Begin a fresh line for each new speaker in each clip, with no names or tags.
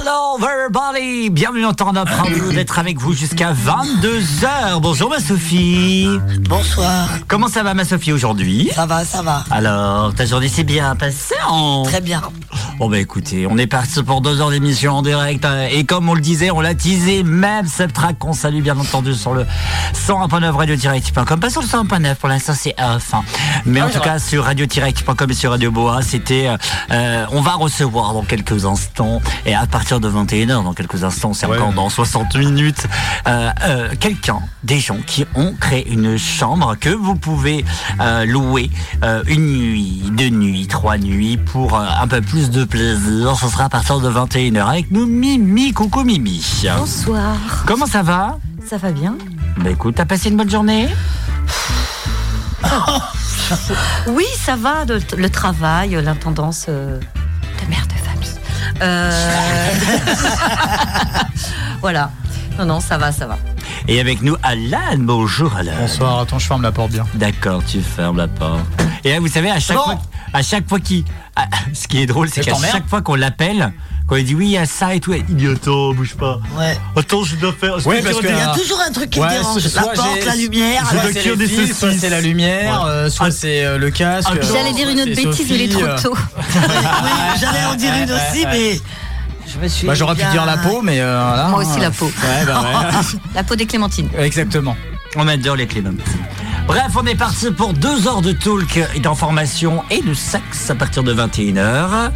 Hello everybody Bienvenue dans Turn Up, ravi d'être avec vous jusqu'à 22h. Bonjour ma Sophie
Bonsoir.
Comment ça va ma Sophie aujourd'hui
Ça va, ça va.
Alors, ta journée s'est bien passée en...
Très bien.
Bon bah écoutez, on est parti pour deux heures d'émission en direct hein, et comme on le disait, on l'a teasé même Subtrack qu'on salue bien entendu sur le 101.9 radio-active.com pas sur le 101.9 pour l'instant c'est off hein.
Ah
mais en tout cas sur radio-active.com et sur Radio Boa c'était euh, euh, on va recevoir dans quelques instants et à partir de 21h dans quelques instants c'est encore dans 60 minutes euh, euh, quelqu'un des gens qui ont créé une chambre que vous pouvez euh, louer euh, une nuit, deux nuits, trois nuits pour euh, un peu plus de plaisir. Ce sera à partir de 21h avec nous, Mimi. Coucou Mimi.
Bonsoir.
Comment ça va
Ça va bien
Bah écoute, t'as passé une bonne journée
Oui, ça va. Le, le travail, l'intendance euh, de mère de famille. Euh, voilà. Non, non, ça va, ça va.
Et avec nous, Alan. Bonjour Alan.
Bonsoir, attends, je ferme la porte bien.
D'accord, tu fermes la porte. Et là, vous savez, à chaque
Bon.
fois, à chaque fois qu'il, à- ce qui est drôle, c'est
Je
qu'à
t'emmerde.
chaque fois qu'on l'appelle, qu'on lui dit oui, il y a ça et tout, il dit attends, bouge pas.
Ouais.
Attends, je dois faire. je
Ouais,
dois
parce
dire
que-
Il y
des-
a
Ah.
toujours un truc qui me
Ouais,
dérange.
so-
La
soit
porte,
j'ai-
la lumière.
Soit
dois
c'est
cuire
les
des
fils, soit
saucisses.
c'est la lumière,
Ouais.
euh, soit
Ah.
c'est euh, le casque.
Ah,
J'allais dire une autre bêtise, mais il est trop
euh.
tôt.
Oui, J'allais en dire une aussi, mais je me suis.
Bah, j'aurais pu
bien-
dire la peau, mais euh, voilà.
Moi aussi, la peau.
Ouais, bah
La peau des clémentines.
ouais. Exactement.
On adore les cléments. Bref, on est parti pour deux heures de talk et d'informations et de sexe à partir de 21h.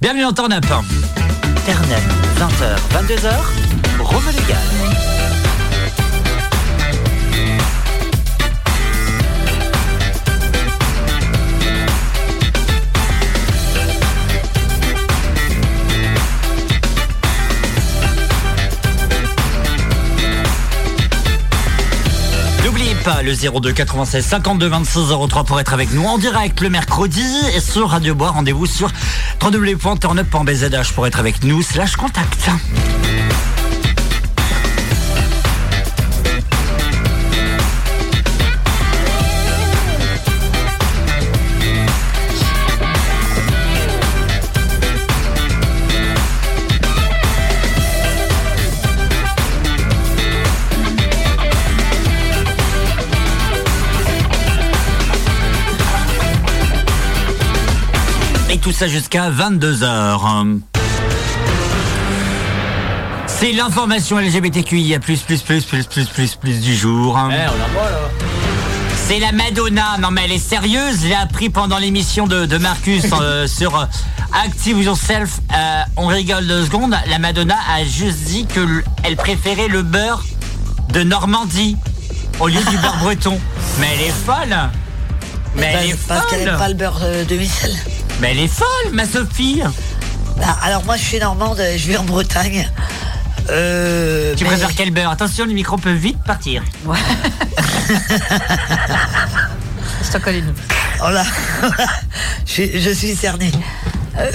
Bienvenue dans Turn Up.
Internet,
20h, 22h, Rome N'oubliez pas le 02 96 52 26 03 pour être avec nous en direct le mercredi et sur Radio Bois. Rendez-vous sur www.turnup.bzh pour être avec nous slash contact. Et tout ça jusqu'à 22h. C'est l'information LGBTQIA+, plus, plus, plus, plus, plus, plus, plus du jour. C'est la Madonna. Non, mais elle est sérieuse. Je l'ai appris pendant l'émission de, de Marcus euh, sur euh, Active Yourself. Euh, on rigole deux secondes. La Madonna a juste dit que l- elle préférait le beurre de Normandie au lieu du beurre breton. Mais elle est folle. Mais elle est
parce qu'elle
folle.
aime pas le beurre euh, de Missel.
Mais elle est folle, ma Sophie.
Bah, alors moi, je suis normande, je vis en Bretagne. Euh,
Tu
mais-
préfères quel beurre Attention, le micro peut vite partir.
Je te colle une.
Oh là, je, je suis cernée.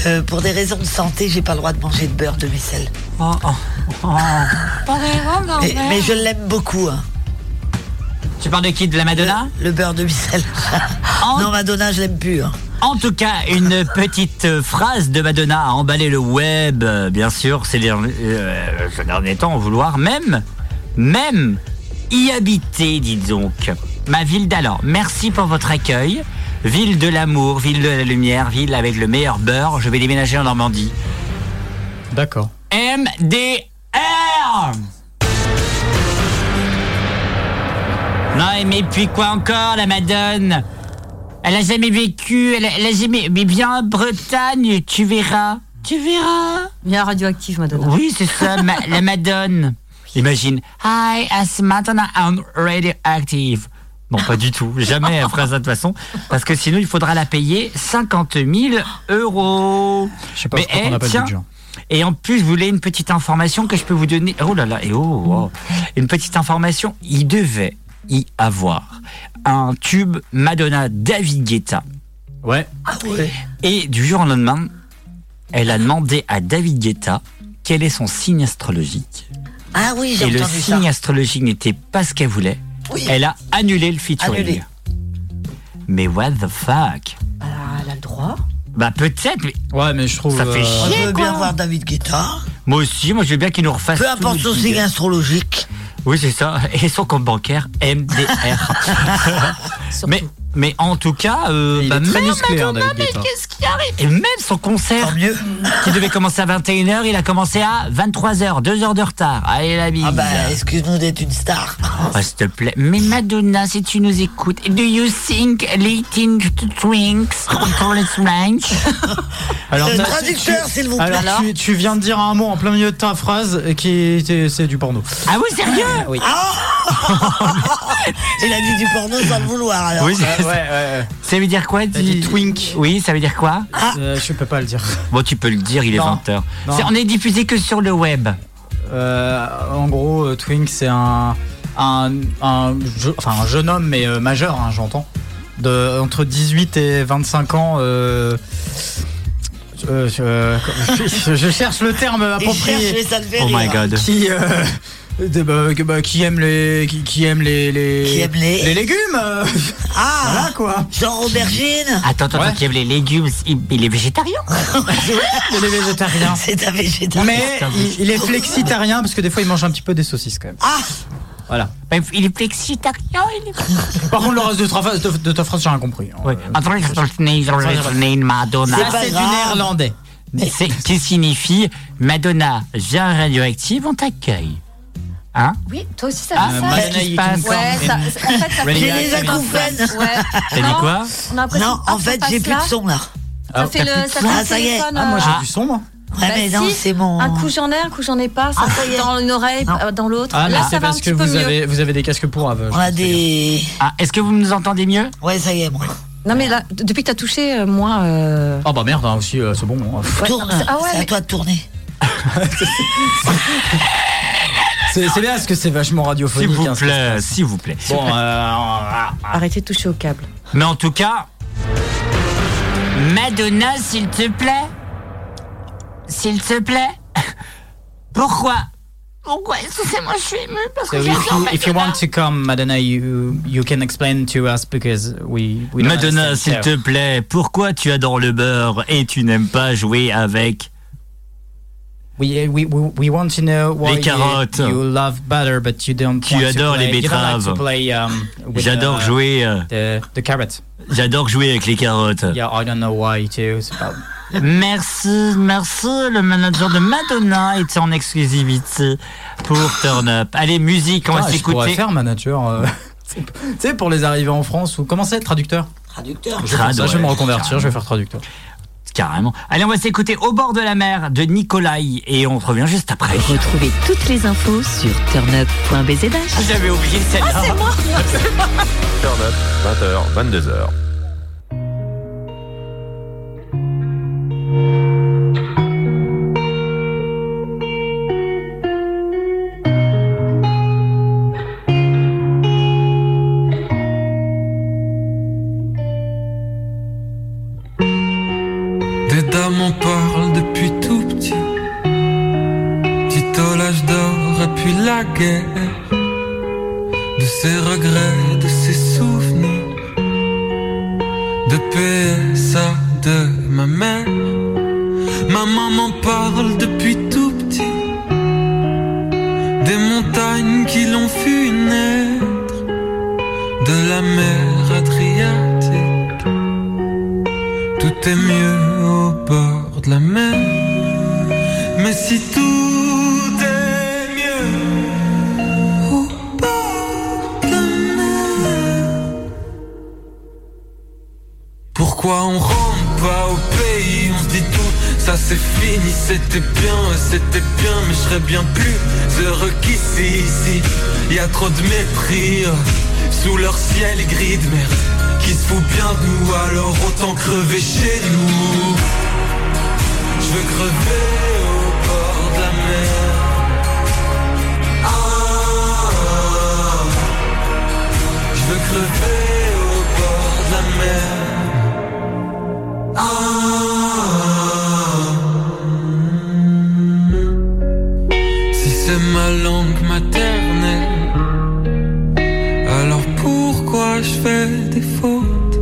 Euh, pour des raisons de santé, j'ai pas le droit de manger de beurre de Missel.
Oh, oh, oh.
oh,
Mais, mais je l'aime beaucoup. hein.
Tu parles de qui De la Madonna
Le beurre de Missel.
En-
non, Madonna, je l'aime plus. hein.
En tout cas, une petite euh, phrase de Madonna a emballé le web, euh, bien sûr, ces derniers, euh, ces derniers temps, en vouloir même, même y habiter, dites donc. Ma ville d'alors, merci pour votre accueil. Ville de l'amour, ville de la lumière, ville avec le meilleur beurre, je vais déménager en Normandie.
D'accord.
MDR Non, mais puis quoi encore, la madone Elle a jamais vécu, elle a, elle a jamais... Mais bien, Bretagne, tu verras. Tu verras.
Bien radioactive, madame.
Oui, c'est ça, ma- la madone. Imagine. Hi, as Madonna on radioactive. Non, pas du tout. Jamais elle ferait ça de toute façon. Parce que sinon, il faudra la payer 50 000 euros.
Je sais pas
Mais,
pourquoi
eh,
on n'a pas
tiens.
de gens.
Et en plus, je voulais une petite information que je peux vous donner. Oh là là, et oh, wow. une petite information. Il devait y avoir un tube Madonna David Guetta.
Ouais.
Ah ouais.
Et du jour au lendemain, elle a demandé à David Guetta quel est son signe astrologique.
Ah oui, j'ai
Et le
entendu ça.
signe astrologique n'était pas ce qu'elle voulait.
Oui.
Elle a annulé le featuring.
Annulé. Ah,
Mais what the fuck
Alors, elle a le droit.
Bah peut-être, mais
Ouais, mais je trouve. euh,
Ça fait chier.
Euh, On
Chier,
veut
quoi.
bien voir David Guetta.
Moi aussi, moi je veux bien qu'ils nous refassent.
Peu
tout
importe son
le
signe astrologique.
Oui, c'est ça. Et son compte bancaire, MDR.
Surtout.
mais, mais en tout cas, euh,
Il
bah,
est très
même,
musclé, hein, David Guetta.
Qu'est-ce qui arrive
et même son
Tant
concert,
mieux.
qui devait commencer à 21h, il a commencé à 23h, 2 heures de retard. Allez, la bise.
Ah bah, excuse-nous d'être une star.
Oh, s'il te plaît. Mais Madonna, si tu nous écoutes, do you think eating twinks control its range?
Alors,
Euh,
t'as-
traducteur,
tu-
s'il vous plaît.
Alors, tu, tu viens de dire un mot en plein milieu de ta phrase qui était- c'est du porno.
Ah oui, sérieux? Oui.
Il a dit du porno sans le vouloir, Ah, alors. euh,
Oui, c'est-
ouais.
ça veut dire quoi?
T'as dit twink.
Oui, ça veut dire quoi?
Euh, je peux pas le dire.
Bon, tu peux le dire, il est
Non.
20h.
Non.
On est diffusé que sur le web.
Euh, en gros, euh, Twink, c'est un, un, un je- enfin, un jeune homme, mais euh, majeur, hein, j'entends. De, entre 18 et 25 ans. euh, euh, euh, je, je cherche le terme
Il cherche, mais
approprié.
ça le fait
Oh my
rire.
god.
Qui, euh, de- bah, que- bah, qui aime les. Qui, qui aime les. les
Qui aime les-
légumes euh,
Ah,
Voilà quoi
genre aubergine.
Attends, attends,
Ouais.
qui aime les légumes, il, il est végétarien
Ah
Il est végétarien.
C'est un végétarien.
Mais il, il est flexitarien parce que des fois il mange un petit peu des saucisses quand même.
Ah,
Voilà.
Bah, Il est flexitarien, il est...
Par contre, le reste de ta phrase, de, de ta phrase, j'ai rien compris.
Ouais.
Euh,
Madonna.
C'est pas grave.
néerlandais.
C'est- Qui signifie Madonna, viens radioactive, on t'accueille. Hein
Oui, toi aussi, ça
Ah,
fait
Madonna,
ça.
Qu'est-ce qui se passe
Ouais, ça, en fait, ça fait
J'ai
les acouphènes.
Ouais.
T'as dit
Non,
quoi
on a l'impression
non,
que
en
ce
fait, j'ai plus de
passe-là,
son, là.
Ah,
Ça
t'as
fait
plus
le, ça
de
fait
son
le
Ah, ça y est.
téléphone,
Ah, moi
euh,
j'ai
Ah.
du son, moi.
Ouais,
bah
mais non,
si,
c'est mon...
Un coup j'en ai, un coup j'en ai pas, ça
Ah, ça y est.
fait dans une oreille, euh, dans l'autre.
Ah, mais
Là, ça
c'est
va un
parce que
petit peu
vous
mieux.
avez, vous avez des casques pour aveugles.
On a des...
Ah, Est-ce que vous nous entendez mieux
Ouais, ça y est, moi.
Non, mais là, d- depuis que t'as touché, euh, moi. euh,
Ah bah merde, hein, aussi, euh, c'est bon. hein.
ouais,
Tourne,
non, c'est- ah ouais,
c'est à
mais-
toi de tourner.
C'est c'est bien parce que c'est vachement
S'il
radiophonique.
vous
hein, ce qui se
plaît,
passe.
s'il vous plaît.
Bon, euh, ah, ah.
Arrêtez de toucher au câble.
Mais en tout cas, Madonna, s'il te plaît, s'il te plaît, pourquoi Pourquoi Excusez-moi, je suis émue parce que
So if
j'adore
you,
Madonna.
if you want to come, Madonna, you, you can explain to us because we, we don't
Madonna, s'il
understand.
te plaît, pourquoi tu adores le beurre et tu n'aimes pas jouer avec
We, we, we we want to know why
Les carottes.
You, you love butter, but you don't.
Tu
want to
adores les
play- you don't like to
betteraves.
play, um, with
J'adore
the-
jouer, euh,
The, the carrot.
j'adore jouer avec les carottes.
Yeah, I don't know why too. It's about-
Merci, merci. Le manager de Madonna était en exclusivité pour Turn Up. Allez, musique, on va
Ah, je pourrais
s'écouter.
faire manager. euh, tu sais, pour les arrivées en France ou comment c'est traducteur.
Traducteur.
Je vais faire
Trad,
ça, je vais me
ouais,
reconvertir, je vais faire traducteur.
Carrément. Allez, on va s'écouter Au bord de la mer de Nicolai et on revient juste après.
Retrouvez toutes les infos sur turnup.bzdash.
J'avais oublié celle-là.
Turn Up, 20h, 22h.
Des dames en parlent depuis tout petit. Tito l'âge d'or et puis la guerre. De ses regrets, de ses souvenirs. De PSA de ma mère. Ma maman parle depuis tout petit. Des montagnes qui l'ont fui naître. De la mer Adriatique. Tout est mieux au bord de la mer. Mais si tout est mieux au bord de la mer, pourquoi on rentre pas au pays On se dit tout, ça c'est fini, c'était bien, c'était bien, mais je serais bien plus heureux qu'ici. Ici, y a trop de mépris euh, sous leur ciel gris de merde. Qui se fout bien de nous, alors autant crever chez nous. Je veux crever au bord de la mer. Ah, je veux crever au bord de la mer. Si c'est ma langue maternelle, alors pourquoi je fais des fautes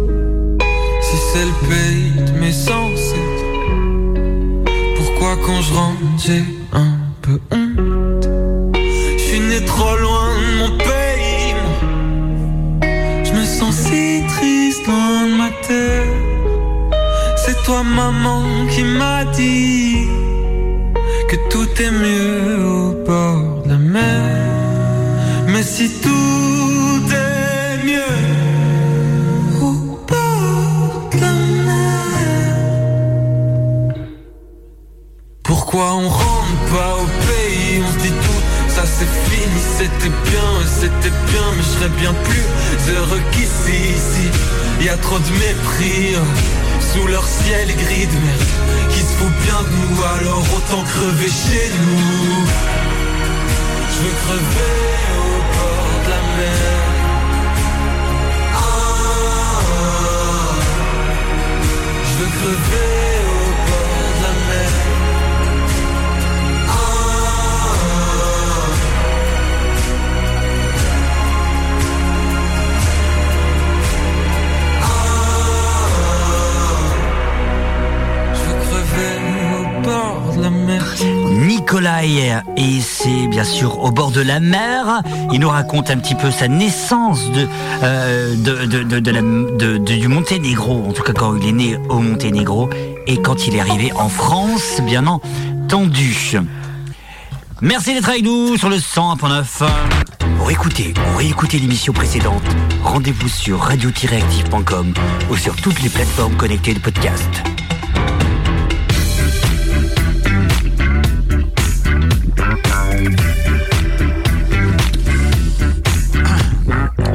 Si c'est le pays de mes ancêtres, pourquoi quand je rentre j'ai un peu honte. Je suis né trop loin de mon pays. moi. Je me sens si triste loin de ma terre. C'est toi, maman, qui m'a dit que tout est mieux au bord de la mer. Mais si tout est mieux au bord de la mer, pourquoi on rentre pas au pays On se dit tout, ça c'est fini, c'était bien, c'était bien, mais je serais bien plus heureux qu'ici, ici. Y a trop de mépris euh, sous leur ciel gris de merde qui se fout bien de nous, alors autant crever chez nous. Je veux crever au bord de la mer. Ah, je veux crever au bord de la mer. Je veux crever au bord de la mer.
Nicolai, et c'est bien sûr au bord de la mer. Il nous raconte un petit peu sa naissance de, euh, de, de- de- de la- de- de- du Monténégro, en tout cas quand il est né au Monténégro et quand il est arrivé en France, bien entendu. Merci d'être avec nous sur le 101.9. Pour écouter ou réécouter l'émission précédente, rendez-vous sur radio-active.com ou sur toutes les plateformes connectées de podcast.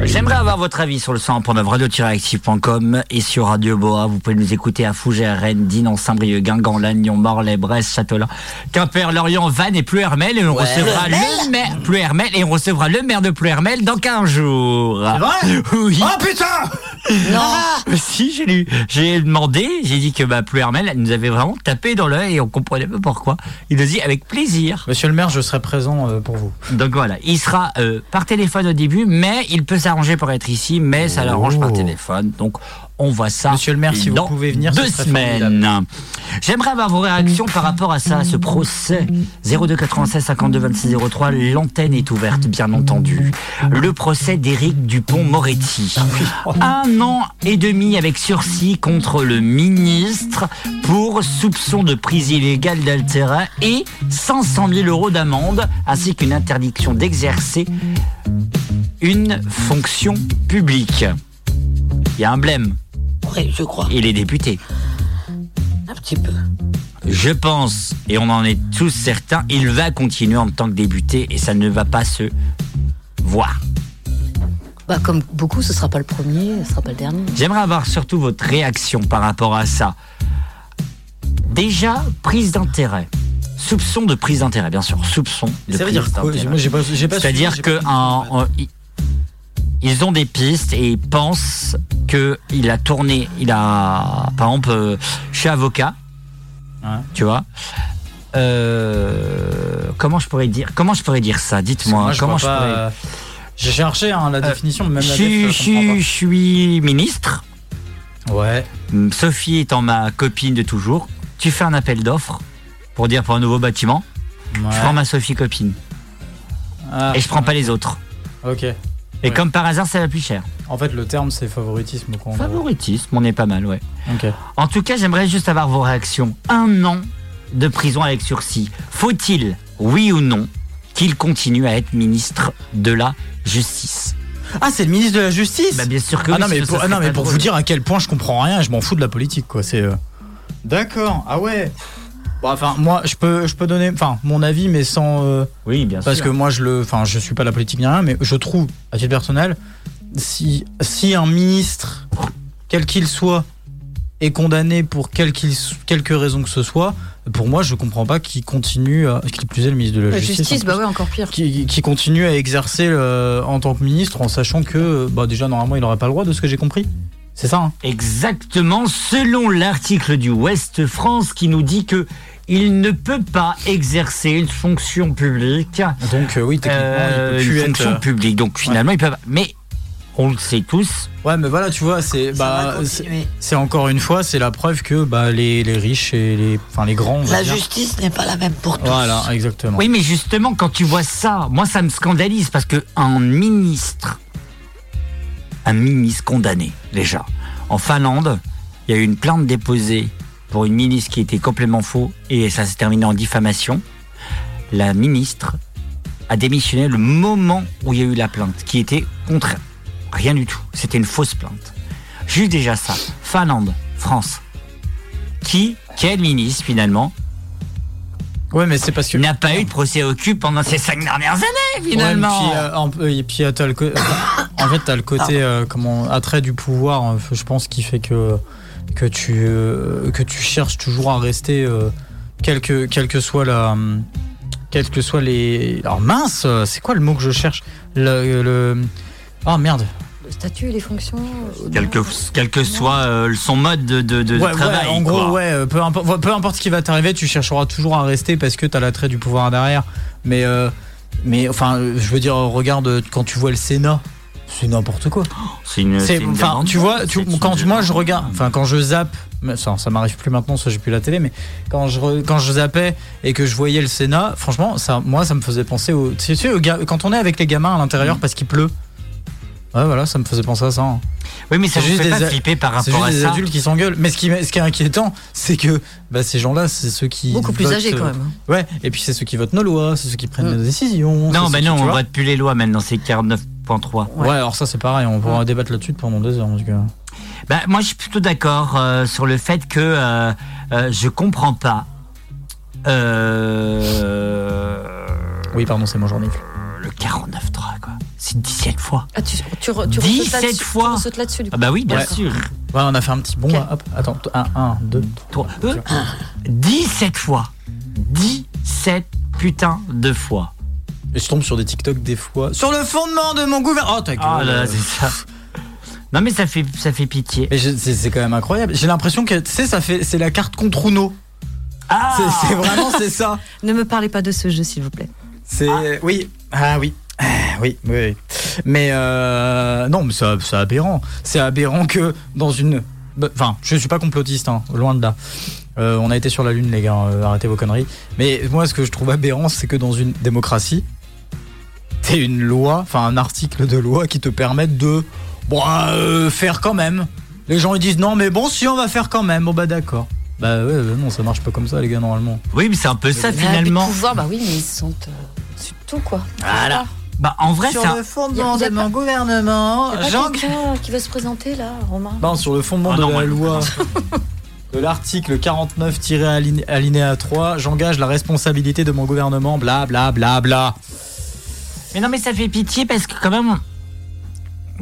J'aimerais avoir votre avis sur le 100.9 radio-active.com et sur Radio Boa. Vous pouvez nous écouter à Fougères, Rennes, Dinan, Saint-Brieuc, Guingamp, Lannion, Morlaix, Brest, Châtelain, Quimper, Lorient, Vannes et Pluhermel. Et on recevra le maire Pluhermel et on recevra le maire de Pluhermel dans 15 jours.
vrai
Oui.
Oh putain
Ah, si, j'ai lu. J'ai demandé, j'ai dit que bah, Pluhermel elle nous avait vraiment tapé dans l'œil et on comprenait pas pourquoi. Il nous dit avec plaisir.
Monsieur le maire, je serai présent euh, pour vous.
Donc voilà, il sera euh, par téléphone au début, mais il peut s'arranger pour être ici, mais ça l'arrange par téléphone. Donc on voit ça.
Oh. Monsieur le maire, si vous
dans
pouvez venir, ce
deux
serait
semaines. J'aimerais avoir vos réactions par rapport à ça, à ce procès 02 96 52 26 03. L'antenne est ouverte, bien entendu. Le procès d'Éric Dupont-Moretti. Un an et demi avec sursis contre le ministre pour soupçon de prise illégale d'altéra et 500 000 euros d'amende, ainsi qu'une interdiction d'exercer une fonction publique. Il y a un blême,
Oui, je crois.
il est député.
Un petit peu.
Je pense, et on en est tous certains, il va continuer en tant que député et ça ne va pas se voir.
Bah, comme beaucoup, ce sera pas le premier, ce sera pas le dernier.
J'aimerais avoir surtout votre réaction par rapport à ça. Déjà, prise d'intérêt. Soupçon de prise d'intérêt, bien sûr. Soupçon de
Ça veut
prise
dire quoi
d'intérêt.
Moi, j'ai pas- j'ai pas
C'est-à-dire
suivi,
que
j'ai pas-
un- un- i- ils ont des pistes et ils pensent que il a tourné, il a par exemple euh, chez avocat,
Ouais.
tu vois. Euh, comment je pourrais dire Comment je pourrais dire ça Dites-moi.
Moi, je
comment Euh,
vois pas, euh, J'ai cherché hein, la définition, même
pourrais
la
Je
def,
suis-
je
je suis-
comprends
je suis ministre. Mm,
pas. Ouais.
Sophie étant ma copine de toujours, tu fais un appel d'offres pour dire pour un nouveau bâtiment. Je prends ma Sophie copine
Ah,
et je prends pas les autres.
Ok.
Et
Ouais.
comme par hasard, c'est la plus chère.
En fait, le terme, c'est favoritisme. Quoi, en gros.
Favoritisme, on est pas mal, ouais.
Ok. Ah,
En tout cas, j'aimerais juste avoir vos réactions. Un an de prison avec sursis. Faut-il, oui ou non, qu'il continue à être ministre de la justice
Ah, c'est le ministre de la Justice
Bah, Bien sûr que
Ah
oui,
non, mais
sinon
pour,
ça
ah, non,
serait
mais
pas
pour
drôle.
vous dire à quel point je comprends rien, je m'en fous de la politique, quoi. C'est. euh, D'accord. Ah ouais. Bon, enfin, moi, je peux, je peux donner, enfin, mon avis, mais sans. euh,
Oui, bien
Parce que
sûr.
moi, je le, enfin, je suis pas la politique ni rien, mais je trouve, à titre personnel, si, si un ministre, quel qu'il soit, est condamné pour quelle qu'il s- quelque raison que ce soit, pour moi, je comprends pas qu'il continue, à- qu'il plus est le ministre de la,
Euh,
La
justice, hein,
justice,
en
bah
plus,
ouais, encore pire.
qui, qui continue à exercer euh, en tant que ministre, en sachant que, euh, bah, déjà, normalement, il n'aurait pas le droit, de ce que j'ai compris. C'est ça. hein
Exactement, selon l'article du Ouest France qui nous dit que il ne peut pas exercer une fonction publique
Donc euh, oui, techniquement,
Euh,
il peut
une
plus être.
fonction
euh,
publique. Donc finalement, ils peuvent. Mais on le sait tous.
Ouais, mais voilà, tu vois, c'est bah, c'est-
continuer.
c'est encore une fois, c'est la preuve que bah, les, les riches et les, enfin, les grands. on va
La
dire.
justice n'est pas la même pour tous.
Voilà, exactement.
Oui, mais justement, quand tu vois ça, moi, ça me scandalise parce que un ministre, un ministre condamné, déjà, en Finlande, il y a eu une plainte déposée pour une ministre qui était complètement faux et ça s'est terminé en diffamation. La ministre a démissionné le moment où il y a eu la plainte, qui était contre rien du tout. C'était une fausse plainte. Juste déjà ça. Finlande, France. Qui, quel ministre finalement
Ouais, mais c'est parce que.
tu n'as pas eu de procès au cul pendant ces cinq dernières années,
Ouais, mais
finalement.
puis, euh, un peu- et puis, euh, t'as le co- en fait, t'as le côté euh, comment, attrait du pouvoir, hein, je pense, qui fait que, que, tu, euh, que tu cherches toujours à rester, euh, quelle, que, quelle que soit la. hum, Quelles que soient les. Alors mince, euh, c'est quoi le mot que je cherche le, le- Oh merde.
Le statut et les fonctions. euh,
Quel que, quel que soit euh, son mode de, de- de
Ouais, ouais,
travail.
en
quoi.
gros, ouais, euh, peu, importe- ouais, peu importe ce qui va t'arriver, tu chercheras toujours à rester parce que t'as l'attrait du pouvoir derrière. Mais, euh, mais enfin, euh, je veux dire, regarde euh, quand tu vois le Sénat, c'est n'importe quoi.
C'est une.
C'est-
c'est une
enfin,
demande.
tu vois, tu-
C'est une
quand moi
demande.
je regarde, enfin quand je zappe, mais ça, ça m'arrive plus maintenant, ça j'ai plus la télé, mais quand je re- quand je zappais et que je voyais le Sénat, franchement, ça, moi ça me faisait penser au, tu sais, au ga- quand on est avec les gamins à l'intérieur parce qu'il pleut. Ouais, voilà, ça me faisait penser à ça. hein.
Oui, mais ça
c'est
vous
juste
fait
des
pas
a-
flipper par
C'est
rapport
juste
à
des
ça.
adultes qui s'engueulent. Mais ce qui, m'est- ce qui est inquiétant, c'est que bah, ces gens-là, c'est ceux qui.
Beaucoup plus
votent,
âgés quand
euh,
même. hein. Mm.
Ouais, et puis c'est ceux qui votent nos lois, c'est ceux qui prennent nos décisions.
Non,
c'est
bah non,
ceux qui- tu
on
vois
voit depuis les lois maintenant, c'est 49.3.
Ouais, alors ça c'est pareil, on pourra débattre là-dessus pendant deux heures. en tout cas.
Bah, moi, je suis plutôt d'accord euh, sur le fait que euh, euh, je comprends pas. euh,
Oui, pardon, c'est mon journée.
le 49.3, quoi. C'est 17 fois.
Ah, tu, tu, re- tu
17
ressautes là-dessus,
fois.
Tu ressautes là-dessus, du
Ah,
coup.
bah oui, bien
Ouais.
sûr.
Ouais, on a fait un petit bond.
Ok.
là. Hop, attends, 1, 1, 2,
Toi, euh, 17 fois. 17 putain de fois.
Et je tombe sur des TikTok des fois. Sur le fondement de mon gouvernement. Oh, ta gueule.
Ah là là, c'est ça. Non mais ça fait, ça fait pitié.
Mais je- c'est c'est quand même incroyable. J'ai l'impression que, tu sais, ça fait, c'est la carte contre Uno.
Ah
C'est- C'est vraiment, c'est ça.
Ne me parlez pas de ce jeu, s'il vous plaît.
C'est oui, ah oui. Ah, Oui, oui, oui. Mais euh, non, mais c'est c'est aberrant. C'est aberrant que dans une. bah, Enfin, je suis pas complotiste, hein, loin de là. Euh, on a été sur la lune, les gars. euh, arrêtez vos conneries. Mais moi, ce que je trouve aberrant, c'est que dans une démocratie, t'es une loi, enfin un article de loi qui te permette de bon, euh, faire quand même. Les gens ils disent non, mais bon, si on va faire quand même. Bon bah d'accord. Bah ouais, ouais, non, ça marche pas comme ça, les gars, normalement.
Oui mais c'est un peu ça
Ah, Le
finalement.
pouvoir, bah oui, mais ils sont euh, sur tout, quoi.
Voilà. Bah en vrai ça...
fondement
Y a- y a de pas- mon hein,
gouvernement,
Y a pas quelqu'un qui veut se présenter, là, Romain
Non, sur le fondement
Ah
de
non, moi,
la
je
loi de l'article 49 alinéa 3, j'engage la responsabilité de mon gouvernement, bla bla bla bla.
Mais non mais ça fait pitié parce que quand même...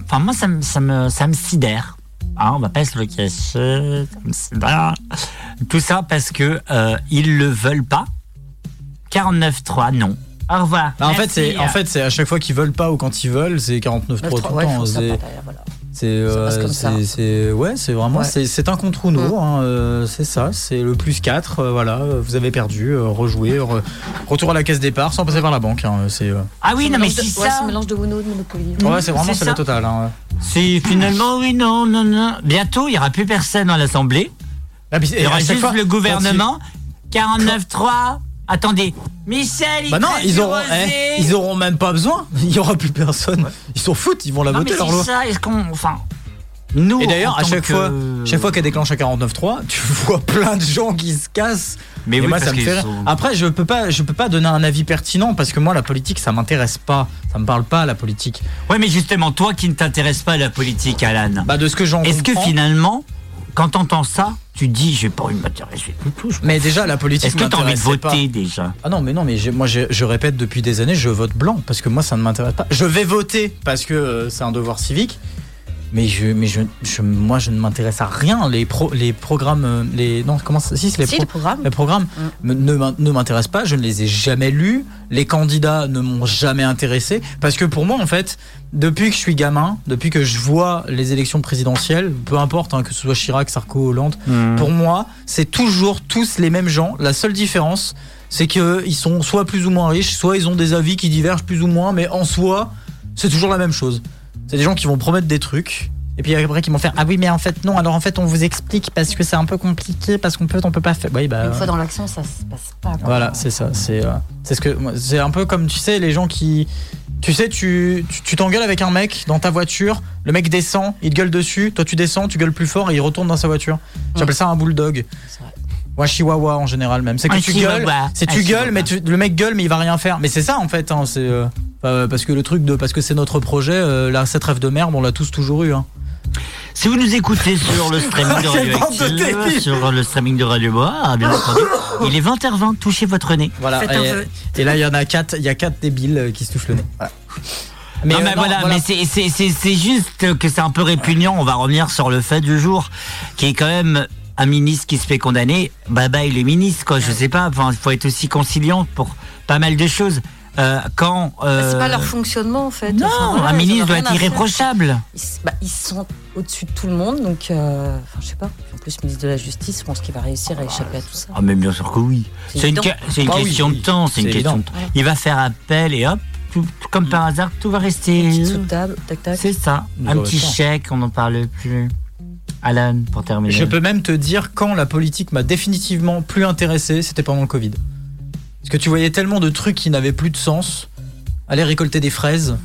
Enfin moi ça me, ça me, ça me sidère. Hein, on va pas se le cacher. ça me sidère. Tout ça parce que euh, ils le veulent pas. 49.3 non. Au revoir.
Bah, en fait,
Merci.
c'est en fait c'est à chaque fois qu'ils veulent pas ou quand ils veulent, c'est 49 3 tout le
Ouais,
temps,
faut ça,
c'est
pas, d'ailleurs, voilà.
c'est
Ça passe
euh,
comme ça.
c'est- c'est- ouais, c'est vraiment
Ouais.
c'est c'est un contre ou
Mm.
non, hein, euh, c'est ça, c'est le plus 4 euh, voilà, euh, vous avez perdu, euh, rejouez, re- retour à la caisse départ sans passer par la banque hein, c'est euh,
Ah oui
Ce
non mais
mélange de-
si
ouais,
ça...
ce mélange de Uno, de Monopoly.
Ouais, c'est vraiment
c'est
c'est la
ça.
totale hein.
Si finalement, oui, non, non, non. Bientôt, il n'y aura plus personne à l'Assemblée.
Ah, puis-
Il y
et à
aura
chaque
juste
fois,
le
quand ils-
gouvernement. 49-3. Attendez. Michel, il
Bah non,
crève
ils
du
auront,
rosé.
eh, ils auront même pas besoin. Il y aura plus personne. Ils s'en foutent, ils vont la
Non, mais
voter leur
c'est
loi.
ça, est-ce qu'on. Enfin. Nous,
Et d'ailleurs,
en
à
tant
chaque
que-
fois, chaque fois qu'elle déclenche à 49.3, tu vois plein de gens qui se cassent.
Mais
Et
oui,
moi,
parce
ça me
qu'ils
fait rire.
sont-
Après, je peux pas, je peux pas donner un avis pertinent parce que moi, la politique, ça m'intéresse pas. Ça me parle pas la politique.
Ouais, mais justement, toi qui ne t'intéresses pas à la politique, Alan,
Bah de ce que j'en
est-ce que
comprends-
finalement, quand t'entends ça, hein, tu dis, j'ai pas envie de m'intéresser du tout. je-
Mais déjà, la politique.
Est-ce que t'as envie de
m'intéressait pas.
voter déjà
Ah non, mais non, mais j'ai- moi j'ai- je répète depuis des années, je vote blanc parce que moi ça ne m'intéresse pas. Je vais voter parce que euh, c'est un devoir civique, mais je, mais je, je- moi je ne m'intéresse à rien. Les pro, les programmes, euh, les non, comment ça, si c'est les,
Si,
pro-
le programme.
les programmes Mmh. me- ne m'in- ne m'intéressent pas. Je ne les ai jamais lus. Les candidats ne m'ont jamais intéressé parce que pour moi en fait, depuis que je suis gamin, depuis que je vois les élections présidentielles, peu importe hein, que ce soit Chirac, Sarko, Hollande, pour moi, c'est toujours tous les mêmes gens. La seule différence, c'est qu'ils sont soit plus ou moins riches, soit ils ont des avis qui divergent plus ou moins, mais en soi, c'est toujours la même chose. C'est des gens qui vont promettre des trucs. Et puis après, qui vont faire Ah oui, mais en fait, non, alors en fait, on vous explique parce que c'est un peu compliqué, parce qu'on peut, on peut pas faire. Oui, bah,
Une fois dans l'action, ça se passe pas. quoi.
voilà, c'est ça. C'est euh, c'est ce que moi, c'est un peu comme tu sais les gens qui tu sais tu tu- tu t'engueules avec un mec dans ta voiture, le mec descend, il te gueule dessus, toi tu descends, tu gueules plus fort et il retourne dans sa voiture. J'appelle ça un bulldog.
C'est vrai.
Ou un chihuahua en général même. C'est que
Un
tu
chihuahua.
gueules, c'est
Un
tu gueules,
chihuahua.
mais tu- le mec gueule mais il va rien faire. Mais c'est ça en fait. hein, c'est euh, euh, parce que le truc de parce que c'est notre projet, euh, là cette rêve de merde, on l'a tous toujours eu. Hein.
Si vous nous écoutez sur le streaming de Radio
Quelle Ah, bande de
Active,
débiles.
sur le streaming de Radio Bois, ah, bien entendu, il est 20h20, touchez votre nez.
Voilà.
Faites un
Et,
vœu.
et là il y en a quatre, il y a quatre débiles euh, qui se touchent le nez. Voilà.
Mais non,
euh,
mais
non,
voilà, mais c'est- c'est- c'est c'est juste que c'est un peu répugnant. On va revenir sur le fait du jour, qui est quand même un ministre qui se fait condamner. Bah bah, il est ministre, quoi. Je sais pas. Enfin, il faut être aussi conciliant pour pas mal de choses. Euh, quand euh,
Bah, C'est pas leur fonctionnement en fait. Enfin,
non,
voilà,
un
ils en
ministre
ont
doit
rien
être
à faire.
irréprochable.
Ils, s- bah, ils sont au-dessus de tout le monde, donc euh, enfin, je sais pas. En plus, ministre de la Justice, je pense qu'il va réussir à échapper à tout ça.
Ah mais bien sûr que oui.
C'est
C'est une,
évident.
que- c'est une
Ah oui,
question
oui,
de temps. C'est une
c'est
question. De...
évident.
Il va faire appel et hop, tout- tout comme par hasard, tout va
Une
rester.
petite Mm. sous table, tac tac.
C'est ça.
Nous
Un
aurons
petit
le temps.
chèque, on n'en parle plus. Alan, pour terminer.
Je peux même te dire quand la politique m'a définitivement plus intéressé, c'était pendant le Covid. Parce que tu voyais tellement de trucs qui n'avaient plus de sens. Aller récolter des fraises.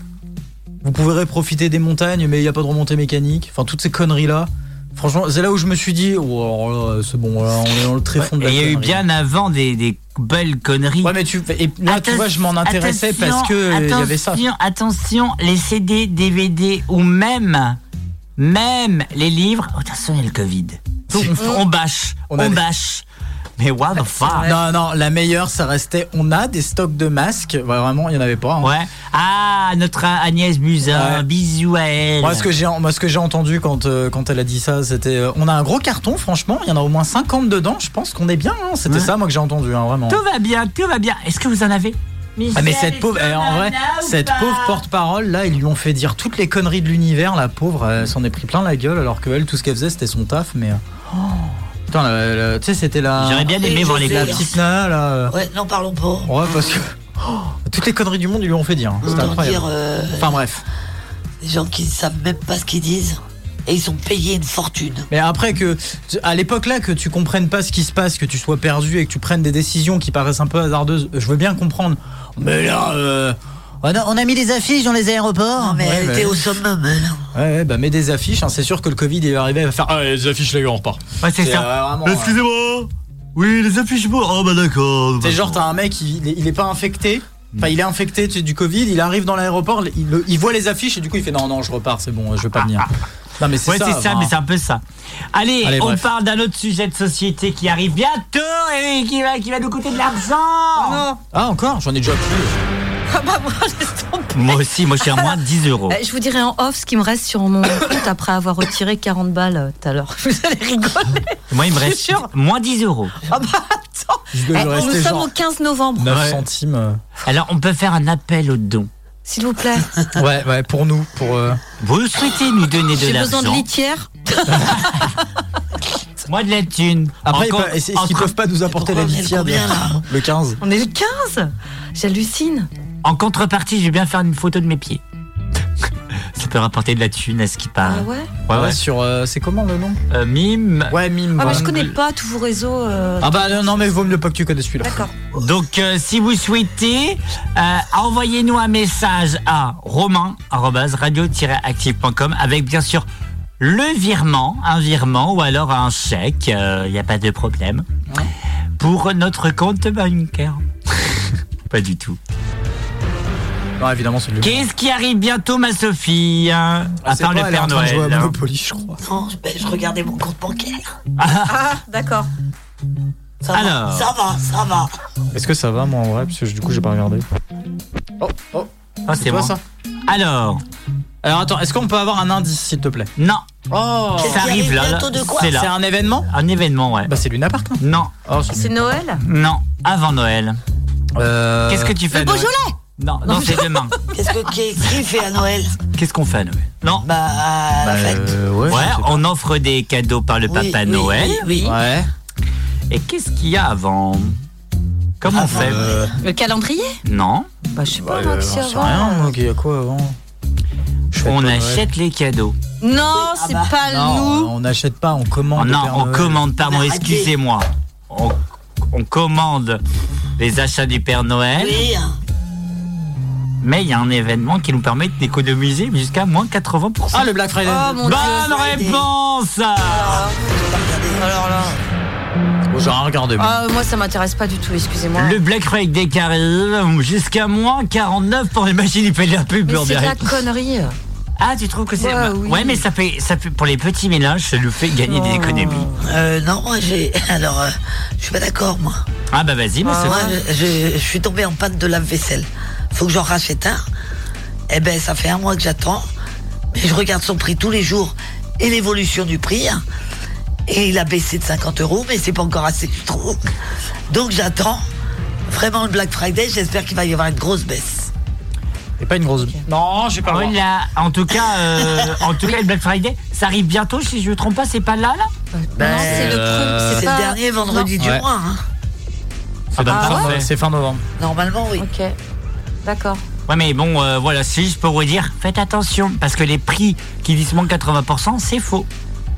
Vous pouvez profiter des montagnes, mais il n'y a pas de remontée mécanique. Enfin, toutes ces conneries-là. Franchement, c'est là où je me suis dit, oh, alors là, c'est bon, là, on est dans le tréfonds de
Et
la
il y a eu
connerie.
bien avant des, des belles conneries.
Ouais, mais tu, et là, tu
Atten-
vois, je m'en intéressais
attention,
parce que euh, il y avait ça.
Attention, attention, les CD, DVD ou même, même les livres. Oh, attention, il y a le Covid. Tout, on, on bâche, on,
On a des-
bâche. Mais what the fuck
Non, non, la meilleure, ça restait. On a des stocks de masques. Ouais, vraiment, il n'y en avait pas. hein.
Ouais. Ah, notre Agnès Buzyn,
Ouais.
bisous à elle.
Moi ce que j'ai moi ce que j'ai entendu quand euh, quand elle a dit ça c'était euh, on a un gros carton franchement il y en a au moins 50 dedans je pense qu'on est bien hein. c'était
Ouais.
ça moi que j'ai entendu hein, vraiment
Tout va bien, tout va bien. Est-ce que vous en avez
ah, mais cette pauvre eh, en vrai cette pauvre porte-parole là ils lui ont fait dire toutes les conneries de l'univers la pauvre elle s'en est pris plein la gueule alors que elle tout ce qu'elle faisait c'était son taf mais euh, oh. Putain, la- la- tu sais c'était la
J'aurais bien aimé
Oui,
voir
Ah. je
les
sais.
la
courses.
petite nana là euh,
Ouais, n'en parlons pas.
ouais parce que oh, toutes les conneries du monde ils lui ont fait dire hein. c'était
Autant
incroyable
dire euh,
enfin bref
des gens qui ne savent même pas ce qu'ils disent et ils sont payés une fortune.
Mais après que, tu- à l'époque là, que tu comprennes pas ce qui se passe, que tu sois perdu et que tu prennes des décisions qui paraissent un peu hasardeuses, je veux bien comprendre. Mais là, euh, on, a, on a mis des affiches dans les aéroports.
Non, mais
ouais, bah
elle
ouais.
était au summum.
hein,
elle.
Ouais, ouais, bah mets des affiches. hein. C'est sûr que le Covid il est arrivé, il va faire. Ah, les affiches les gars, on repart.
Ouais, c'est hein.
C'est,
ça.
euh, vraiment,
Excusez-moi Oui, les affiches pour. Oh, bah d'accord. Hmm.
C'est genre t'as un mec, il, est- il est pas infecté. Enfin, il est infecté tu sais, du Covid, il arrive dans l'aéroport, il, le- il voit les affiches et du coup il fait non non je repars, c'est bon, je vais pas venir. Non mais c'est
ouais,
ça.
c'est ça,
enfin.
mais c'est un peu ça. Allez,
Allez,
on
bref.
parle d'un autre sujet de société qui arrive bientôt et qui va, qui va nous coûter de
Oh
l'argent.
Ah encore, j'en ai déjà plus.
Ah bah moi, laisse tomber.
Moi aussi, moi je suis à moins de 10 euros.
Euh, Je vous dirai en off ce qui me reste sur mon compte après avoir retiré 40 balles euh, tout à l'heure. Vous allez rigoler.
Moi, il me reste
sûr.
moins 10 euros.
Ah bah attends.
Je dois lui
Eh, nous
rester
sommes
genre
au 15 novembre.
9
Ouais.
centimes. euh.
Alors, on peut faire un appel aux dons.
S'il vous plaît.
Ouais, ouais, pour nous, pour. euh,
Vous souhaitez nous donner de
J'ai
l'argent
besoin de litière.
Moi, de la thune.
Après, ils
Encore-
peuvent- est-ce est-ce qu'ils
encore,
peuvent pas nous apporter
Pourquoi
la
on est le
litière de-
combien, là
Le 15
On est le 15. J'hallucine.
en contrepartie, je vais bien faire une photo de mes pieds. Ça peut rapporter de la thune à ce qui
Ah
parle.
ouais.
Ouais, ouais.
sur. euh, c'est comment le nom
Euh, mime.
Ouais, mime.
Ah mais
voilà.
je connais pas tous vos réseaux. euh,
Ah bah non, non, mais vaut mieux pas que tu connaisses celui-là.
D'accord.
Donc, euh, si vous souhaitez, euh, envoyez-nous un message à romain-radio-active.com avec bien sûr le virement, un virement ou alors un chèque, il n'y a pas de problème, pour notre compte bancaire. pas du tout.
Non, évidemment, celui-là.
Qu'est-ce qui arrive bientôt, ma Sophie hein, À
Ah, C'est pas,
part le
elle est
Père
en train de
Noël.
jouer à
hein.
Monopoly, je crois.
Non, je, ben, je regardais mon compte bancaire.
Ah d'accord.
Ça
Alors.
va, ça va, ça va.
Est-ce que ça va, moi, en vrai Parce que du coup, j'ai pas regardé. Oh, oh,
Ah, c'est
toi,
bon.
ça
Alors,
Alors attends, est-ce qu'on peut avoir un indice, s'il te plaît
non,
Oh
Qu'est-ce
ça
qui
arrive
arrive
là. là,
bientôt de quoi
C'est
C'est
là.
un événement
Un événement, ouais.
Bah, c'est Luna Park, hein.
Non,
Oh,
C'est Noël.
non, avant Noël.
Euh,
Qu'est-ce que tu fais à
Le
Noël
Beaujolais.
Non, non, c'est demain.
Qu'est-ce que qu'est-ce qu'il fait à Noël
Qu'est-ce qu'on fait à Noël Non.
Bah, à la
Bah,
fête.
euh, ouais.
Ouais, on offre des cadeaux par le
Oui,
Papa
oui,
Noël.
Oui, oui.
Ouais.
Et qu'est-ce qu'il y a avant Comment on fait
Euh,
Le calendrier.
Non.
Bah je sais pas.
bah,
moi,
euh,
qui
j'en
sais
sais
avant.
rien, moi, qu'il y a quoi avant Je fête.
On
de Noël.
achète les cadeaux.
Non,
Ah
c'est
bah.
pas nous.
Non, Ah, on n'achète pas, on commande.
Oh
au
non,
Père
on
Noël.
commande, pardon,
Arrêtez.
excusez-moi. On, on commande les achats du Père Noël,
Oui, hein.
mais il y a un événement qui nous permet d'économiser jusqu'à moins 80%.
Ah, le Black Friday.
Oh mon dieu.
Bonne réponse
Alors là.
Bon, j'aurais regardé. moi.
Oh, Ah, moi, ça m'intéresse pas du tout, excusez-moi.
Le Black Friday qui arrive, jusqu'à moins 49 pour les machines, il fait de la pub
Mais
on
c'est de
dirait.
la connerie.
Ah, tu trouves que c'est...
Ouais, oui.
mais ça fait, ça fait... Pour les petits ménages, ça nous fait gagner des
Oh.
économies.
Euh, non, moi j'ai. Alors, euh, je suis pas d'accord, moi.
Ah bah vas-y, monsieur.
Moi, je, je- je suis tombée en panne de lave-vaisselle. Faut que j'en rachète un. Eh ben, ça fait un mois que j'attends. Mais je regarde son prix tous les jours et l'évolution du prix. hein. Et il a baissé de 50 euros, mais c'est pas encore assez, je trouve. Donc j'attends vraiment le Black Friday. J'espère qu'il va y avoir une grosse baisse.
Et pas une grosse. Non, j'ai pas
Oh là, en tout cas, euh, en tout cas, le Black Friday, ça arrive bientôt. Si je ne me trompe pas, c'est pas là, là.
Ben,
non, c'est le
euh,
premier.
C'est
pas-
le dernier vendredi du
Ouais.
mois. hein.
Ah,
C'est fin
ouais.
novembre. C'est fin novembre.
Normalement, oui.
Non. Ok. D'accord.
Ouais, mais bon, euh, voilà, c'est juste pour vous dire, faites attention, parce que les prix qui disent moins 80%, c'est faux.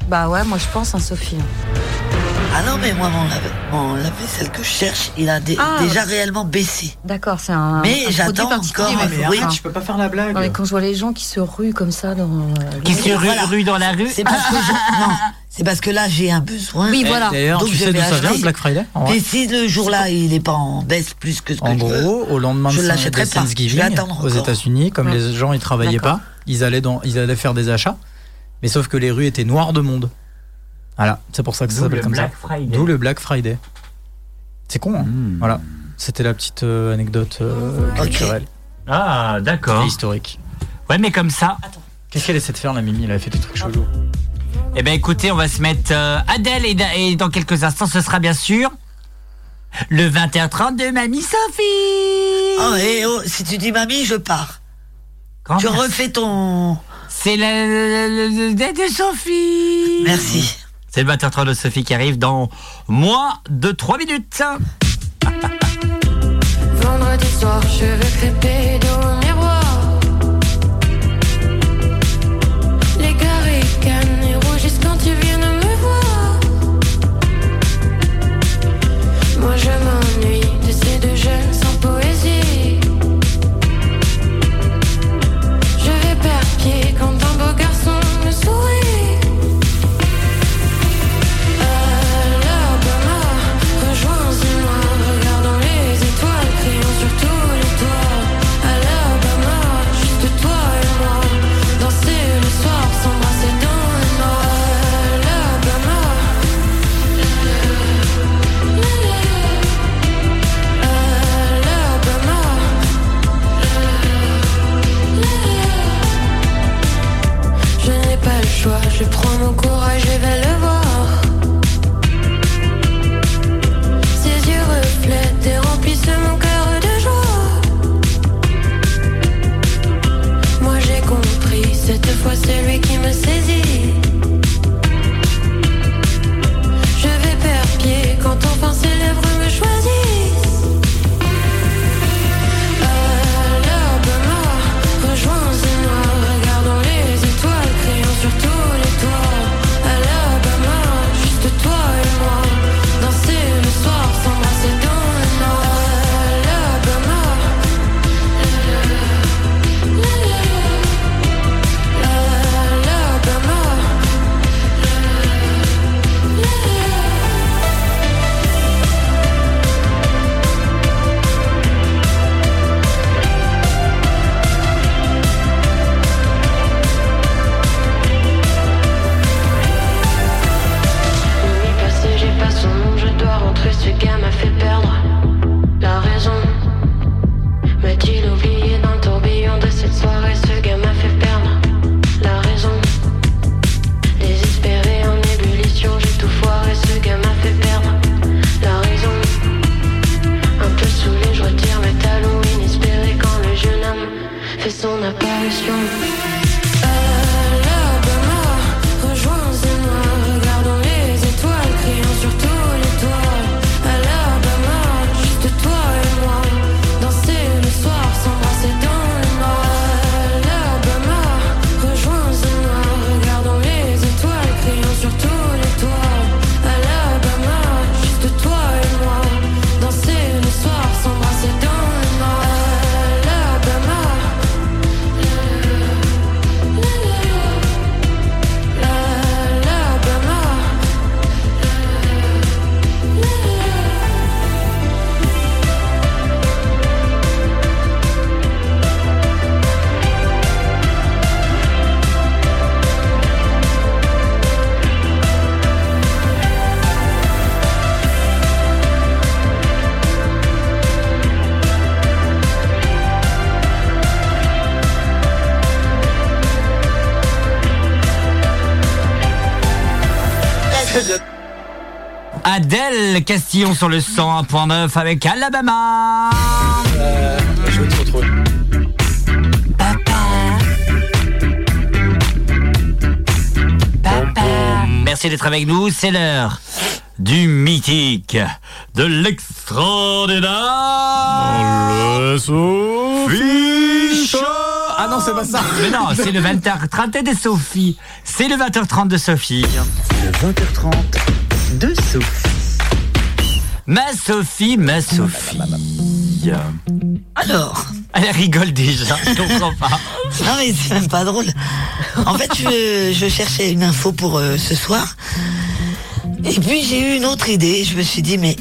Bah ouais, moi je pense, hein, Sophie.
euh,
Ah non, mais moi, mon, lave- mon lave-vaisselle que je cherche, il a dé-
Ah.
déjà réellement baissé.
D'accord, c'est un.
Mais
un
j'attends
produit particulier,
encore,
mais
mais oui.
enfin,
peux pas faire la
non, mais
blague.
quand je vois les gens qui se ruent comme ça dans. euh,
Qui se
Oui,
rue,
voilà.
rue dans la rue
C'est parce que je- non, c'est parce que là j'ai un besoin.
Oui,
Et
voilà.
D'ailleurs,
Donc,
tu
je
sais
vais
d'où ça
acheter.
vient, Black Friday En vrai
Mais si le jour-là il est pas en baisse plus que ce que
En
je veux,
gros, au lendemain
Je
de Saint-
l'achèterai
de
pas. Je vais
Thanksgiving,
attendre
aux
encore.
États-Unis, comme
Ouais.
les gens ils travaillaient
D'accord.
pas, ils allaient dans, ils allaient faire des achats, mais sauf que les rues étaient noires de monde. Voilà, c'est pour ça que ça
D'où
s'appelle
le
comme
Black
ça.
Friday.
D'où le Black Friday. C'est con, hein
Hmm.
Voilà, c'était la petite euh, anecdote euh,
Ok.
culturelle
Ah,
et
d'accord.
historique.
Ouais, mais comme ça.
Qu'est-ce qu'elle essaie de faire, la Mimi Elle a fait des trucs chelous.
Eh ben, écoutez, on va se mettre euh, Adèle et, da- et dans quelques instants, ce sera bien sûr le 20h30 de Mamie Sophie.
oh, eh, oh, si tu dis mamie, je pars.
Grand
tu
merci.
refais ton.
C'est la- la- la- la- la- de Sophie.
Merci.
C'est le 20h30 de Sophie qui arrive dans moins de 3 minutes.
Vendredi soir, cheveux crépés dans le miroir. Les garricanes et rougissent quand ils viennent me voir. Moi je m'ennuie de ces deux jeunes sans poésie. Je vais perdre pied quand un beau garçon me sourit. Alabama, rejoins-moi, regardons les étoiles, crions sur tous les toits. Alabama, juste toi et moi, danser le soir, s'embrasser dans le noir. Alabama, Alabama, je n'ai pas le choix, je prends mon courage et vais le voir. Ses yeux reflètent et remplissent mon cœur de joie. Moi j'ai compris, cette fois c'est lui qui me saisit. Je vais perdre pied quand enfin ses lèvres me choisissent. Alabama, rejoins-moi, regardons les étoiles, crions sur tous les toits. Alabama, juste toi et moi, danser le soir, s'embrasser dans le noir. Alabama, Alabama. Nuit passée, j'ai pas son nom, je dois rentrer, ce gars m'a fait perdre la raison. M'a-t-il oublié dans le tourbillon de cette soirée, ce gars m'a fait perdre la raison. Désespéré en ébullition, j'ai tout foiré, ce gars m'a fait perdre la raison. Un peu saoulé, je retire mes talons inespérés quand le jeune homme fait son apparition. Alabama, rejoins-moi, regardons les étoiles, crions sur tous les toits. Alabama, juste toi et moi, danser le soir, s'embrasser dans le noir. Alabama,
Adèle Castillon sur le 101.9 avec Alabama.
Je vais te retrouver.
Merci d'être avec nous, c'est l'heure du mythique, de l'extraordinaire. Le Ah non, c'est pas ça. Mais non, c'est le 20h30 de Sophie. C'est le 20h30 de Sophie. Le 20h30 de Sophie. Ma Sophie, ma Sophie.
Alors
Elle rigole déjà, je comprends pas.
Non mais c'est même pas drôle. En fait, je, je cherchais une info pour euh, ce soir. Et puis j'ai eu une autre idée. Je me suis dit, mais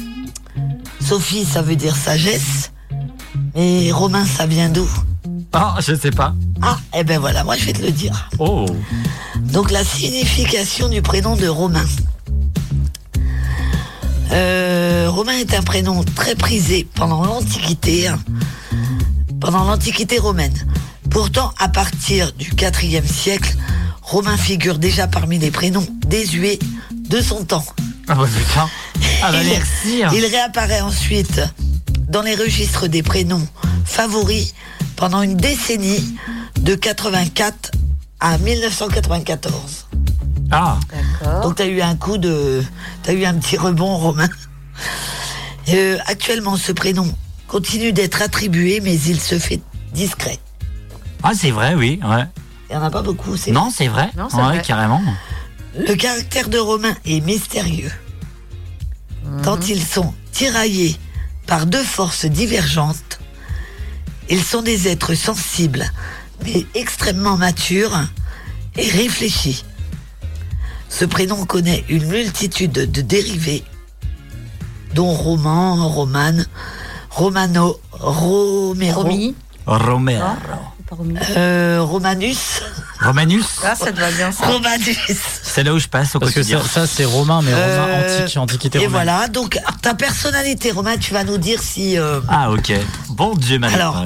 Sophie, ça veut dire sagesse. Mais Romain, ça vient d'où
Ah, je sais pas.
Ah, eh ben voilà, moi je vais te le dire.
Oh.
Donc la signification du prénom de Romain. Euh, Romain est un prénom très prisé pendant l'Antiquité, hein, pendant l'Antiquité romaine. Pourtant, à partir du IVe siècle, Romain figure déjà parmi les prénoms désuets de son temps.
Ah bah putain. Ah bah
Il-
merci.
Il réapparaît ensuite dans les registres des prénoms favoris pendant une décennie de 84 à 1994.
Ah.
Donc t'as eu un coup de, t'as eu un petit rebond romain. Euh, actuellement, ce prénom continue d'être attribué, mais il se fait discret.
Ah, c'est vrai, oui. Ouais.
Il n'y en a pas beaucoup. c'est
Non, c'est vrai.
Non, c'est
ouais,
vrai.
carrément.
Le caractère de Romain est mystérieux.
Mhm.
Tant ils sont tiraillés par deux forces divergentes, ils sont des êtres sensibles, mais extrêmement matures et réfléchis. Ce prénom connaît une multitude de dérivés, dont Roman, Romane, Romano, Romero,
Romer.
euh, Romanus.
Romanus
Ah, ça te va bien, ça.
Romanus.
C'est là où je passe au
Parce que
quotidien.
ça, ça, c'est romain, mais romain
Euh,
antique, antiquité
Et
romaine.
voilà, donc ta personnalité, Romain, tu vas nous dire si, euh,
Ah, ok. Bon Dieu, madame.
Alors.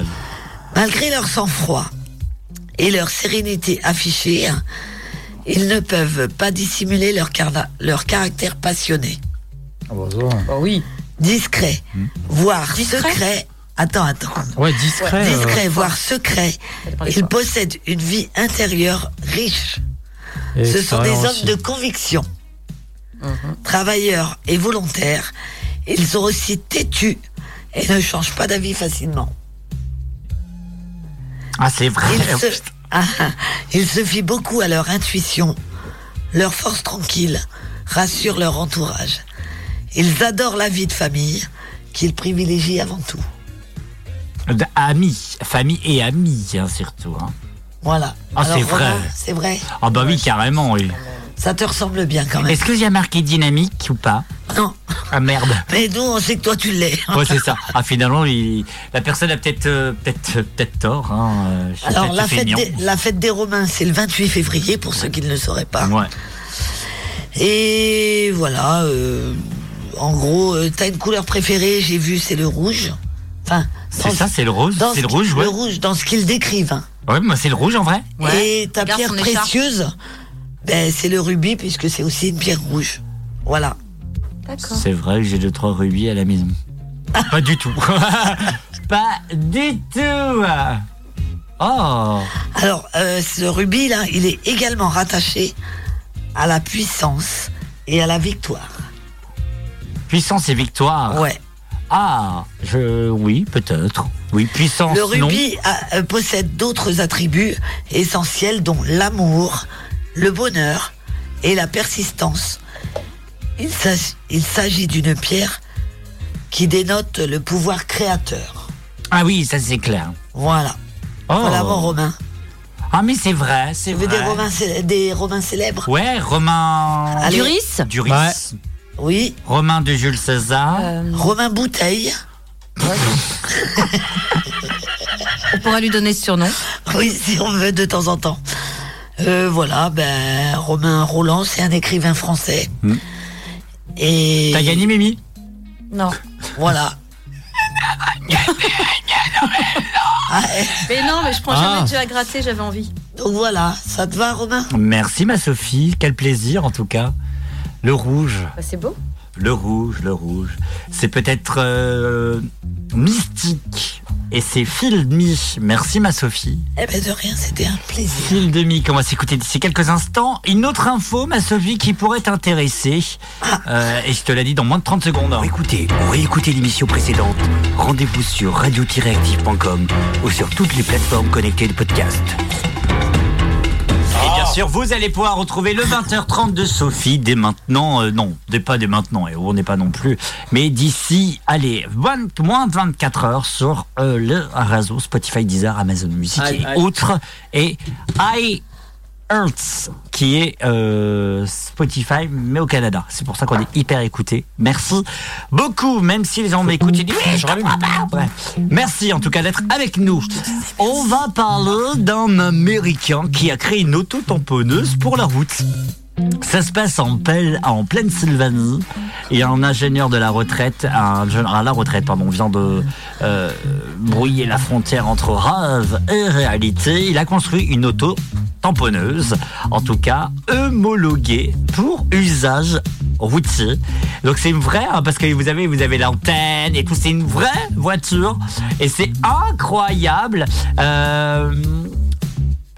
malgré leur sang-froid et leur sérénité affichée, hein, ils ne peuvent pas dissimuler leur, carna- leur caractère passionné,
Ah, bah,
Oh, oui.
discret, voire secret. Attends, attends.
Hmm. Ouais, discret. euh,
Discret, voire secret,
parlait
ils
pas.
possèdent une vie intérieure riche.
et
Ce sont des
extérieur
hommes
aussi.
de conviction, travailleurs et volontaires. Ils sont aussi têtus et ne changent pas d'avis facilement.
Ah, c'est vrai.
Ils se... Ah, ah. Ils se fient beaucoup à leur intuition. Leur force tranquille rassure leur entourage. Ils adorent la vie de famille qu'ils privilégient avant tout.
D- Amis. Famille et amis, hein, surtout. hein.
Voilà.
Ah, c'est
Romain,
vrai.
C'est vrai.
Ah, bah oui, carrément, oui.
Ça te ressemble bien quand même.
Est-ce que j'ai marqué dynamique ou pas
Non.
Ah, merde.
Mais nous, on sait que toi, tu l'es.
Ouais, c'est ça. Ah, finalement, il- la personne a peut-être euh, peut-être euh, peut-être tort. Hein. euh, je suis
Alors,
peut-être
la fête,
feignant.
des, la fête des Romains, c'est le 28 février, pour ceux qui ne le sauraient pas.
Ouais.
Et voilà, euh, en gros, euh, t'as une couleur préférée, j'ai vu, c'est le rouge. Enfin,
C'est
dans-
ça, c'est le rose.
dans
C'est
ce
le
qui-
rouge, ouais.
le rouge, dans ce qu'ils décrivent. hein.
Ouais, moi, c'est le rouge en vrai.
Ouais.
Et ta
Regarde
pierre
son écharpe.
précieuse, ben, c'est le rubis, puisque c'est aussi une pierre rouge. Voilà.
D'accord.
C'est vrai que j'ai deux trois rubis à la maison. Pas du tout. pas du tout. Oh.
Alors, euh, ce rubis, là, il est également rattaché à la puissance et à la victoire.
Puissance et victoire.
Ouais.
Ah, je oui, peut-être. Oui, puissance
Le
non.
rubis a- euh, possède d'autres attributs essentiels dont l'amour, le bonheur et la persistance. Il s'ag- il s'agit d'une pierre qui dénote le pouvoir créateur.
Ah oui, ça c'est clair.
Voilà.
Oh.
Voilà mon Romain.
Ah mais c'est vrai, c'est
Tu veux
vrai.
des Romains, cé- des Romains célèbres
Ouais, Romain
Allez.
Duris
Duris.
Ouais.
Oui. Euh,
Romain de Jules César.
Euh,
Romain Bouteille.
On pourrait lui donner ce surnom.
Oui, si on veut, de temps en temps. Euh, voilà, ben, Romain Roland, c'est un écrivain français.
Hmm.
Et.
T'as gagné Mimi
Non.
Voilà. Ah, eh,
Mais non, mais je prends
Ah.
jamais de jeu à gratter, j'avais envie.
donc voilà, ça te va Romain
Merci ma Sophie, quel plaisir en tout cas. Le rouge,
Bah, c'est beau.
le rouge, le rouge. C'est peut-être euh, mystique. Et c'est Phil Demi. Merci ma Sophie.
Eh ben de rien, c'était un plaisir.
Phil Demi, qu'on va s'écouter d'ici quelques instants. Une autre info, ma Sophie, qui pourrait t'intéresser.
Ah.
Euh, et je te la dis dans moins de 30 secondes. hein.
Écoutez ou réécoutez l'émission précédente, rendez-vous sur radio-active.com ou sur toutes les plateformes connectées de podcast.
Et bien
Ah.
sûr, vous allez pouvoir retrouver le 20h30 de Sophie dès maintenant. euh, non, dès pas dès maintenant, et on n'est pas non plus. Mais d'ici, allez, 20, moins de 24 heures sur euh, le réseau Spotify, Deezer, Amazon Music
Aïe,
et
aïe.
autres. Et I Earth, qui est euh, Spotify, mais au Canada. C'est pour ça qu'on est hyper écouté. Merci beaucoup, même si les gens m'écoutent, ils disent oui, je comprends pas. Bref. Merci en tout cas d'être avec nous. On va parler d'un Américain qui a créé une auto-tamponneuse pour la route. Ça se passe en, Pel- en pleine Sylvanie et un ingénieur de la retraite, un jeune à la retraite pardon, vient de euh, brouiller la frontière entre rêve et réalité. Il a construit une auto tamponneuse, en tout cas homologuée pour usage routier. Donc c'est une vraie, hein, parce que vous avez, vous avez l'antenne et tout, c'est une vraie voiture et c'est incroyable. Euh,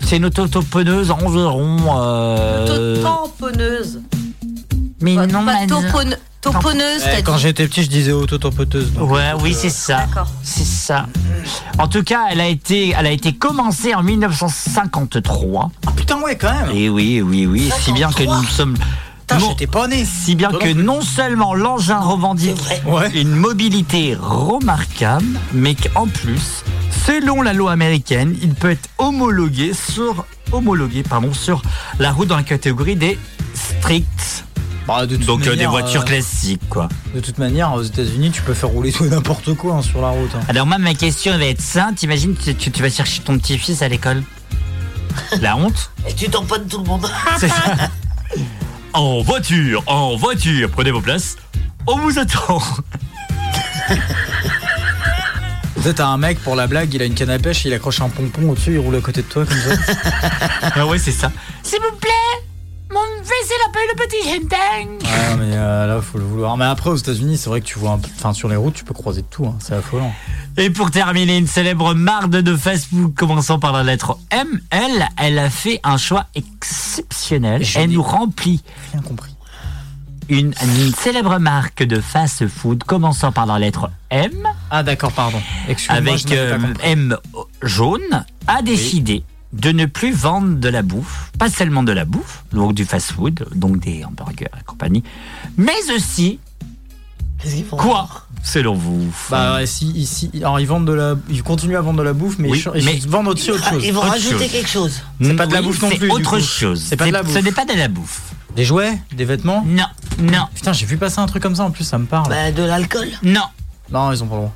c'est une auto tamponneuse environ. euh,
Tamponneuse.
mais
Pas-
non,
pas
mais-
tampon- Tamponneuse,
Eh,
t'as
Quand
dit.
j'étais petit, je disais auto-tampoteuse. donc,
Ouais,
euh,
oui, c'est ça.
D'accord.
C'est ça. En tout cas, elle a été, elle a été commencée en 1953.
Ah putain, ouais, quand même.
Et Eh oui, oui, oui. Si bien que nous sommes.
Putain,
non-
j'étais pas né.
si bien que non seulement l'engin revendique
vrai. Ouais.
une mobilité remarquable, mais qu'en plus, selon la loi américaine, il peut être homologué sur, homologué, pardon, sur la route dans la catégorie des stricts.
Bah, de toute
Donc euh, des
manière,
voitures
euh,
classiques, quoi.
De toute manière, aux États-Unis, tu peux faire rouler tout et n'importe quoi hein, sur la route. hein.
Alors moi, ma question va être simple. T'imagines, tu, tu, tu vas chercher ton petit-fils à l'école. La honte
Et tu tamponnes tout le monde.
C'est ça. En voiture, en voiture, prenez vos places. On vous attend.
Peut-être t'as un mec pour la blague, il a une canne à pêche, il accroche un pompon au-dessus, il roule à côté de toi comme ça.
Ah ouais, c'est ça. S'il vous plaît, mon fils il appelle le petit Gendeng.
ouais, mais euh, là, faut le vouloir. Mais après, aux États-Unis, c'est vrai que tu vois, un p- enfin, sur les routes, tu peux croiser de tout, hein, c'est affolant.
Et pour terminer, une célèbre marde de fast-food commençant par la lettre M. Elle, elle a fait un choix exceptionnel.
Je
Elle
n'ai-
nous remplit
Rien compris.
une, une célèbre marque de fast-food commençant par la lettre M.
Ah, d'accord, pardon. Excuse-moi, je
avec
n'avais pas
euh,
compris.
M jaune, a décidé de ne plus vendre de la bouffe, pas seulement de la bouffe, donc du fast-food, donc des hamburgers et compagnie, mais aussi
Qu'est-ce qu'ils font
quoi, selon vous
Bah, ouais, si, ici, alors ils vendent de la. Ils continuent à vendre de la bouffe, mais
Oui,
ils, ch- ils
mais-
vendent au-dessus autre
Ah,
chose.
Ils vont
Autre
rajouter
chose.
quelque chose.
c'est pas de la
Oui,
bouffe non
c'est
plus, du
autre
coup.
chose.
C'est pas de la
Ce
bouffe.
n'est pas de la bouffe.
Des jouets Des vêtements
Non, non,
Putain, j'ai vu passer un truc comme ça en plus, ça me parle.
Bah, de l'alcool.
non.
Non, ils ont pas le droit.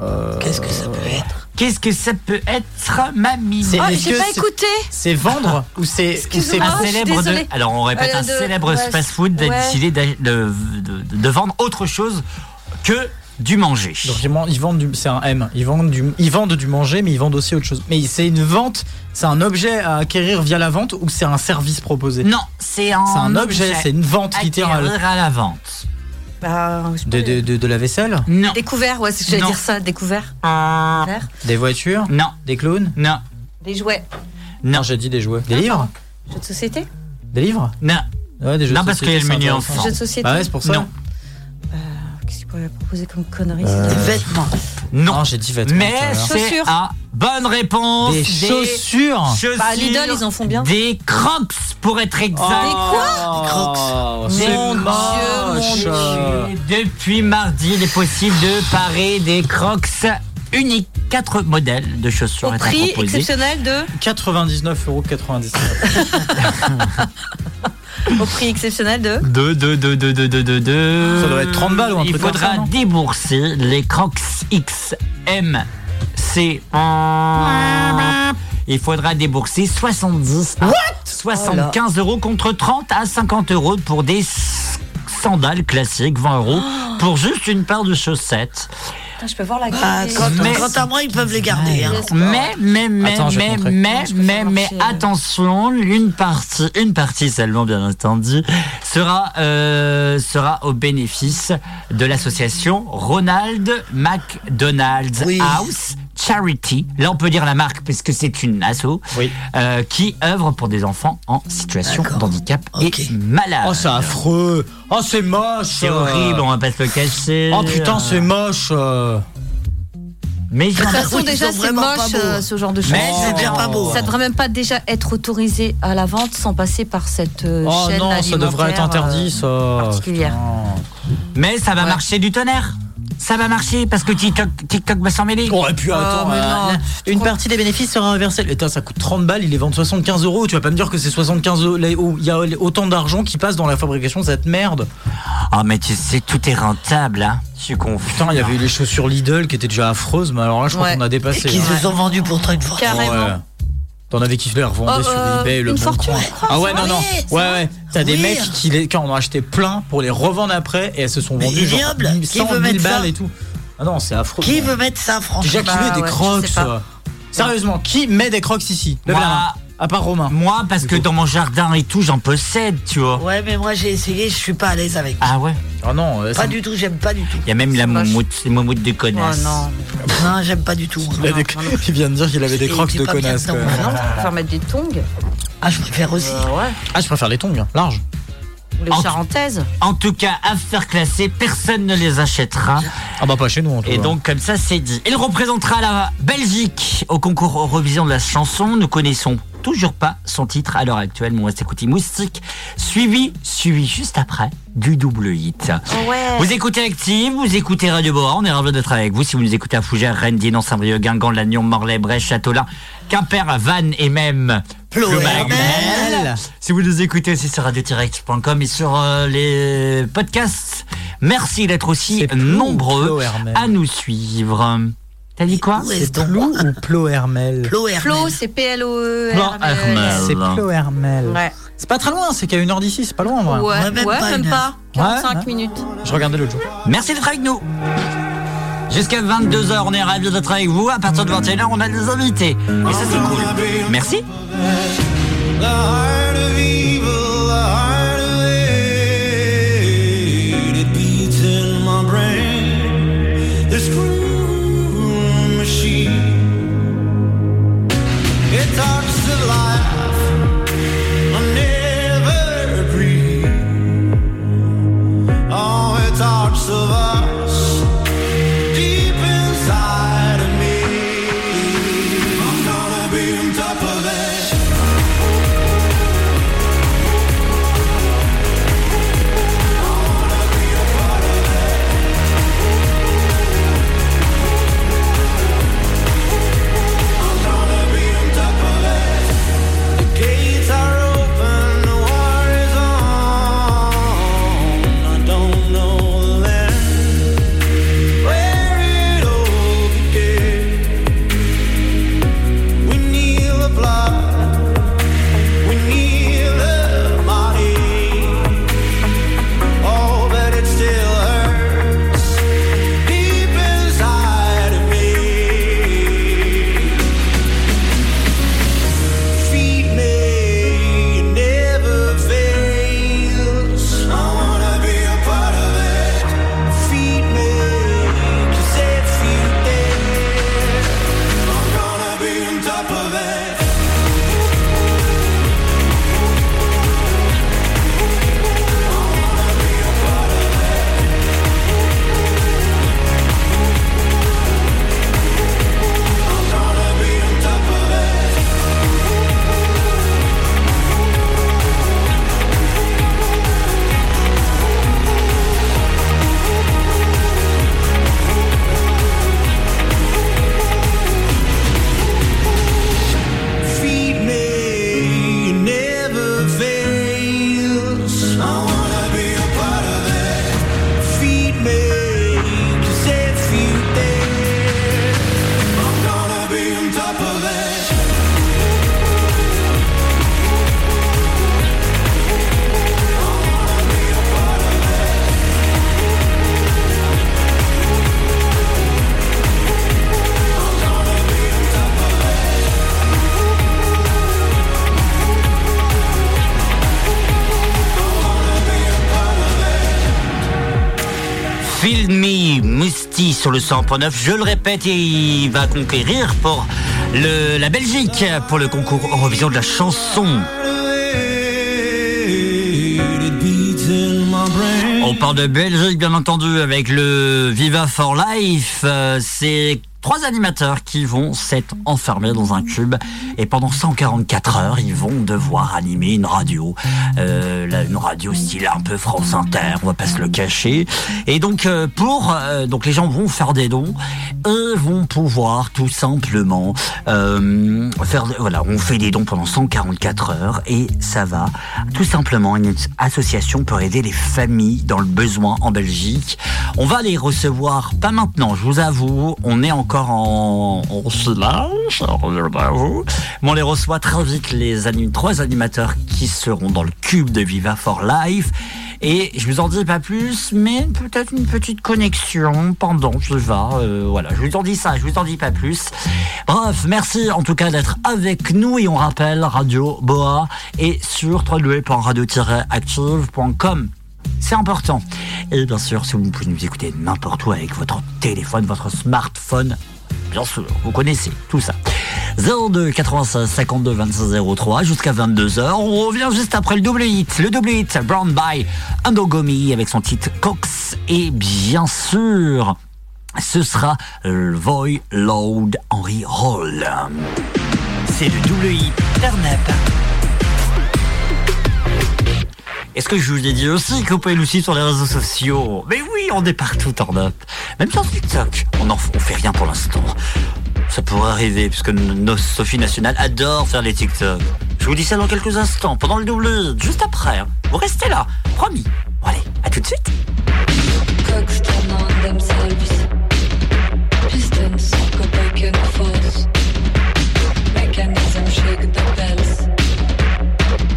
Euh,
Qu'est-ce que ça peut être
Qu'est-ce que ça peut être, mamie
C'est-
Oh,
Est-ce
j'ai
que
pas
c'est-
écouté.
C'est vendre ou c'est ou c'est
Ah. Excusez-moi.
un
Ah, je suis
célèbre de-
désolée.
alors on répète
Euh,
un
de-
célèbre
ouais,
fast-food a
ouais.
décidé d'a- de, de- de vendre autre chose que du manger.
Donc, ils vendent- ils vendent du, c'est un M. Ils vendent du, ils vendent du manger, mais ils vendent aussi autre chose. Mais c'est une vente, c'est un objet à acquérir via la vente ou c'est un service proposé.
Non, c'est un,
C'est un objet, c'est une vente littérale.
Acquérir à la vente.
Bah, je
De,
peux-
de, de, de la vaisselle,
Non.
Découvert, ouais, c'est que j'allais
Non.
dire ça, découvert. Découvert.
des voitures,
Euh. Non,
des clowns.
non,
Des jouets.
Non, j'ai dit des jouets. Des livres,
Jeux de société
des livres.
non.
Ouais, des jeux
Non,
de
parce
société,
qu'il y a le
c'est
menu
intéressant.
enfant.
Jeux de société.
Bah ouais, c'est pour ça.
Non.
Euh, Qu'est-ce qu'il pourrait proposer comme connerie
Des
c'est-
vêtements.
Non.
Non, j'ai dit vêtements. tout
Mais
à l'heure.
c'est
Chaussures.
ah, bonne réponse.
des chaussures.
chaussures,
Bah, Lidl, ils en font bien.
Des crocs pour être exact.
quoi
Crocs.
C'est
Mon Dieu,
moche.
Depuis mardi, il est possible de parer des crocs uniques. Quatre modèles de chaussures
Au
à
prix
proposer.
exceptionnel de.
99,99€.
Au prix exceptionnel de.
Deux, deux, deux, deux, deux, deux, deux, deux.
Ça doit être 30 balles ou un
Il
truc comme
faudra
ça, non
débourser les Crocs X M C. Il faudra débourser 70 à 75 euros contre 30 à 50 euros pour des s- sandales classiques, 20 euros pour juste une paire de chaussettes.
je peux voir la
Ah,
Bah,
qualité.
quand- quant à moi, ils peuvent les garder. hein.
Mais, mais, mais,
Attends, je vais te
mais,
montrer.
mais,
Je
mais, mais, attention, une partie, une partie seulement, bien entendu, sera, euh, sera au bénéfice de l'association Ronald McDonald's House Charity. Là, on peut dire la marque puisque c'est une asso euh, qui œuvre pour des enfants en situation d'handicap et malade. Oh, c'est
affreux. Oh, c'est moche.
C'est horrible, on va pas se le cacher.
Oh putain, c'est moche. euh.
Mais
De toute façon, déjà, c'est moche euh, ce
hein.
genre de choses.
Mais c'est bien pas beau.
Ça devrait même pas déjà être autorisé à la vente sans passer par cette euh,
Oh
chaîne
non, ça devrait être
alimentaire,
interdit,
euh,
ça. Oh,
particulière.
Mais ça va marcher du tonnerre. Ça va marcher parce que TikTok, TikTok va s'en mêler.
Oh, et puis attends, euh, la- une partie des bénéfices sera reversée. Putain, ça coûte 30 balles, ils les vendent 75 euros. Tu vas pas me dire que c'est 75 euros. là où Il y a autant d'argent qui passe dans la fabrication de cette merde.
Ah, mais tu sais, tout est rentable, hein. Je suis con.
Putain, il y avait eu les chaussures Lidl qui étaient déjà affreuses, mais alors là, je crois
Ouais.
qu'on a dépassé.
Et qu'ils
hein.
se sont vendus pour trop une fortune.
Ouais. T'en avais qui se les revendaient
Oh,
sur
euh,
eBay, le
une
bon
fortune,
coin.
je crois,
Ah ouais,
ça
non, non.
va.
Ouais, ouais. T'as des
Oui.
mecs qui, les, qui en ont acheté plein pour les revendre après et elles se sont
Mais
vendues genre
ignoble. Qui
100
veut
000
mettre ça
balles et tout. Ah non, c'est affreux.
Qui veut mettre ça, franchement
Déjà, qui met des crocs euh, Sérieusement, qui met des crocs ici Lève
Moi,
la main. À part Romain.
Moi, parce que dans mon jardin et tout, j'en possède, tu vois.
Ouais, mais moi, j'ai essayé, je suis pas à l'aise avec.
Ah ouais
Ah non,
Pas du tout, j'aime pas du tout. Oh,
Il y a même la moumoute, c'est moumoute de connasse.
Non, j'aime pas du tout.
Il, a des- il vient de dire qu'il avait des
Et
crocs
t'es
de
pas bien
connasse.
dedans.
quoi.
Ah non,
On va faire mettre des tongs Euh,
Ah, je préfère aussi.
Ah, je préfère les tongs, larges.
ou les
En-
charentaises.
En tout cas, à faire classer, personne ne les achètera.
Ah bah pas chez nous en tout
Et
cas.
donc comme ça c'est dit. Il représentera la Belgique au concours Eurovision de la chanson. Nous connaissons toujours pas son titre à l'heure actuelle, mais on va s'écouter Moustique, suivi, suivi juste après du double hit.
Ouais.
Vous écoutez Active, vous écoutez Radio Boa, on est ravis d'être avec vous. Si vous nous écoutez à Fougères, Rennes, Dinan, Saint-Brieuc, Guingamp, Lannion, Morlaix, Brest, Châtelain, Quimper, Vannes et même Ploemel. Si vous nous écoutez aussi sur radio-direct.com et sur euh, les podcasts, merci d'être aussi nombreux
Ploermel.
à nous suivre. T'as dit quoi
C'est Plou ou Plo Hermel
Flo, c'est P-L-O-E.
Plo Hermel. C'est Plo Hermel.
Ouais.
C'est pas très loin, c'est qu'à 1h d'ici, c'est pas loin en vrai.
Ouais, ouais, même, pas,
Ouais,
45
ouais.
minutes.
Je regardais l'autre jour.
Merci d'être avec nous. Jusqu'à 22h, on est ravis d'être avec vous. À partir de 21h, on a des invités. Et ça, c'est cool. Merci.
The heart of evil, the heart of hate, it beats in my brain. This cruel machine, it talks to life. I never breathe. Oh, it talks of us. Deep inside of me, I'm gonna be on top of it.
sur le 100.9. Je le répète, il va conquérir pour le, la Belgique pour le concours Eurovision de la chanson. On parle de Belgique, bien entendu, avec le Viva for Life. Euh, C'est trois animateurs qui vont s'être enfermés dans un cube et pendant 144 heures, ils vont devoir animer une radio. Euh, la- une radio style un peu France Inter, on va pas se le cacher. Et donc, euh, pour. euh, donc, les gens vont faire des dons. Eux vont pouvoir tout simplement euh, faire. Voilà, on fait des dons pendant 144 heures et ça va tout simplement une association pour aider les familles dans le besoin en Belgique. On va les recevoir, pas maintenant, je vous avoue, on est encore en... On se lâche, on avoue. Mais on les reçoit très vite, les anim- trois animateurs qui seront dans le cube de Viva for Life. Et je vous en dis pas plus, mais peut-être une petite connexion pendant je va. euh, voilà, je vous en dis ça, je vous en dis pas plus. Bref, merci en tout cas d'être avec nous et on rappelle Radio Boa et sur www.radio-active.com. C'est important. Et bien sûr, si vous pouvez nous écouter n'importe où avec votre téléphone, votre smartphone, bien sûr, vous connaissez tout ça. 02 96 52 26 03 jusqu'à 22h. On revient juste après le double hit. Le double hit, Brown by Andogomi avec son titre Cox. Et bien sûr, ce sera le Voy Load Henry Roll. C'est le double hit Ternep. Est-ce que je vous ai dit aussi que vous pouvez nous suivre sur les réseaux sociaux Mais oui, on est partout en up. Même sur TikTok. On n'en on fait rien pour l'instant. Ça pourrait arriver, puisque nos Sophie Nationale adore faire les TikTok. Je vous dis ça dans quelques instants, pendant le double, juste après. hein. Vous restez là, promis. Bon, allez, à tout de suite.
Cocks turn on themselves. Pistons go back and forth. Mechanism shake the bells.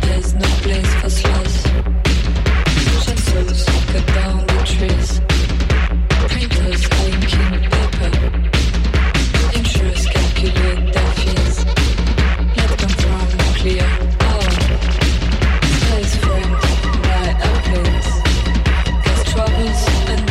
There's no place for sloth. Chainsaws cut down the trees. Printers are inking paper. Insurers calculate their fees. Let them Oh, from nuclear power. Space framed by airplanes. Gas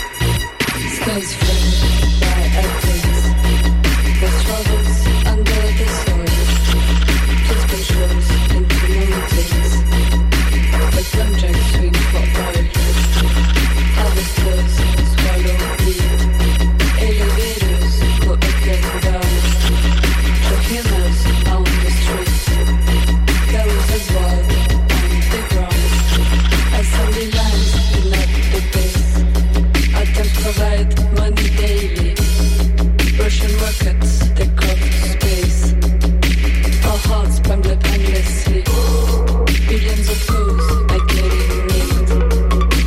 Space flames by athletes. The struggles under the soils. Just patrols and communities. The subject swing for parties. Other souls swallow weed. Elevators go up and down. The humans are on the streets. Carrots as wild on the ground. Assembly lines fill up the base. Atoms provide money daily. Russian rockets, they crop space. Our hearts pounded endlessly. Billions of codes are getting made.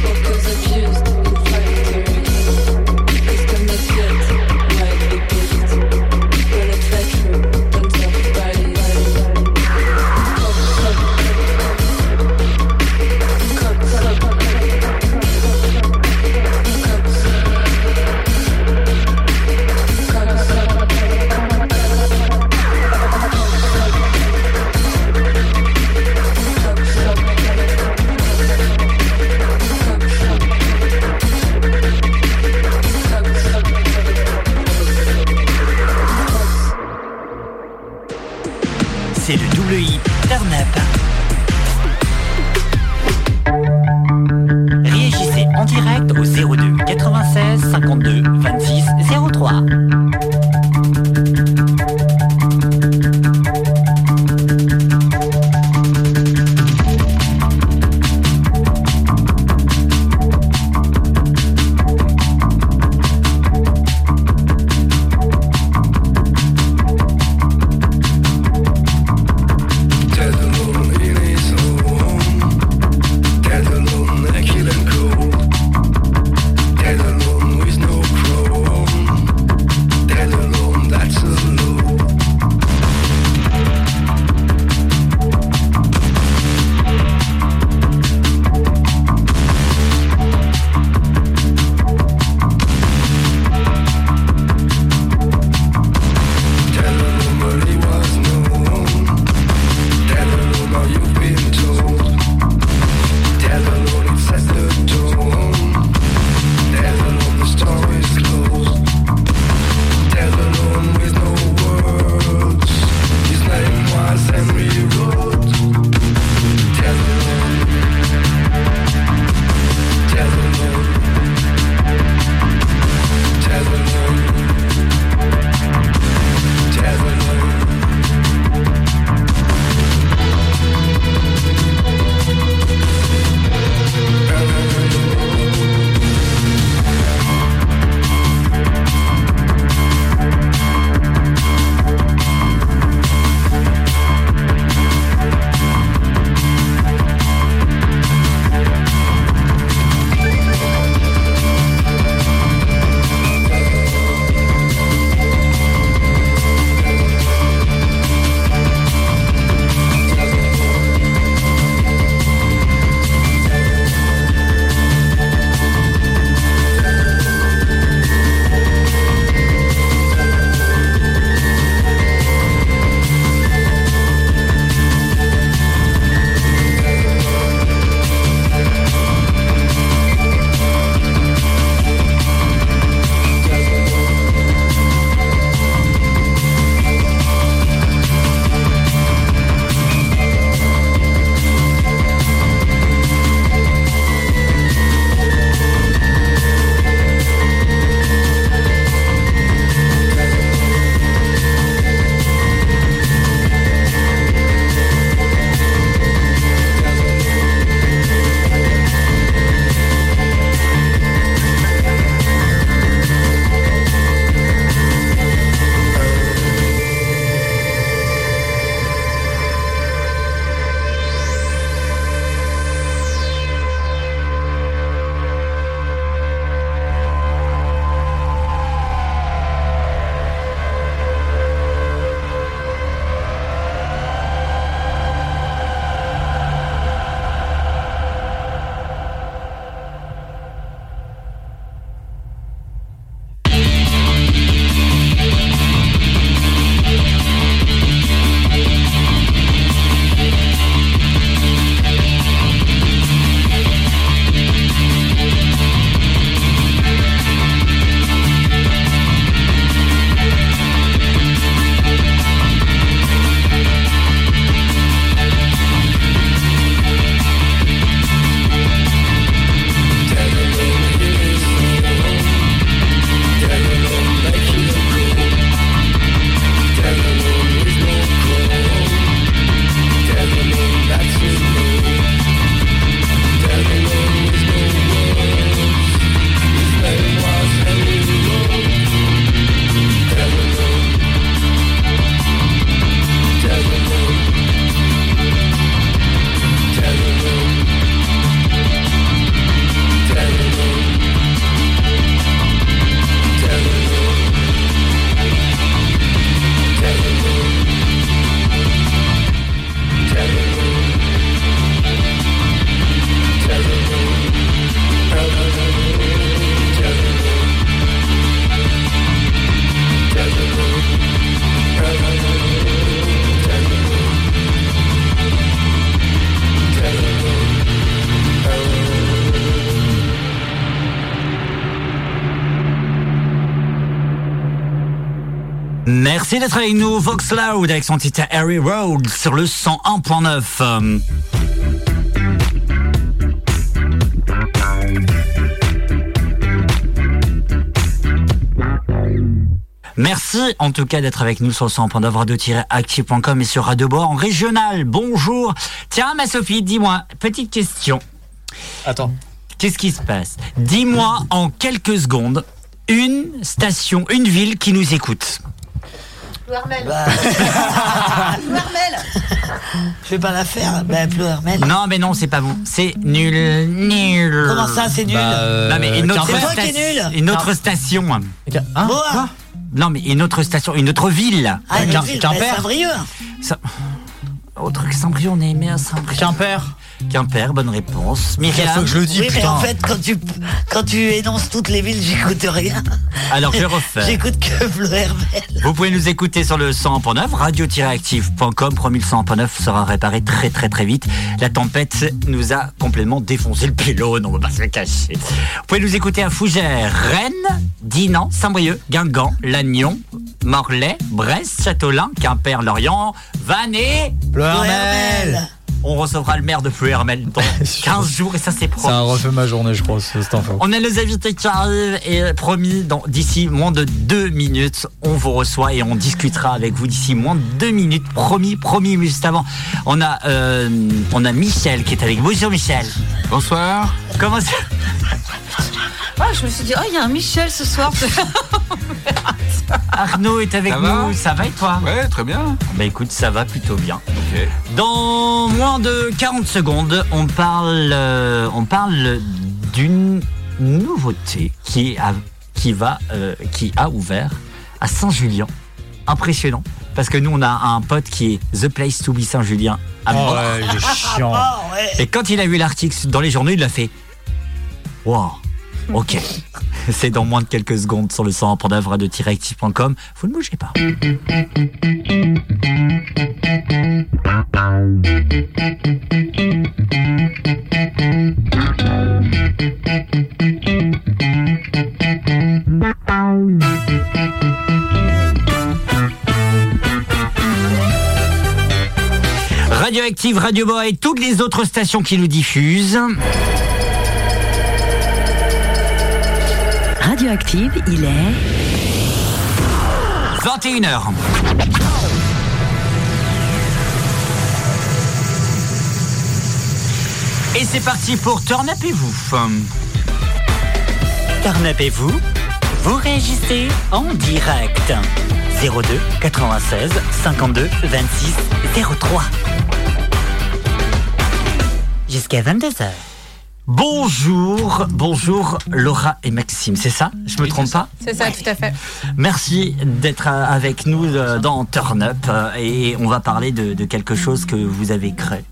Workers abused in factories. System not yet widely built. Bullet factory burns up bodies.
C'est le double hit Turn Up. Réagissez en direct au 02 96 52 26 03.
To the moon
Merci d'être avec nous, Vox Loud, avec son titre Harry Road sur le 101.9. Euh, Merci en tout cas d'être avec nous sur le 100.9 radio-active.com et sur Radio Bois en régional. Bonjour. Tiens, ma Sophie, dis-moi, petite question.
Attends.
Qu'est-ce qui se passe Dis-moi en quelques secondes une station, une ville qui nous écoute.
Plouermel.
Ah.
Je vais pas la faire. Ben, Plouermel.
Non, mais non, c'est pas bon. C'est nul, nul. Bah, euh,
Comment ça, c'est nul
Non, mais une autre,
C'est toi qui
sta-
es nul
une autre station.
Boa.
hein, non, mais une autre station, une autre ville.
Ah, une ville, ben, Saint-Brieuc.
Ça- Autre que Oh, Saint-Brieuc, on est aimé à Saint-Brieuc. Quimper. Quimper, bonne réponse. Mireille,
Mireille, Oui, mais en fait, quand tu, quand tu énonces toutes les villes, j'écoute rien.
Alors, je refais.
J'écoute que Bleu Hermel.
Vous pouvez nous écouter sur le 100.9, radio-active.com, promis le 100.9 sera réparé très très très vite. La tempête nous a complètement défoncé le pylône, on va pas se le cacher. Vous pouvez nous écouter à Fougères, Rennes, Dinan, Saint-Brieuc, Guingamp, Lannion, Morlaix, Brest, Châtelain, Quimper, Lorient, Vannes et...
Pleuhermel.
On recevra le maire de Pleuhermel dans 15 jours et ça c'est promis.
Ça a refait ma journée, je crois, ce- cet enfant.
On a nos invités qui arrivent et euh, promis, dans- d'ici moins de deux minutes, on vous reçoit et on discutera avec vous d'ici moins de deux minutes. Promis, promis, mais juste avant, on a, euh, on a Michel qui est avec. Bonjour Michel. Bonsoir. Comment ça
Ah, je me suis dit, oh, il y a un Michel ce soir.
Arnaud est avec
Ça va
nous, ça va et toi Ouais, très bien. Bah écoute, ça va plutôt bien. Dans moins de 40 secondes, on parle, euh, on parle d'une nouveauté qui a, qui va, euh, qui a ouvert à Saint-Julien. Impressionnant, parce que nous on a un pote qui est The Place to Be Saint-Julien. à
Oh
mort.
ouais, il est chiant. Oh ouais.
Et quand il a vu l'article dans les journaux, il l'a fait. Wow. Ok. C'est dans moins de quelques secondes sur le 100 de directive.com. Vous ne bougez pas. Radioactive, Radio Boa et toutes les autres stations qui nous diffusent.
Radioactive, il est
21h. Et c'est parti pour Turn Up et vous. Turn Up et vous, vous réagissez en direct. 02 96 52 26 03. Jusqu'à 22h. Bonjour, bonjour Laura et Maxime, c'est ça Je me trompe pas
C'est ça, tout à fait.
Merci d'être euh, avec nous euh, dans Turn Up euh, et on va parler de, de quelque chose que vous avez créé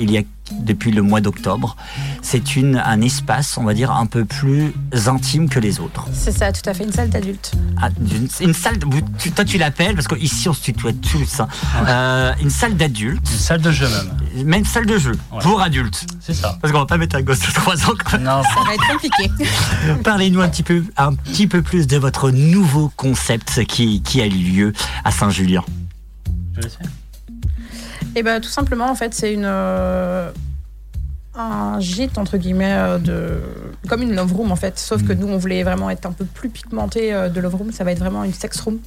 il y a depuis le mois d'octobre. C'est une un espace, on va dire, un peu plus intime que les autres.
C'est ça, tout à fait, une salle d'adulte.
Ah, d'une- une, salle, de- vous- tu- toi tu l'appelles parce qu'ici on se tutoie tous. hein. Euh, une salle d'adultes. Une salle de jeu même. Même salle de jeu pour adultes. C'est ça. Parce qu'on va pas mettre un gosse de 3 ans. Quand même. Non.
Ça va être compliqué.
Parlez-nous un petit peu, un petit peu plus de votre nouveau concept qui, qui a eu lieu à Saint-Julien.
Et ben tout simplement, en fait, c'est une. euh, un gîte, entre guillemets, euh, de. Comme une love room, en fait. Sauf
Mm.
que nous, on voulait vraiment être un peu plus pigmenté euh, de love room. Ça va être vraiment une sex room.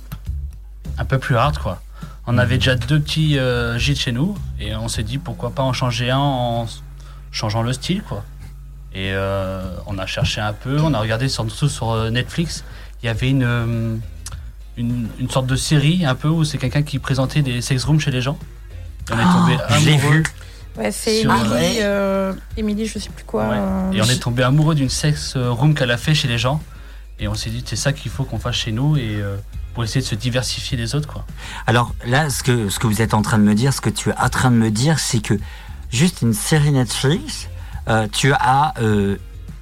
un peu plus hard quoi. On avait déjà deux petits euh, gîtes chez nous et on s'est dit pourquoi pas en changer un en s- changeant le style quoi. Et euh, on a cherché un peu, on a regardé surtout sur euh, Netflix, il y avait une, euh, une, une sorte de série un peu où c'est quelqu'un qui présentait des sex rooms chez les gens. Et on est tombé
Oh, je l'ai
amoureux.
Ouais, c'est
Sur-
Émilie,
Ah ouais.
euh, Émilie, je sais plus quoi. euh,
Et on est tombé amoureux d'une sex euh, room qu'elle a fait chez les gens. Et on s'est dit c'est ça qu'il faut qu'on fasse chez nous et euh, pour essayer de se diversifier des autres quoi.
Alors là, ce que, ce que vous êtes en train de me dire, ce que tu es en train de me dire, c'est que juste une série Netflix, euh, tu as, euh,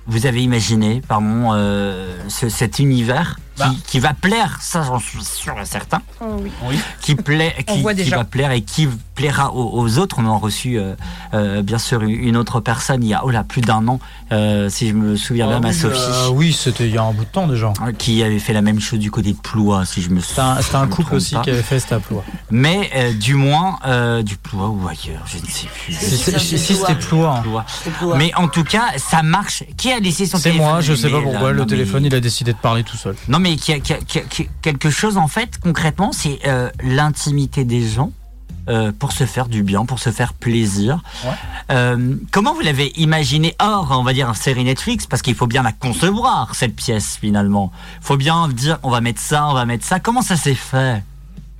vous avez imaginé, pardon, euh, ce- cet univers qui, qui va plaire, ça j'en suis sûr et certain.
oui.
Qui, plaît,
On
qui,
voit
qui
déjà.
va plaire et qui plaira aux, aux autres. On a reçu euh, euh, bien sûr une autre personne il y a oh là, plus d'un an, euh, si je me souviens bien, ma Sophie.
Oh, euh, oui, c'était il y a un bout de temps déjà.
Ah, Qui avait fait la même chose du côté de Ploua, si je me souviens.
C'était un couple aussi qui avait fait cet aploie.
Mais euh, du moins, euh, du Ploua ou ailleurs, je ne sais plus.
Si c'est- si c'était Ploua. Ploua.
Mais en tout cas, ça marche. Qui a laissé son
C'est
téléphone
moi, je sais
allumé,
pas
là
pourquoi, le
Non, mais-
téléphone il a décidé de parler tout seul.
Non, mais qui a- qui a- qui a- qui a- quelque chose, en fait, concrètement, c'est euh, l'intimité des gens euh, pour se faire du bien, pour se faire plaisir. Euh, comment vous l'avez imaginé hors, on va dire, série Netflix Parce qu'il faut bien la concevoir, cette pièce, finalement. faut bien dire, on va mettre ça, on va mettre ça. Comment ça s'est fait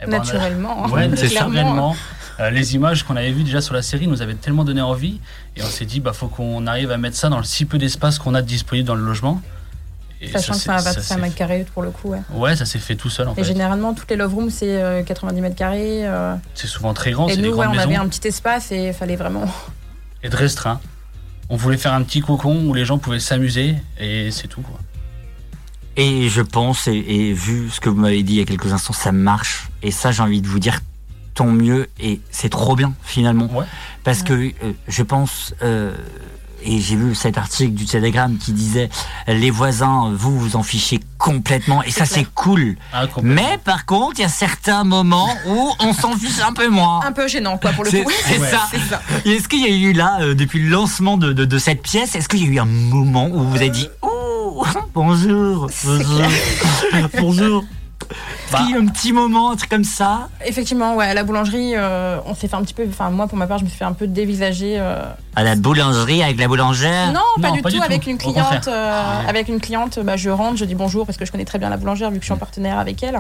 Eh ben, on a-
Naturellement, hein.
Ouais,
C'est clairement.
naturellement. Euh, les images qu'on avait vues déjà sur la série nous avaient tellement donné envie et on s'est dit bah faut qu'on arrive à mettre ça dans le si peu d'espace qu'on a disponible dans le logement. Et
Sachant que
s'est-
c'est un
ça
25
s'est-
mètres carrés pour le coup. Ouais.
Ouais, ça s'est fait tout seul en
Et
fait.
généralement, toutes les love rooms, c'est euh, 90 mètres carrés. euh,
C'est souvent très grand,
et
c'est des
nous, ouais,
grandes
on avait
maisons
un petit espace et il fallait vraiment.
et de restreint. On voulait faire un petit cocon où les gens pouvaient s'amuser et c'est tout quoi.
Et je pense, et, et vu ce que vous m'avez dit il y a quelques instants, ça marche. Et ça, j'ai envie de vous dire tant mieux. Et c'est trop bien, finalement. Parce que euh, je pense. euh, et j'ai vu cet article du Telegram qui disait les voisins, vous vous en fichez complètement et ça c'est cool. Mais par contre, il y a certains moments où on s'en fiche un peu moins.
Un peu gênant, quoi, pour le
C'est-
coup.
c'est ça. Et Est-ce qu'il y a eu là, euh, depuis le lancement de, de- de cette pièce, est-ce qu'il y a eu un moment où vous vous avez dit Oh, bonjour, bonjour, bonjour Est-ce
Bah.
qu'il y a eu un petit moment, un truc comme ça
Effectivement, ouais, à la boulangerie, euh, on s'est fait un petit peu. Enfin, moi, pour ma part, je me suis fait un peu dévisager. euh,
À la boulangerie avec la
Ah.
boulangère
Non, pas du tout. Avec une
Au contraire.
cliente, euh, avec une cliente, bah, je rentre, je dis bonjour parce que je connais très bien la boulangère vu que je suis
Mm.
en partenaire avec elle.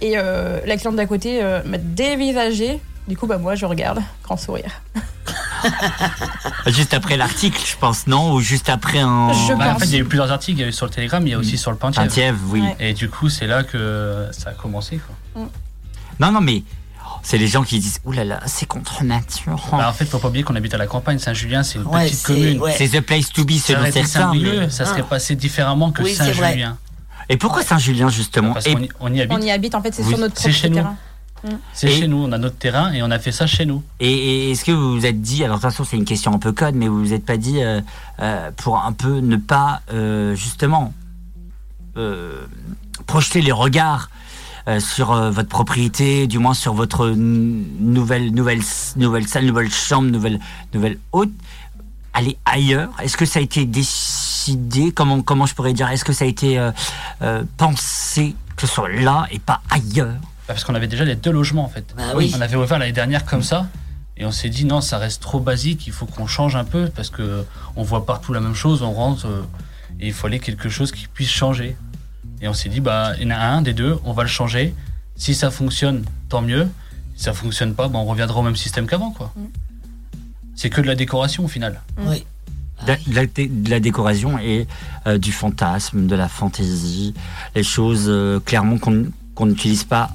Et euh, la cliente d'à côté euh, m'a dévisagé. Du coup, bah moi, je regarde, grand sourire.
Ah, Juste après l'article, je pense, non Ou juste après un.
Bah, En fait, il y a eu plusieurs articles. Il y a eu sur le Telegram, il y a aussi sur le Pentiev.
Pentiev, oui. Ouais.
Et du coup, c'est là que ça a commencé. Quoi.
Non, non, mais oh, c'est les gens qui disent Ouh là là, c'est contre nature. hein.
Bah, en fait, faut pas oublier qu'on habite à la campagne. Saint-Julien, c'est une
Ouais,
petite
c'est-
commune.
ouais. C'est the place to be,
Si ça
selon
aurait été
certains,
Saint-Brieuc,
mais-
ça
Ah.
serait passé différemment que
Oui, c'est vrai.
Saint-Julien.
Et pourquoi Saint-Julien, justement
Parce qu'on y, on y habite.
On y habite, en fait, c'est
Oui,
sur notre
c'est
propre
chez nous.
terrain. Mm.
C'est chez nous, on a notre terrain et on a fait ça chez nous.
Et, et est-ce que vous vous êtes dit, alors attention c'est une question un peu code, mais vous vous êtes pas dit euh, euh, pour un peu ne pas euh, justement euh, projeter les regards euh, sur euh, votre propriété, du moins sur votre n- nouvelle nouvelle nouvelle salle, nouvelle chambre, nouvelle nouvelle hôte, aller ailleurs. Est-ce que ça a été décidé Comment comment je pourrais dire Est-ce que ça a été euh, euh, pensé que ce soit là et pas ailleurs
Bah, parce qu'on avait déjà les deux logements en fait.
oui.
On avait ouvert l'année dernière comme ça et on s'est dit non, ça reste trop basique, il faut qu'on change un peu parce que on voit partout la même chose, on rentre euh, et il fallait quelque chose qui puisse changer. Et on s'est dit bah il y en a un des deux, on va le changer. Si ça fonctionne, tant mieux. Si ça fonctionne pas, bah, on reviendra au même système qu'avant quoi. C'est que de la décoration au final.
de la- de la, dé- de la décoration et euh, du fantasme, de la fantaisie, les choses euh, clairement qu'on qu'on n'utilise pas,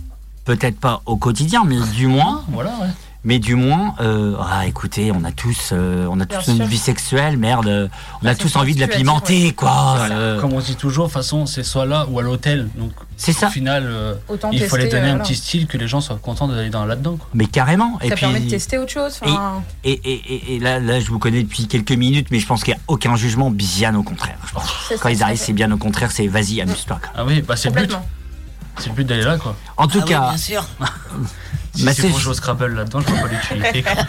peut-être pas au quotidien, mais du moins.
Voilà, ouais.
Mais du moins, euh, ah, écoutez, on a tous, euh, on a
Bien
tous une
sûr.
vie sexuelle, merde, euh, on a
Bah,
tous
c'est
envie de la
ce que tu as dit,
pimenter,
ouais.
quoi.
C'est ça.
euh.
Comme on dit toujours, de toute façon, c'est soit là ou à l'hôtel. Donc, au final, euh,
Autant
il fallait
tester,
donner
euh,
un
voilà.
petit style que les gens soient contents d'aller dans là-dedans. quoi.
Mais carrément.
ça
et puis,
permet de tester autre chose. enfin,
et, et- et- et là, là, je vous connais depuis quelques minutes, mais je pense qu'il n'y a aucun jugement, bien au contraire. Je pense.
C'est
Quand
ça,
ils
tout à
arrivent,
fait.
c'est bien au contraire, c'est vas-y, amuse-toi. quoi.
Ah oui, bah c'est le but. C'est le but d'aller là, quoi.
En
Ah
Ah
tout cas,
si
Bah,
c'est
c'est-
pour jouer au Scrabble là-dedans, je vois pas l'utilité. quoi.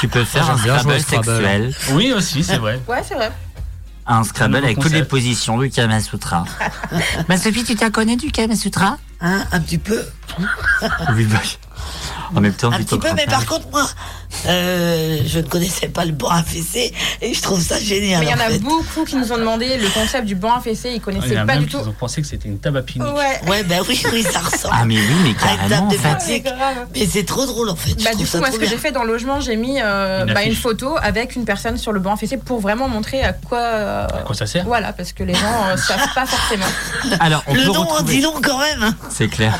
tu peux faire
J'aime
un
bien jouer au
Scrabble sexuel.
Oui, aussi, c'est vrai.
Ouais, c'est vrai.
un Scrabble
nouveau
avec toutes
concept.
les positions du Kama Sutra. Ma Sophie, tu t'as connais du Kama Sutra
Hein, un petit peu.
Oui, bah, En même temps,
un
du
petit peu, mais par contre, moi, euh, je ne connaissais pas le bras à fessé et je trouve ça génial.
Mais il y en
en
a
fait.
beaucoup qui nous ont demandé le concept du banc à fessé, ils
Il y en
connaissaient
a
pas
même
du
qui
tout.
ont pensé que c'était une table à pique-nique.
Ouais.
Ouais, bah oui, oui, ça ressemble.
Ah, mais oui, mais
Avec
carrément,
table
en
de
fait.
fatigue. Mais c'est trop drôle en fait. je
Bah,
trouve
du coup,
ça
moi,
trop
ce que
bien.
j'ai fait dans le logement, j'ai mis euh, bah,
Une
une,
affiche.
photo avec une personne sur le banc à fessé pour vraiment montrer à quoi, euh,
quoi ça sert.
Voilà, parce que les gens euh, savent pas forcément.
Alors, on
Le
peut
nom en
retrouver-
dit
long quand même.
C'est clair.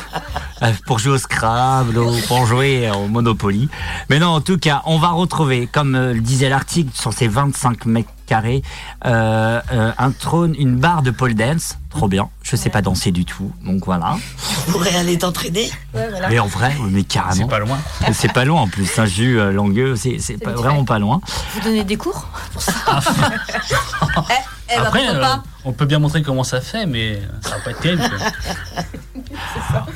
Euh, Pour jouer au Scrabble, au- pour jouer au Monopoly. Mais non, en tout cas, on va retrouver, comme euh, le disait l'article, sur ces 25 mètres carrés, carrés, euh, euh, un trône, une barre de pole dance. Trop bien. Je sais pas danser du tout, donc voilà.
Tu pourrais aller t'entraîner
Mais en vrai, mais carrément. C'est pas
loin.
C'est pas loin en plus. Saint-Just, euh, Langueux, c'est c'est pas- vraiment pas loin.
Vous donnez des cours pour ça Eh, eh
ben,
bah,
Après,
pourquoi
euh,
pas
on peut bien montrer comment ça fait, mais ça va pas être terrible. quoi.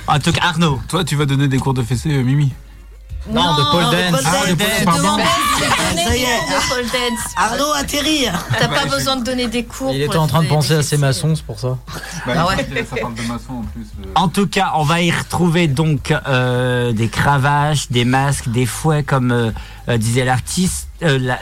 En tout cas, Arnaud, toi, tu vas donner des cours de fessée, euh, Mimi
Non, Non, de pole de dance. pole
Ah, de
dance.
pole-
Je
pardon.
Ça y est.
Arnaud
atterrit
T'as pas besoin de donner des cours.
Il
pour
était en
le
train de
faire.
penser à ses maçons, c'est pour ça.
Ah ouais. En tout cas, on va y retrouver donc euh, des cravaches, des masques, des fouets, comme euh, euh, disait l'artiste, euh, la-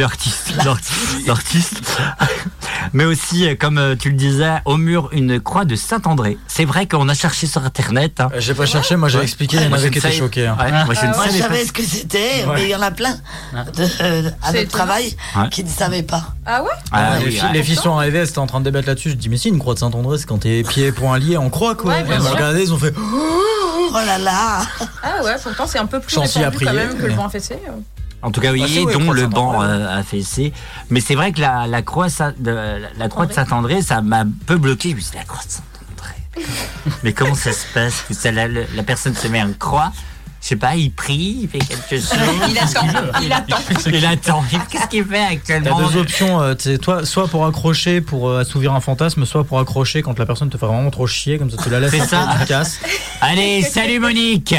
l'artiste, l'artiste, l'artiste. Mais aussi, euh, comme euh, tu le disais, au mur une croix de Saint André. C'est vrai qu'on a cherché sur internet. hein.
Euh, J'ai pas cherché, moi j'ai
Ouais.
expliqué, il y en
Moi, je
avait
ne
qui étaient
savais-
choqués. hein.
Ouais, moi, je ne
Moi, je
savais pas.
savais ce que c'était, mais il y en a plein de, euh, à notre travail
Ah. Ouais.
qui ne savaient pas.
Ah ouais
Ah
les,
oui,
filles,
ouais.
les filles sont arrivées, elles étaient en train de débattre là-dessus. Je dis, mais si, une croix de Saint-André, c'est quand tes pieds et poings liés en croix, quoi.
Ouais,
Elles
bien
m'ont
sûr.
regardé, ils ont fait.
Oh là là
Ah ouais, pourtant c'est un peu plus
Gentil à
répandu quand
prier,
même que
mais-
le banc fessé.
En tout cas, oui,
Ah, si,
et
oui,
dont
croix
le
Saint-André,
banc
ouais.
euh, a fessé. Mais c'est vrai que la, la croix, Saint- de, la, la croix de Saint-André, ça m'a un peu bloqué. Je me suis dit, la croix de Saint-André. Mais comment ça se passe que ça, la, le- la personne se met en croix je sais pas, il prie, il fait quelque chose.
Il attend, il attend.
Il attend. Qu'est-ce qu'il fait
T'as
actuellement
deux options, euh, t'sais, toi, soit pour accrocher, pour euh, assouvir un fantasme, soit pour accrocher quand la personne te fait vraiment trop chier, comme ça tu la laisses
C'est
un peu,
ça.
tu te casses.
Allez, salut Monique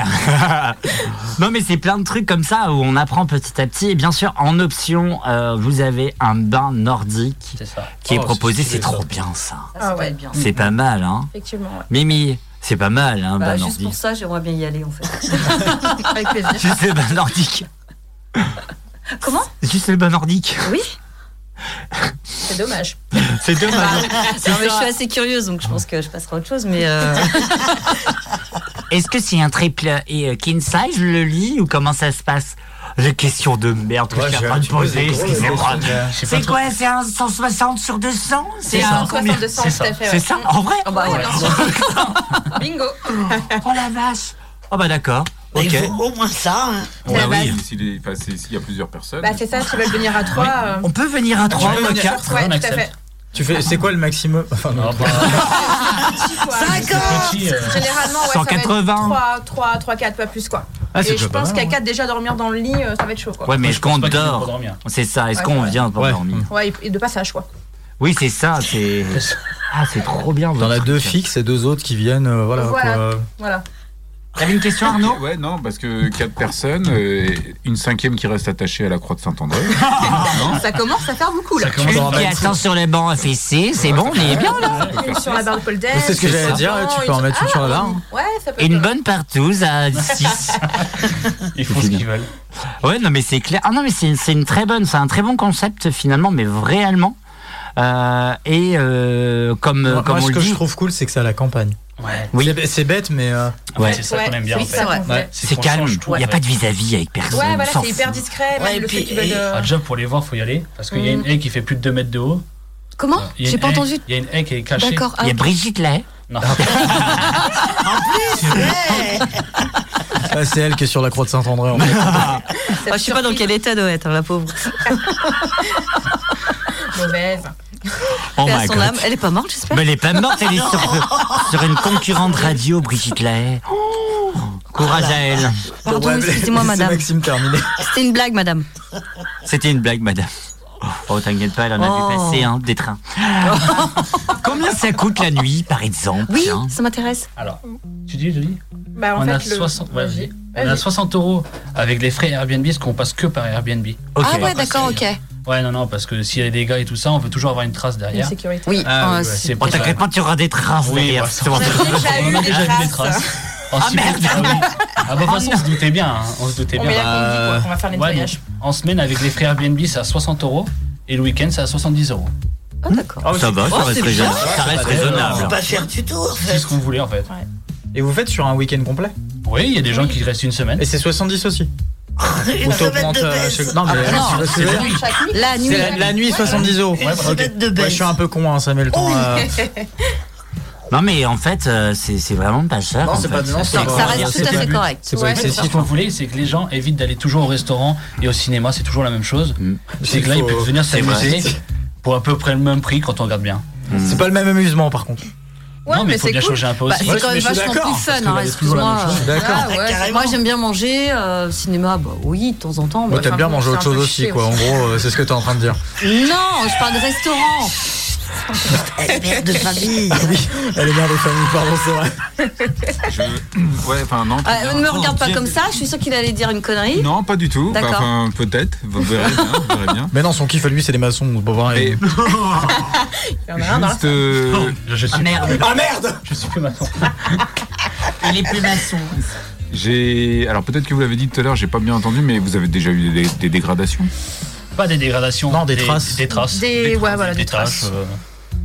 Non mais c'est plein de trucs comme ça où on apprend petit à petit. Et bien sûr, en option, euh, vous avez un bain nordique qui est
Oh, c'est
proposé.
stylé,
C'est
ça.
trop bien ça.
Ah ouais, bien.
C'est pas mal, hein
Effectivement. ouais.
Mimi, c'est pas mal, hein,
Bah,
bain
juste pour
nordique.
ça, j'aimerais bien y aller en fait.
Avec plaisir.
Juste le bain nordique.
Comment
Juste le bain nordique.
Oui.
C'est dommage.
C'est dommage. C'est
Ah, Non, mais je
ça.
suis assez curieuse, donc je pense que je passerai à autre chose. Mais euh,
Est-ce que c'est un triple et euh, Kinsai, je le lis, ou comment ça se passe Les questions de merde que
Ouais,
je suis
j'ai-
en train de
tu poses
poser,
des gros,
excusez-moi.
des
euh,
questions,
C'est
je sais pas
quoi C'est un 160 sur 200
C'est ça.
un combien
160, 200,
C'est ça.
tout à fait,
C'est
ouais.
ça En vrai
Ah bah ouais, bien sûr. Bingo
Oh la vache Oh bah d'accord.
Mais
Ok.
il faut au moins ça. hein.
Bon,
La
bah oui,
base.
s'il est- enfin, c'est- s'il y a plusieurs personnes.
Bah c'est ça, si tu veux venir à trois. euh,
On peut venir à
tu
trois,
peux
ou à
venir à
quatre, Ah,
trois,
on
Ouais, tout à
accepte.
fait.
Tu fais, c'est quoi le maximum Enfin, non.
bah.
Généralement, ouais,
180.
3, 3, 3, 4, pas plus quoi.
Ah, c'est
Et je
déjà pas
pense
mal,
qu'à
ouais.
4 déjà dormir dans le lit, euh, ça va être chaud quoi.
Ouais, mais
Moi,
est-ce
je pense
qu'on
pas qu'il faut
dort
dormir.
C'est ça, est-ce
Ouais,
qu'on
ouais.
vient pour dormir
Ouais, et- et de passage quoi.
Oui, c'est ça, c'est. Ah, c'est trop bien.
T'en as deux fixes et deux autres qui viennent, euh, voilà.
Voilà.
quoi.
Voilà.
T'avais une question, Arnaud
Ouais, non, parce que quatre personnes, euh, une cinquième qui reste attachée à la croix de Saint-André.
Ah,
Ça commence à faire beaucoup là.
Une qui attend sur les bancs affaissés, c'est bon, on est bien là
Une sur la barre de polder.
C'est ce que j'allais dire,
une
tu peux
sur-
en mettre une
Ah,
sur la barre.
Ouais, ça peut
Et
être
une
pas mal.
bonne partouze à 6.
Ils font ce qu'ils veulent.
Ouais, non, mais c'est clair. Ah non, mais c'est c'est une très bonne, c'est un très bon concept finalement, mais réellement. Euh, et euh, comme,
Moi,
comme
moi,
on
ce
le
que je
dit,
trouve cool, c'est que c'est à la campagne.
Oui.
C'est b- C'est bête, mais. euh,
ouais.
C'est ça qu'on aime bien.
Oui,
en fait.
c'est vrai.
Ouais.
c'est
qu'on
calme,
change
il
tout,
n'y a
en
pas
fait.
de vis-à-vis avec personne.
Ouais, voilà,
on s'en
c'est hyper
fout.
discret. Même
Ouais,
le
puis-
fait qu'ils veulent. euh,
Ah, déjà, pour les voir, faut y aller. Parce qu'il y a une haie qui fait plus de 2 mètres de haut.
comment
Il y a
J'ai
une
pas
haie-
entendu.
Il y a une haie qui est cachée.
D'accord, ah, Il y a ok.
Brigitte Lahaye
Non.
eh,
ah, c'est elle qui est sur la croix de Saint-André, en fait.
Ah, je sais pas dans quel état doit être hein, la pauvre.
Mauvaise.
Oh
Paix à
my
son
God.
âme. Elle est pas morte, j'espère.
Mais elle est pas morte, elle est sur, sur une concurrente radio, Brigitte Lahaye. Courage à elle.
Oh. Ah Pardon, excusez-moi, madame. C'était une blague, madame.
C'était une blague, madame. Oh, t'inquiète pas, elle en a vu
Oh.
passer hein, des trains. Combien ça coûte la nuit, par exemple hein
Oui,
tiens
ça m'intéresse.
Alors, tu dis, je dis
Bah, en
on,
fait,
a
le-
60, ouais, vas-y.
Vas-y.
on a 60 euros avec les frais Airbnb, ce qu'on passe que par Airbnb.
Ah ouais, d'accord, ok.
Ouais, non, non, parce que s'il y a des gars et tout ça, on veut toujours avoir une trace derrière.
Une sécurité.
Oui,
Ah,
euh,
oui, ouais,
c'est-
c'est
Oh,
pour ça.
t'inquiète pas, tu auras des traces
Oui,
derrière.
bah, ça-
c'est bon.
On a déjà vu des traces. En
Ah,
semaine,
merde. Oh,
ah oui. Ah bah, de toute façon, on se doutait bien. hein, On se doutait
On
bien. Euh,
met la combi, quoi, on va faire les
ouais,
nettoyages.
donc, En semaine, avec les frais Airbnb, c'est à 60 euros. Et le week-end, c'est à 70 euros.
Ah,
Oh,
d'accord.
Ça va, ça reste raisonnable. Ça reste raisonnable.
Pas cher du tout.
C'est ce qu'on voulait en fait.
Et vous faites sur un week-end complet
Oui, il y a des gens qui restent une semaine.
Et c'est 70 aussi
Une
Ou
semaine
t'augmentes,
de
euh,
baisse.
chaque- Non, mais
Ah,
tu
non,
vois ce que
c'est
je veux
la
dire
nuit.
La nuit.
C'est la, la nuit 70 euros.
Une semaine de
Ouais, je
baisse.
suis un peu con, hein, ça
Oh,
met le temps. à-
euh, Non, mais en fait, euh, c'est c'est vraiment pas cher.
Non,
en
c'est
fait.
pas- non, c'est
C'est-
pas-
Ça reste tout à fait correct.
C'est pas
C'est ce
excessif.
qu'on voulait, c'est que les gens
Mm.
évitent d'aller toujours au restaurant et au cinéma, c'est toujours la même chose. C'est que là,
Il
ils
faut-
peuvent venir
c'est vrai.
s'amuser. pour à peu près le même prix quand on regarde bien.
Mm.
C'est pas le même amusement par contre.
Ouais, Non, mais mais faut c'est bien cool. changer un peu Bah, aussi. c'est quand même
Ouais, mais je suis
vachement
d'accord,
plus fun,
parce que
hein,
là, c'est toujours la même
excuse-moi.
chose. Je suis d'accord.
Bah,
Ah ouais, moi j'aime bien manger, euh, cinéma, bah oui, de temps en temps.
Moi,
mais
t'aimes
enfin,
bien
bon,
manger
c'est
autre
un peu
chose aussi,
chier
quoi. En gros, euh, c'est ce que t'es en train de dire.
Non, je parle de restaurant.
Eh, merde de famille.
oui, elle est mère de famille, pardon, c'est vrai.
Ouais, enfin, non.
Ah, ne me regarde pas comme ça, je suis sûre qu'il allait dire une connerie.
Non, pas du tout. Bah,
D'accord.
Enfin, peut-être. Vous verrez bien. Vous verrez bien.
Mais non, son kiff à lui, c'est les maçons. hein, on peut pas voir.
Juste. euh,
Ah merde Ah merde
Je suis plus maçon.
Il est plus maçon.
J'ai. Alors, peut-être que vous l'avez dit tout à l'heure, j'ai pas bien entendu, mais vous avez déjà eu des, des dégradations
Pas des dégradations. Non, des, traces. Des traces.
Des- ouais, voilà, des
traces. euh,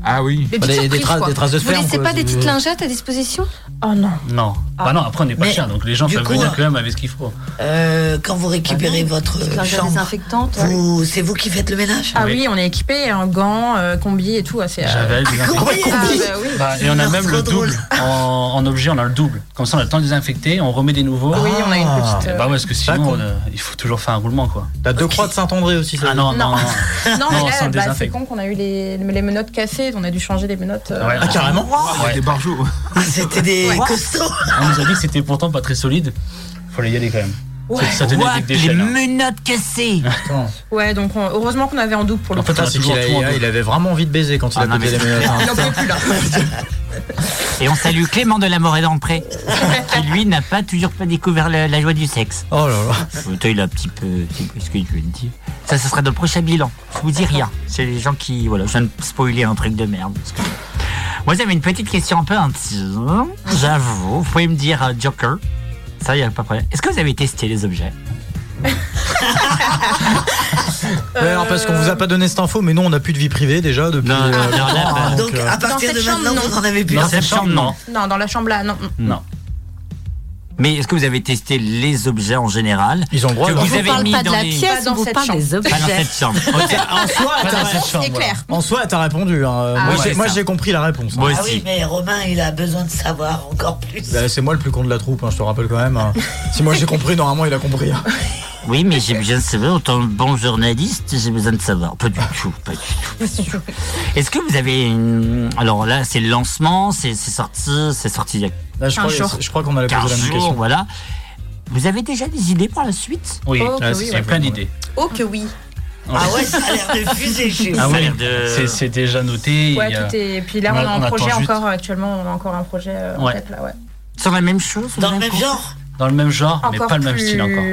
Ah oui.
Des petites surprises, quoi. Vous laissez pas des petites lingettes à disposition
Oh non.
Non. Bah non, après on n'est pas
Mais,
chien, donc les gens
du
peuvent
coup,
venir
euh,
quand même avec ce qu'il faut.
Euh, quand vous récupérez votre
lingettes
Euh, chambre, vous- c'est vous qui faites le ménage
Ah oui, on est équipé, un gant, euh, combi et tout. assez.
J'avais des
combi. Ah, bah oui.
Bah, et on a
Non,
même
c'est
le
trop
double. En, en objet, on a le double. Comme ça, on a le temps de désinfecter, on remet des nouveaux.
Oui, on a une
Ah.
petite, euh,
Bah ouais, parce que sinon, on, euh, il faut toujours faire un roulement, quoi.
T'as deux croix de Saint-André aussi, ça
Ah non, non, non.
Non,
ça,
mais
on
là, bah, c'est
désinfecte.
con qu'on a eu les, les menottes cassées, on a dû changer les menottes. euh,
Ah,
Ah,
Ouais. Ouais.
Des barjots.
Ah,
C'était des costauds.
On nous a dit que c'était pourtant pas très solide. Faut les y aller quand même.
Ouais.
Ça tenait
Ouais,
des déchets.
les
menottes cassées.
Ouais, donc on- heureusement qu'on avait en double pour le
En fait,
coup.
c'est qu'il a- il,
Ah,
a- il avait vraiment envie de baiser quand il
Ah,
a
non, mais
pété les
c'est
menottes.
clair.
hein.
Il en peut Et on salue Clément de la Morée d'Empré, qui lui n'a pas toujours pas découvert la, la joie du sexe.
Oh là là.
Il a un petit peu. Qu'est-ce que je veux dire Ça, ce sera dans le prochain bilan. Je vous dis rien. C'est les gens qui. Voilà, je viens de spoiler un truc de merde. Moi, j'avais une petite question un peu intime. J'avoue. Vous pouvez me dire euh, Joker. Ça, il n'y a pas de problème. Est-ce que vous avez testé les objets
Euh,
Euh,
Ouais, alors, parce qu'on vous a pas donné cette info, mais nous, on a plus de vie privée déjà depuis.
Non,
euh,
non,
longtemps,
non,
hein,
non.
donc, euh,
Dans cette chambre, non.
Dans cette chambre, non.
Non, dans la chambre là, non.
Non. Mais est-ce que vous avez testé les objets en général
Ils ont le
que
droit, hein.
vous avez mis dans les...
pièce, on vous parle des objets.
Ah,
Pas dans cette chambre. Ok.
En soi,
Pas
t'as-
dans cette chambre,
en
voilà.
En soi, t'as répondu. hein.
Ah,
Moi,
ouais,
j'ai-
c'est
moi,
ça.
j'ai compris la réponse. hein.
Ah oui, mais Romain, il a besoin de savoir encore plus.
Bah, c'est moi le plus con de la troupe, hein, je te rappelle quand même. hein. si moi j'ai compris, normalement il a compris. hein.
Oui, mais j'ai besoin de savoir, en tant que bon journaliste, j'ai besoin de savoir. Pas du tout, pas du tout. Est-ce que vous avez une... Alors là, c'est le lancement, c'est c'est sorti, c'est sorti il y a...
Là, je Un crois- jour. je crois qu'on allait poser
15
la même
jours,
question.
voilà. Vous avez déjà des idées pour la suite
Oui, Oh, ah, oui, c'est ouais. plein d'idées.
Oh que oui.
Ah ouais, ça a l'air de fuser chez vous.
Ah oui,
de-
c'est- c'est déjà noté.
Ouais,
il y a-
tout est. Puis là, on,
euh, on
a
a-
un
on attend
projet
juste.
encore, actuellement, on a encore un projet euh, en
Ouais.
tête là, ouais.
Sur la même chose
Dans le même genre
Dans le même genre, mais
Encore
pas le même
plus-
style encore.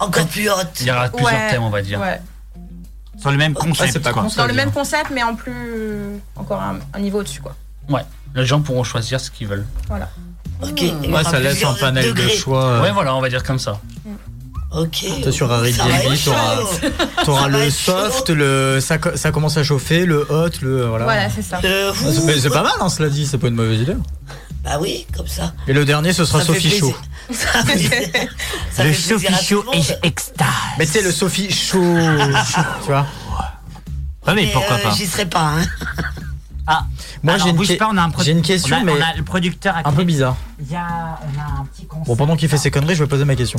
Encore plus haute.
Il y aura plusieurs thèmes, on va dire.
Ouais.
Sur le même concept, quoi.
Dans
hein.
le même concept, mais en plus. euh, Encore un, un niveau au-dessus, quoi.
Ouais, les gens pourront choisir ce qu'ils veulent.
Voilà.
Ok.
il y
Mmh.
aura plusieurs degrés.
euh.
Ouais, voilà, on va dire comme ça.
Ok.
T'as Ah, sur Airbnb, t'auras t'auras le soft, le ça, co- ça commence à chauffer, le hot, le voilà.
Voilà, c'est ça.
Ah, c'est- mais c'est pas mal, hein, cela dit, c'est pas une mauvaise idée.
Euh, Bah oui, comme ça.
Et le dernier, ce sera
Ça fait
Sophie
plaisir.
Chaud.
Ça fait- ça fait plaisir à tout le monde.
extase.
Mais tu sais, le Sophie Chaud, tu vois.
Ouais, mais pourquoi
euh,
pas
J'y serais pas. Hein.
Ah,
Moi,
alors,
j'ai une
bouge
que-
pas, on a un pro-
j'ai une question,
on a-
mais
on a le producteur à
un peu
côté.
bizarre.
Il y a, on a un petit concept.
Bon, pendant qu'il fait ses conneries, je vais poser ma question.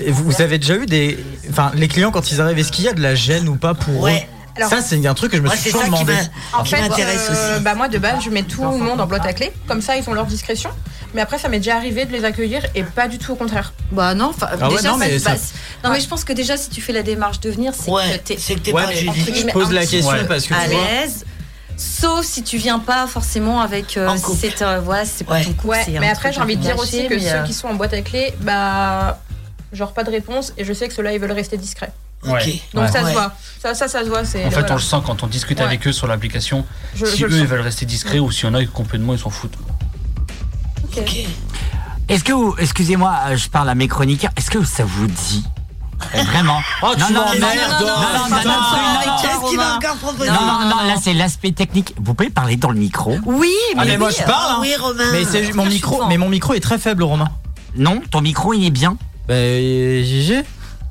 Et Vous, vous avez déjà eu des. Enfin, les clients, quand ils arrivent, est-ce qu'il y a de la gêne ou pas pour
Ouais.
eux Ça, c'est un truc que je me
Moi,
suis toujours demandé.
En fait, euh, bah moi de base, je mets tout le monde en boîte à clé. Comme ça, ils ont leur discrétion. Mais après, ça m'est déjà arrivé de les accueillir et pas du tout au contraire.
Bah non, enfin,
Ah ouais,
déjà,
non,
ça
mais
se
ça-
passe. Non, mais je pense que déjà, si tu fais la démarche de venir, c'est que t'es.
Ouais, mais je-
entre
je
guillemets,
pose
un
la
petit
question
peu
parce que tu
à
vois-
l'aise. Sauf si tu viens pas forcément avec. euh, si c'est euh, voilà, si c'est pas ton couple.
Ouais,
c'est un
mais après,
truc
j'ai envie de dire
lâché,
aussi que
mais,
ceux
euh,
qui sont en boîte à clé, bah. Genre pas de réponse et je sais que ceux-là ils veulent rester discrets.
Ouais.
Donc
Ouais.
ça se
Ouais.
voit. Ça, ça, ça se voit. c'est-
En fait,
voilà.
on le sent quand on discute
Ouais.
avec eux sur l'application.
Je-
Si
je le
eux, ils
sens.
veulent rester discrets ou s'il y en a qui complètement, ils s'en foutent.
Est-ce que vous, excusez-moi, euh, je parle à mes chroniqueurs, est-ce que ça vous dit Euh, Vraiment
Oh, tu
non, non, non, non, non,
m'emmerdes,
non, non,
oh,
non, non,
putain.
non, non,
Qu'est-ce qu'il va
Romain.
encore proposer
Non, non, non, là c'est l'aspect technique. Vous pouvez parler dans le micro
Oui,
Ah, mais moi, je parle. hein. Mais c'est mon micro, mais mon micro est très faible, Romain.
Non, ton micro, il est bien.
Bah, euh, GG.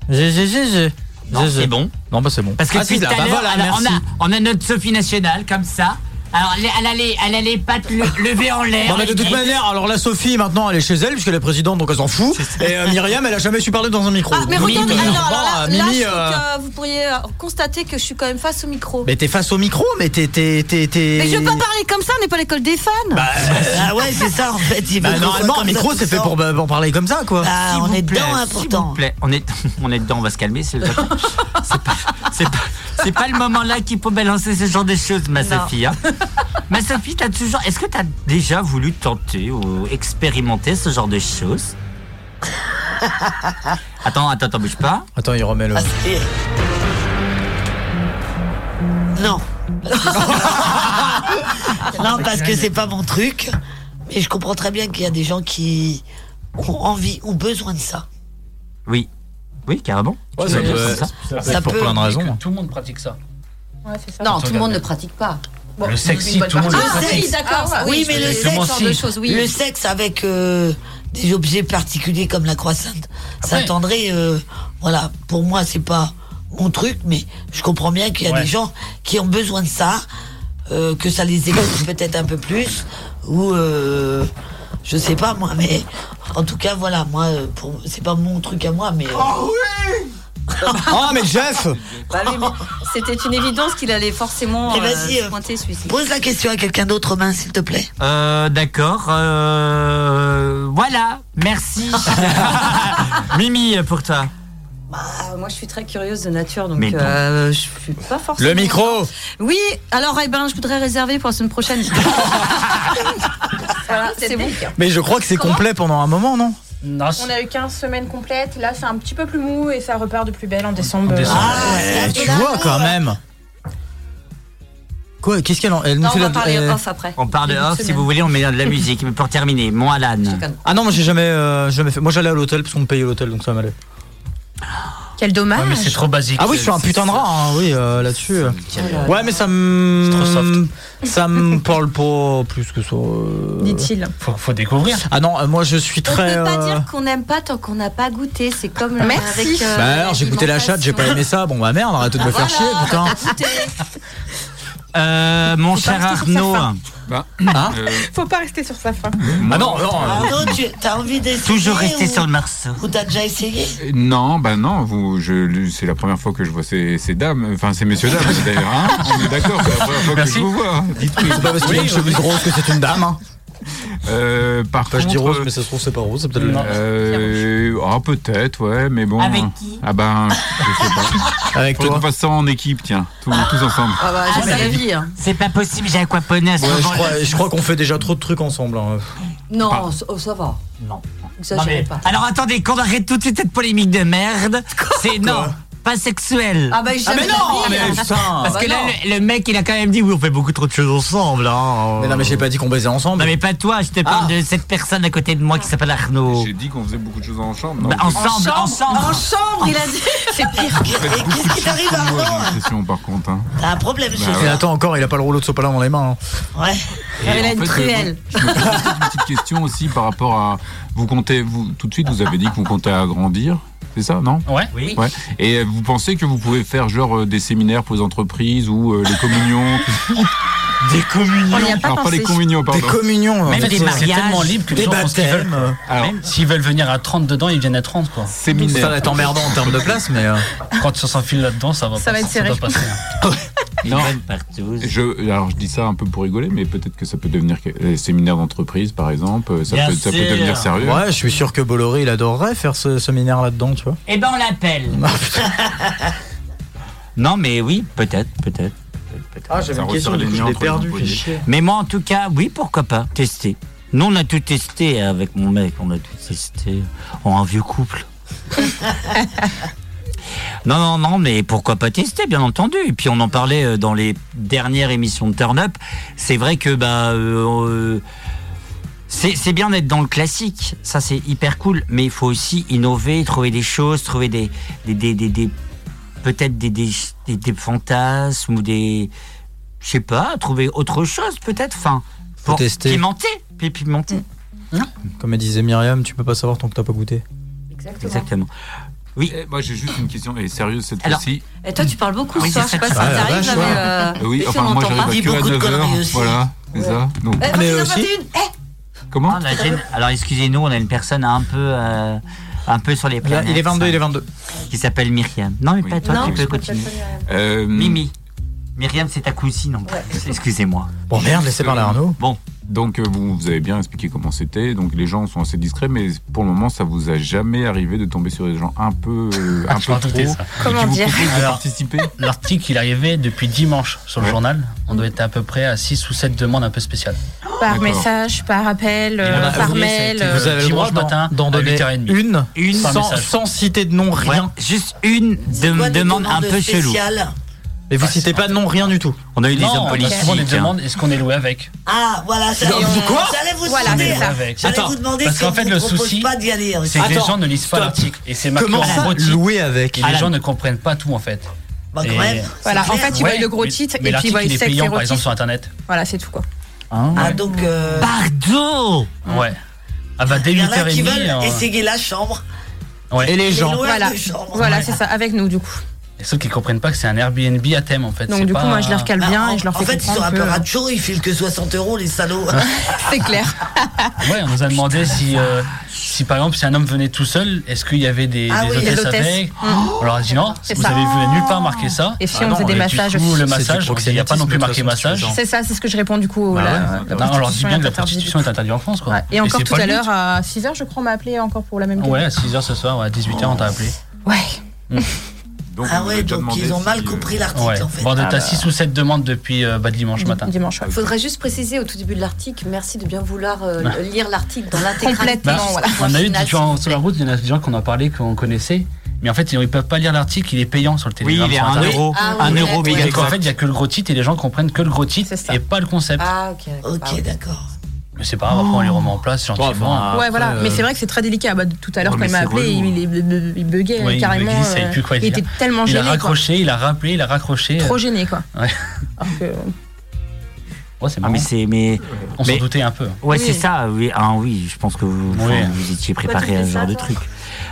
GG, GG.
Non, c'est bon.
Non, bah, c'est bon.
Parce que
Ah,
depuis
si, là,
tout à
bah,
l'heure,
voilà,
alors, on,
merci.
a, on a notre Sophie nationale comme ça. Alors, elle, elle allait, elle allait pas te le- lever en l'air.
Non mais de toute manière, alors là Sophie maintenant elle est chez elle puisque elle est présidente donc elle s'en fout. Et euh, Myriam elle a jamais su parler dans un micro.
Ah, mais
Donc,
regardez,
Oh, Mimi,
alors,
bon,
alors là,
euh,
là,
Mimi,
je trouve
euh,
que vous pourriez euh, constater que je suis quand même face au micro.
mais t'es face au micro, mais t'es t'es t'es t'es.
Mais je veux pas parler comme ça, on n'est pas à l'école des fans.
ah ouais, c'est ça en fait. il veut
Bah,
qu'on soit
normalement
comme
un
ça
micro
tout
c'est
le
fait
temps.
pour, bah, pour parler comme ça quoi.
Ah, on est dedans, hein, pourtant.
S'il vous plaît, on est, on est dedans, on va se calmer. C'est c'est pas, c'est pas, c'est pas le moment là qu'il faut balancer ce genre de choses, ma
Non.
Sophie. hein. Ma Sophie, t'as toujours. Est-ce que t'as déjà voulu tenter ou expérimenter ce genre de choses Attends, attends, attends, bouge pas.
Attends, il remet
Ah,
le.
Non. non, parce que c'est pas mon truc. Mais je comprends très bien qu'il y a des gens qui ont envie ou besoin de ça.
Oui. Oui, carrément.
Ouais,
Tu
ça
veux dire
peut-
comme
ça peut- Pour plein de raisons, hein.
Tout le monde pratique ça.
Non, tout le monde
Regarde.
ne pratique pas.
Bon, Le sexy, une bonne tout le monde
Ah,
pratique.
oui, d'accord.
Ah, oui,
oui, mais
je-
le
je- comment
sexe,
si-
le sexe avec euh, des objets particuliers comme la croissante, ça tendrait. euh, voilà, pour moi, c'est pas mon truc, mais je comprends bien qu'il y a
Ouais.
des gens qui ont besoin de ça, euh, que ça les excite peut-être un peu plus, ou euh, je sais pas moi, mais en tout cas, voilà, moi, euh, pour- c'est pas mon truc à moi, mais. Oh oui
Ah mais Jeff
Bah oui, mais C'était une évidence qu'il allait forcément
Mais
euh,
vas-y,
se pointer celui-ci.
Pose la question à quelqu'un d'autre, Romain, s'il te plaît.
Euh, d'accord. euh, voilà. Merci. Mimi, pour toi.
Ah, moi, je suis très curieuse de nature, donc
Mais non.
euh, je suis pas forcément.
Le micro
Oui, alors, eh ben, je voudrais réserver pour la semaine prochaine.
Voilà, c'est bon.
Mais je crois que c'est complet pendant un moment non
Non.
On a eu 15 semaines complètes. Là, c'est un petit peu plus mou et ça repart de plus belle en décembre. Ah,
Eh, tu vois quand même. Quoi Qu'est-ce qu'elle en- elle nous fait la- elle-
On parle de off, si vous voulez, on met de la musique. Mais pour terminer, mon Alan.
Ah non, moi j'ai jamais, euh, jamais fait. Moi j'allais à l'hôtel parce qu'on me payait l'hôtel donc ça m'allait.
Quel dommage.
Ouais, mais c'est trop basique.
Ah oui, je suis un putain de rat, hein, oui, euh, là-dessus. Ouais, mais ça me. Ça me parle pas plus que ça. euh.
Dit-il.
Faut, faut découvrir.
Ah non, euh, moi je suis
On
très.
peut pas
euh,
dire qu'on n'aime pas tant qu'on n'a pas goûté. C'est comme euh,
Merci.
avec. euh,
Bah alors, j'ai goûté la chatte, j'ai pas aimé ça. Bon bah merde, arrête de me faire chier, putain.
Euh, mon cher Arnaud.
Hein
Faut pas rester sur sa faim.
Ah non,
Arnaud, tu as envie d'essayer
Toujours rester
ou-
sur le morceau.
Ou t'as déjà essayé
Euh, Non, bah non, vous, je, c'est la première fois que je vois ces, ces dames, enfin ces messieurs dames d'ailleurs, hein on est d'accord, c'est la première fois que je vous vois. Dites-le.
C'est pas parce qu'il a une chemise rose que c'est une dame. Hein.
Euh, par
Enfin, je dis
contre,
rose, mais ça se trouve c'est pas rose, c'est peut-être le nom.
Euh, ah peut-être, ouais, mais bon.
Avec
qui Ah ben, je sais pas.
Avec
Faudrait
toi.
qu'on fasse ça en équipe, tiens, tous, tous ensemble.
Ah bah,
Ah,
j'ai
mais-
pas la vie. hein.
C'est pas possible, j'ai aquaponé à ce
Ouais, je
moment-là.
crois, je crois qu'on fait déjà trop de trucs ensemble. hein.
Non,
Pas-
ça- oh, ça va.
Non.
Exagérez
Non, mais-
pas.
Alors attendez, qu'on arrête tout de suite cette polémique de merde. C'est non, pas sexuel.
Ah bah, j'aime
mais
la
non,
vie, hein.
mais putain. Parce
Bah
que là,
non.
le, le mec, il a quand même dit oui, on fait beaucoup trop de choses ensemble. Hein.
Mais non, mais j'ai pas dit qu'on baisait ensemble.
Non, mais pas toi, je te parle de cette personne à côté de moi qui s'appelle Arnaud.
J'ai dit qu'on faisait beaucoup de choses ensemble.
Bah, ensemble, ensemble.
Chambre, il a dit. C'est pire.
Qu'est-ce qui t'arrive, Arnaud
Question par contre. Hein.
T'as un problème,
Bah,
ce soir.
Et attends encore, il a pas le rouleau de sopalin dans les mains. hein.
Ouais.
Et en fait, euh, Je me pose juste une petite question aussi par rapport à. Vous comptez. Vous, tout de suite, vous avez dit que vous comptez agrandir. C'est ça, non
Ouais.
Oui.
ouais. Et vous pensez que vous pouvez faire genre euh, des séminaires pour les entreprises ou euh, les communions tout-
Des communions.
On n'y a pas Alors, pas pensé. les communions, pardon.
Des communions.
Même
euh,
des hein.
c'est-
mariages. C'est tellement libre que les gens
des
font ce qu'ils
baptêmes.
veulent.
Alors,
Même S'ils veulent venir à 30 dedans, ils viennent à 30 quoi.
Séminaire.
Ça va être emmerdant en termes de place, mais. euh,
Quand on s'enfile là-dedans, ça va
Ça
pas-
va être serré.
doit passer.
Non. Je, alors je dis ça un peu pour rigoler, mais peut-être que ça peut devenir que- les séminaires d'entreprise, par exemple. euh, Ça,
Bien
peut, ça peut
sûr.
devenir sérieux.
Ouais, je suis sûr que Bolloré, il adorerait faire ce séminaire là-dedans, tu vois.
Eh ben, on l'appelle. non, mais oui, peut-être, peut-être.
Ah,
j'avais Ça une question, resserre du coup, les je liens l'ai entre les perdue, employés. fais chier.
Mais moi, en tout cas, oui, pourquoi pas tester. Nous, on a tout testé avec mon mec, on a tout testé en un vieux couple. Non, non, non, mais pourquoi pas tester, bien entendu. Et puis on en parlait euh, dans les dernières émissions de Turn Up. C'est vrai que bah, euh, euh, c'est c'est bien d'être dans le classique, ça c'est hyper cool, mais il faut aussi innover, trouver des choses, trouver des, des, des, des- des- peut-être des, des, des- des fantasmes ou des, je sais pas, trouver autre chose peut-être, enfin, pour
tester.
pimenter, puis pimenter.
Comme elle disait Myriam, tu peux pas savoir tant que t'as pas goûté.
Exactement. Oui.
Eh, moi, j'ai juste une question, et sérieuse cette
Alors,
fois-ci.
et toi, tu parles beaucoup ce
Oui,
soir. Je
c'est
sais pas si
ça.
ça
Ah, la
t'arrive,
vache,
mais.
ouais.
euh,
Oui,
si
enfin,
on
moi,
n'entend
j'arrive
pas.
à que à 9h. Voilà, c'est ça. Donc,
Eh, vas-y, en 21, eh
Ah,
Comment
Alors, excusez-nous, on a une personne un peu. euh, un peu sur les
Là,
planètes. hein.
il est 22, il est 22.
Qui s'appelle Myriam. Non, mais pas toi,
Non.
tu peux continuer. Mimi. Myriam, c'est ta cousine en plus. Excusez-moi.
Bon, merde, laissez
parler
Arnaud.
Bon.
Donc, euh, vous, vous avez bien expliqué comment c'était. Donc, les gens sont assez discrets, mais pour le moment, ça vous a jamais arrivé de tomber sur des gens un peu, euh, un
Je
peu
m'en
trop.
doutais, ça.
Et qui vous proposent de participer
L'article, il arrivait depuis dimanche sur le journal. On doit être à peu près à 6 ou 7 demandes un peu spéciales.
Par
D'accord.
message, par appel, euh,
on a
par
oublié,
mail.
ça a été-
euh,
Vous avez le droit d'en- d'en donner
une,
une
sans, sans citer de nom, rien.
juste une
demande un peu chelou. Mais vous citez pas de nom, rien du tout.
Ah, On a eu
non, on a souvent des
hein.
demandes est-ce qu'on est loué avec
Ah, voilà, ça
Non, vous quoi
J'allais vous
Voilà,
demander-
mais ça. Avec.
j'allais
Attends,
vous demander
parce
si
qu'en
on
fait,
vous
le
propose
souci,
pas d'y aller.
C'est que les gens ne lisent pas
stop.
l'article. Et c'est marqué
Comment
en
ça,
gros titre.
loué avec
Et
Ah,
les
la-
gens ne comprennent pas tout en fait.
Bah, quand
Et-
même,
Voilà, en fait, ils voient le gros
mais- mais
titre et puis ils
l'article,
voient
il est
sexe
payant par
érotique.
exemple sur internet.
Voilà, c'est tout quoi. Hein
Ah, donc. euh,
Pardon
Ouais. Ah bah dès
Il y en a qui
8h30.
veulent
hein.
essayer la chambre.
Ouais.
Voilà, voilà c'est ça, avec nous du coup.
Et ceux qui comprennent pas que c'est un Airbnb à thème en fait.
Donc,
c'est
du coup,
pas-
Ah. moi, je les recale bien et je leur
Bah, En
fais
fait, ils sont
comprendre
un peu
que-
rachos, ils filent que 60 euros, les salauds.
Ah.
C'est clair.
Ouais, on nous a demandé si, euh, si par exemple si un homme venait tout seul, est-ce qu'il y avait des,
Ah
des
oui,
hôtesses
des hôtesses.
avec Ah,
Mm.
On leur a dit non,
C'est
vous
ça.
avez vu nulle part marqué ça.
Et si
Ah
on
non,
faisait des
et
massages
du coup,
aussi.
le
C'est du
massage, il n'y a pas non plus marqué
proxénétisme, de toute
massage.
C'est ça, c'est ce que je réponds du coup.
Bah
la-
ouais, non, on
la
leur dit
prostitution
bien
est
que la
interdite.
prostitution est interdite en France quoi.
Et encore
c'est
tout
pas
à
le but. Ah
l'heure, euh, à 6h, je crois, on m'a appelé encore pour la même
Ouais,
demande.
à 6h ce soir, ouais, à 18h on t'a appelé. Hmm.
Ouais.
Donc,
ah ouais, donc ils ont mal compris l'article
Ouais.
en fait.
Bon, on est
Ah
à
bah.
6 ou 7 demandes depuis euh, bah, dimanche matin.
Dimanche,
Il faudrait juste préciser au tout début de l'article, merci de bien vouloir euh,
Ah.
lire l'article dans l'intégralité.
Bah, On a eu
Original,
des gens sur la route, il y en a des gens qu'on a parlé, qu'on connaissait. Mais en fait, ils ne peuvent pas lire l'article, il est payant sur le téléphone.
il est à un euro. Ah oui, Un euro, mais
Donc en
exact.
fait, il n'y a que le gros titre et les gens comprennent que le gros titre et pas le concept.
Ah, ok.
Ok, d'accord.
Mais c'est pas grave, après on les remet en place
Oh,
gentiment. euh,
ouais, voilà. Mais c'est vrai que c'est très délicat. Bah, tout à l'heure,
Ah, Ouais,
quand
mais
il m'a
c'est
appelé,
relou.
il, il, il buguait
Ouais, il
carrément.
buguait, il savait
euh,
plus quoi
il
dire.
était tellement
Il
gêné.
a raccroché, euh. il a rappelé, il a raccroché.
quoi. Trop gêné, quoi.
Ouais.
Alors que-
Ouais, c'est
Ah, mais c'est. Mais,
On s'en
mais-
doutait un peu.
Ouais,
Oui.
c'est ça. Oui, ah, oui, je pense que vous, enfin,
Oui.
vous étiez
Pourquoi tu
préparé à
fais
ce
ça,
genre de
toi
truc.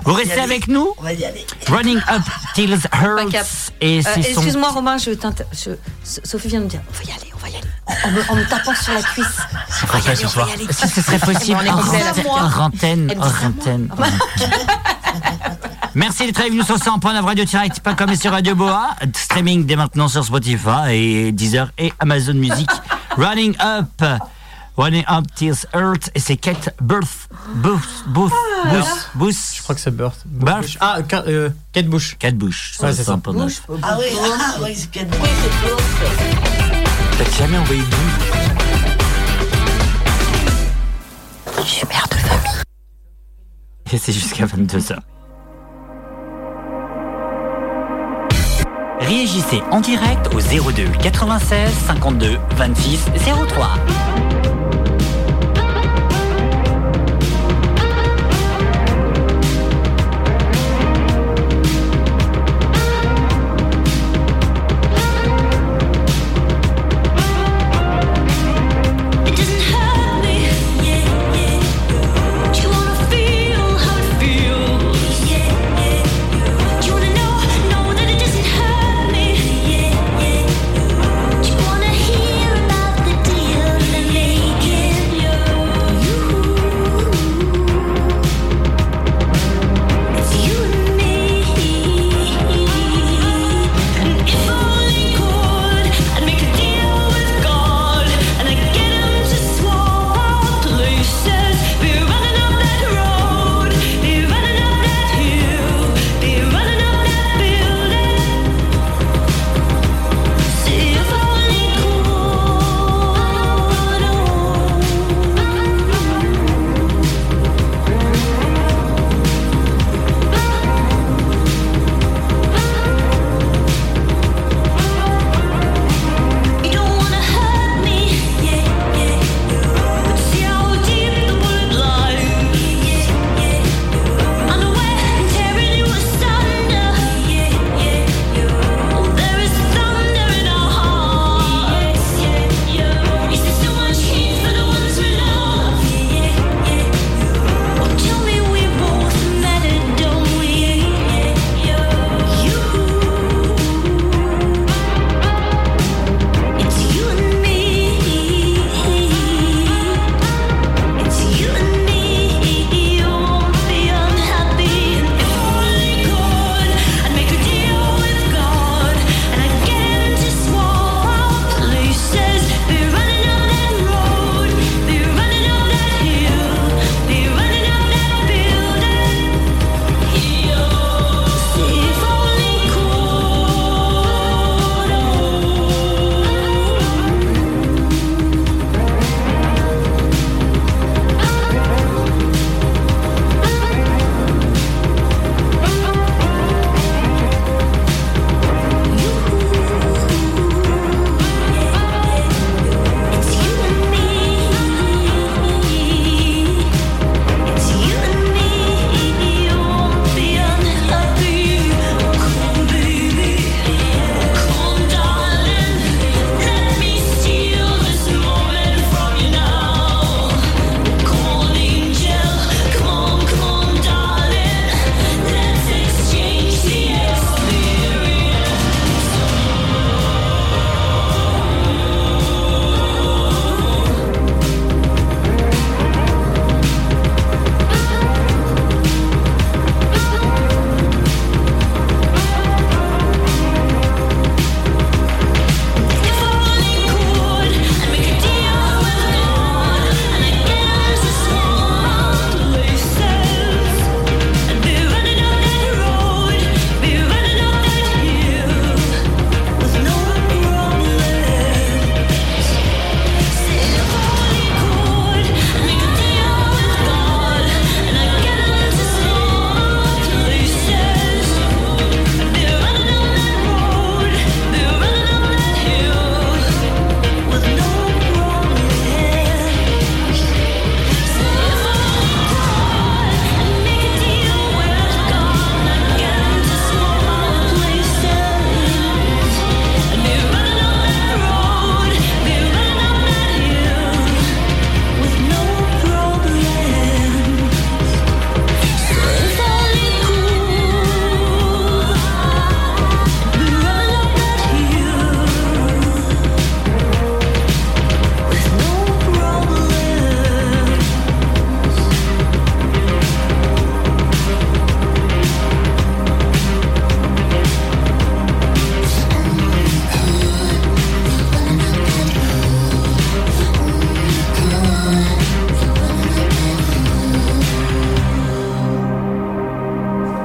Vous restez avec nous
On va y aller.
Running Up Tills
Pas cap.
Hurts. Et
Euh,
c'est son-
Excuse-moi, Romain, je t'inter- je- S- Sophie vient de me dire, on va y aller, on va y aller. En me, en me tapant sur la cuisse.
On va y aller, on va y aller. Si ce serait possible,
Mais on est
hors
complet, là.
antenne, hors antenne,
Elle me dit
hors antenne, hors antenne. Merci d'être avec nous sur 100 points radio direct, pas comme sur Radio Boa. Streaming dès maintenant sur Spotify et Deezer et Amazon Music. Running Up. Running Up Tears Earth. Et c'est Kate Birth. Booth. Booth.
Ah,
Booth. Booth.
Je crois que c'est Birth.
Birth.
Ah, Ka- euh, Kate Bush.
Kate Bush.
Ouais, c'est ça.
Ah oui, ah oui, c'est qu'elle
T'as jamais envoyé de
Je suis mère de famille.
Et c'est jusqu'à 22h. Réagissez en direct au 02 96 52 26 03.
It doesn't hurt me, yeah, yeah. Do you wanna feel how it feels, yeah, yeah? Do you wanna know, know that it doesn't hurt me, yeah, yeah? Do you wanna hear about the deal in me?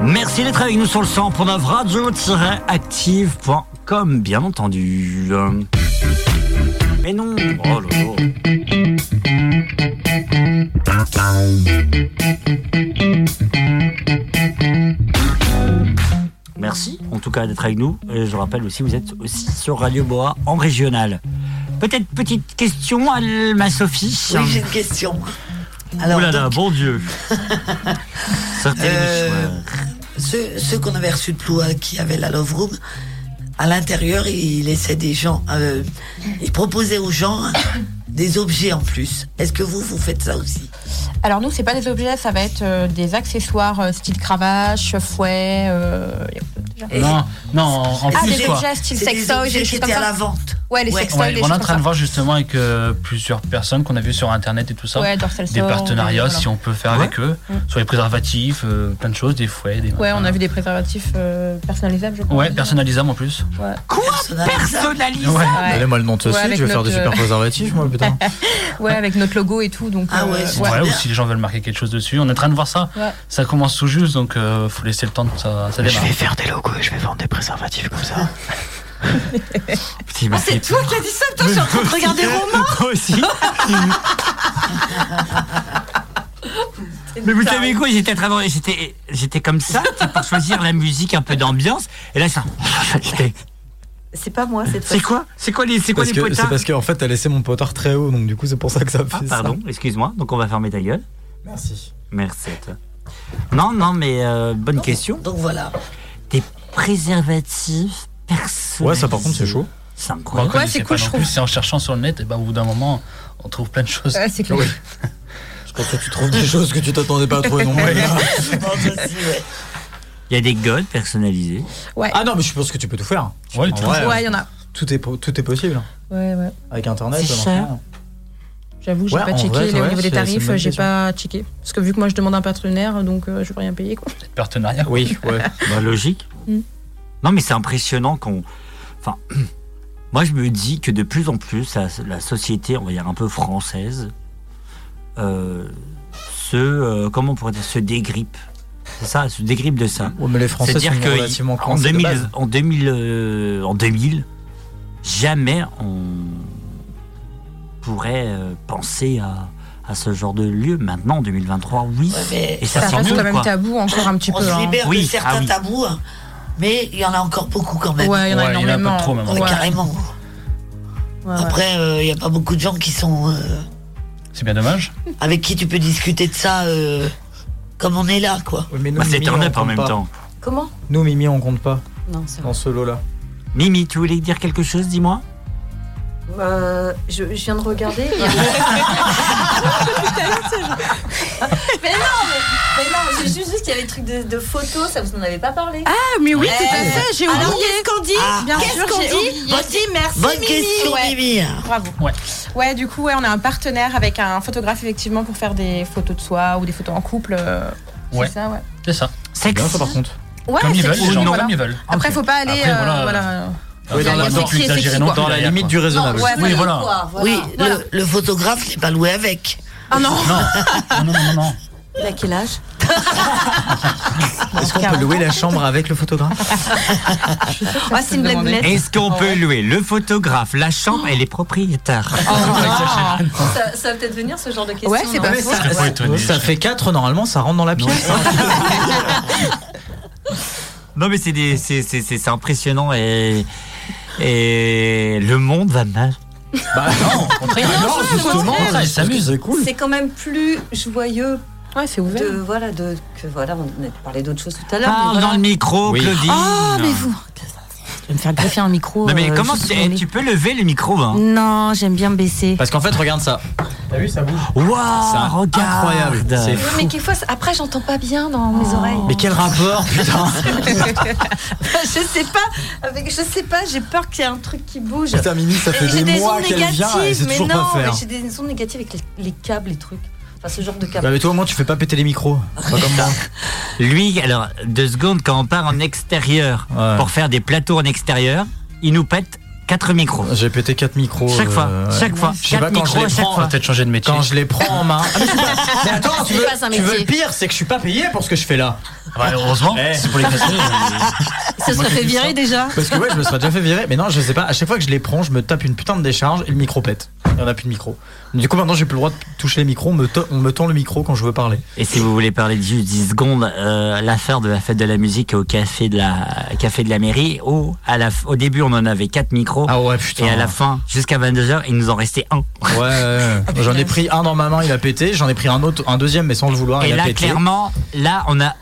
Merci d'être avec nous sur le 100.9 radio-active.com, bien entendu. Mais non Oh là là. Merci en tout cas d'être avec nous. Et je rappelle aussi, vous êtes aussi sur Radio Boa en régional. Peut-être petite question, Alma Sophie.
Oui, j'ai une question.
oh là là, bon Dieu. Certaines
Euh,
émissions, ouais.
ceux, ceux qu'on avait reçus de Ploua qui avaient la Love Room, à l'intérieur, ils laissaient des gens. euh, ils proposaient aux gens des objets en plus. Est-ce que vous, vous faites ça aussi
Alors nous, c'est pas des objets, ça va être euh, des accessoires euh, style cravache, fouet. euh, et-
Non, non, en en
ah,
plus
des
quoi.
objets style
C'est des
sextoy,
objets
des
qui
choses comme
étaient à
ça.
la vente.
Ouais, les
Ouais,
sextoys,
ouais,
les
on est
choses
en train de
comme ça.
voir justement avec euh, plusieurs personnes qu'on a vues sur internet et tout ça,
Ouais, Dorsal
des
Store,
partenariats
voilà.
si on peut faire avec eux, sur les préservatifs, euh, plein de choses, des fouets, des
Ouais, on a vu des préservatifs euh, personnalisables, je crois.
ouais personnalisables en plus.
Ouais.
Quoi
Personnalisable
Ouais.
Bah, moi le nom de ce
Ouais,
site,
avec
je vais faire
notre- euh,
des super préservatifs, moi, putain.
Ouais, avec notre logo et tout.
Ah
Donc, euh,
ouais, ou si les gens veulent marquer quelque chose dessus, on est en train de voir ça.
Ouais.
Ça commence tout juste, donc euh, faut laisser le temps que ça, ça démarre.
Je vais faire des logos et je vais vendre des préservatifs comme ça.
mais
Ah, c'est toi qui as dit ça, putain, je suis en train de regarder Romain
Moi aussi. Mais vous savez quoi, j'étais très- j'étais j'étais comme ça tu sais, pour choisir la musique un peu d'ambiance et là ça j'étais-
C'est pas moi cette fois.
C'est quoi C'est quoi les c'est quoi
Parce
les
que- C'est
potards
parce qu'en fait, t'as laissé mon potard très haut, donc du coup, c'est pour ça que ça fait
Ah, pardon,
ça.
excuse-moi. Donc on va fermer ta gueule.
Merci.
Merci à toi. Non non mais euh, bonne question.
Donc voilà.
Des préservatifs personnalisés.
Ouais, ça, par contre, c'est chaud.
C'est
Bon,
incroyable.
comme je sais pas non plus, C'est en cherchant sur le net, et ben, au bout d'un moment, on trouve plein de choses.
Ouais, c'est clair.
Ah
Oui.
Parce que tu
trouves des choses que tu t'attendais pas à trouver non plus.
Il y a des godes personnalisés.
Ouais.
Ah non, mais je pense que tu peux tout faire.
Ouais,
En
tout-
vrai,
Ouais, il y en a.
Tout est, po- tout est possible.
Ouais, ouais.
Avec internet,
C'est
maintenant.
Bah,
cher. J'avoue, j'ai
Ouais,
pas
en
checké
vrai,
les- au
ouais, c'est-
niveau des
c'est une
tarifs,
bonne
j'ai
question.
pas checké. Parce que vu que moi je demande un partenaire, donc euh, je peux rien payer quoi.
Partenariat.
Oui, ouais.
Bah, logique.
Mm.
Non, mais c'est impressionnant qu'on. Enfin, moi, je me dis que de plus en plus, la, la société, on va dire un peu française, euh, se. euh, comment on pourrait dire Se dégrippe. C'est ça, se dégrippe de ça.
Ouais, mais les Français sont
que
relativement
en
coincés de
2000,
base.
en 2000, euh, en 2000, jamais on pourrait euh, penser à, à ce genre de lieu. Maintenant, en 2023, oui. et ça,
reste
s'en
quand
doute,
même
quoi.
tabou encore un petit
On
peu.
se
hein.
libère de
Oui,
certains
ah oui.
tabous, hein, mais il y en a encore beaucoup quand même.
Ouais, il y en a Ouais, il y en a un peu énormément. trop, même.
Ouais,
Ouais.
Carrément. Après, euh, il n'y a pas beaucoup de gens qui sont. euh,
C'est bien dommage.
Avec qui tu peux discuter de ça euh, comme on est là, quoi.
mais nous, Bah, c'est Mimi, turn-up on en compte même pas. temps.
Comment
Nous, Mimi, on compte pas
Non, c'est vrai.
dans ce lot-là.
Mimi, tu voulais dire quelque chose, dis-moi
Euh, je, je viens de regarder. mais non, mais, mais non, j'ai juste vu qu'il y avait des trucs de, de photos, ça vous en avez pas parlé.
Ah, mais oui, tout à fait, j'ai
Alors,
oublié.
Qu'est-ce qu'on dit
Ah, bien
Qu'est-ce
sûr,
qu'on
j'ai
dit
oublié.
On dit merci.
Bonne question,
Ouais.
Mimi. Bravo.
Ouais.
Ouais, du coup, ouais, on a un partenaire avec un photographe effectivement pour faire des photos de soi ou des photos en couple. euh,
Ouais.
C'est ça, ouais.
C'est ça.
C'est
bien, ça, par contre.
Ouais,
Comme ils
c'est
veulent, les
cool,
gens,
voilà.
comme ils veulent. Ah,
Après, faut pas aller.
Après,
euh,
voilà.
voilà.
Oui, dans la-
C'est
non
qui,
plus
c'est qui,
exagéré non
quoi.
plus, derrière, quoi.
raisonnable.
Non, ouais, Oui, voilà. voilà.
Oui,
Voilà.
le, le photographe n'est pas loué avec.
Ah non
Non, non, non, non.
Il a Bah, quel âge
Est-ce qu'on peut louer la chambre avec le photographe
Ah, c'est une blague boulette.
Est-ce qu'on peut louer le photographe, la chambre et les propriétaires
Ah. ça, ça va peut-être venir ce genre de question.
Ouais, c'est
non
bah,
Ah,
pas
Ah Ouais,
faux.
ça, ça- ça fait 4 normalement, ça rentre dans la pièce.
Non, mais c'est des- c'est- c'est c'est- c'est impressionnant et, et le monde va mal.
Bah non, au contraire,
non, justement,
ça s'amuse.
C'est
C'est quand même plus joyeux.
Ouais, c'est ouvert.
De, voilà, de, que, voilà, on a parlé d'autres choses tout à l'heure.
Parle
mais
dans
voilà.
le micro, Claudine.
Ah, mais vous. Je vais me faire greffer un micro.
Non, mais
euh,
comment
juste
tu,
pour
eh, tu peux lever le micro hein
Non, j'aime bien me baisser.
Parce qu'en fait, regarde ça. T'as vu, ça bouge.
Waouh, regarde.
incroyable. C'est
Ouais,
fou.
mais quelquefois, c'est- après, j'entends pas bien dans mes oreilles.
Mais quel rapport, putain
je sais pas, avec, je sais pas, j'ai peur qu'il y ait un truc qui bouge.
Putain, Mimi, ça fait
Et j'ai
des mois
ondes
qu'elle vient,
négatives,
elle sait
mais
toujours
non,
pas faire.
mais J'ai des ondes négatives avec les, les câbles, les trucs. Enfin, ce genre de câbles.
Bah, mais toi, au moins, tu fais pas péter les micros. Pas comme moi.
Lui, alors, deux secondes, quand on part en extérieur pour faire des plateaux en extérieur, il nous pète quatre micros.
J'ai pété 4 micros.
Chaque fois,
euh, ouais.
chaque fois.
Je sais pas,
Quatre
quand
micros
je les
à chaque
prends,
fois.
peut-être changer de métier.
Quand je les prends en main. Ah, mais, c'est pas- mais attends,
C'est
tu veux,
pas un
tu veux
métier.
le pire, c'est que je suis pas payé pour ce que je fais là. Eh.
Ouais, Ah bah, heureusement, c'est pour les casser.
Ça serait fait virer déjà.
Parce que ouais, je me serais déjà fait virer, mais non, je sais pas. À chaque fois que je les prends, je me tape une putain de décharge et le micro pète. Il y en a plus de micro. Du coup, maintenant, j'ai plus le droit de toucher les micros. On me, to- on me tend le micro quand je veux parler.
Et si vous voulez parler de juste 10 secondes, euh, l'affaire de la fête de la musique au café de la, café de la mairie, où à la, f- au début on en avait 4 micros.
Ah
Et à la fin, jusqu'à 22h, il nous en restait un.
Ouais, ouais, ouais. j'en ai pris un dans ma main, il a pété. J'en ai pris un autre, un deuxième, mais sans le vouloir,
Et
Ah, il a
là,
pété.
clairement, là, on a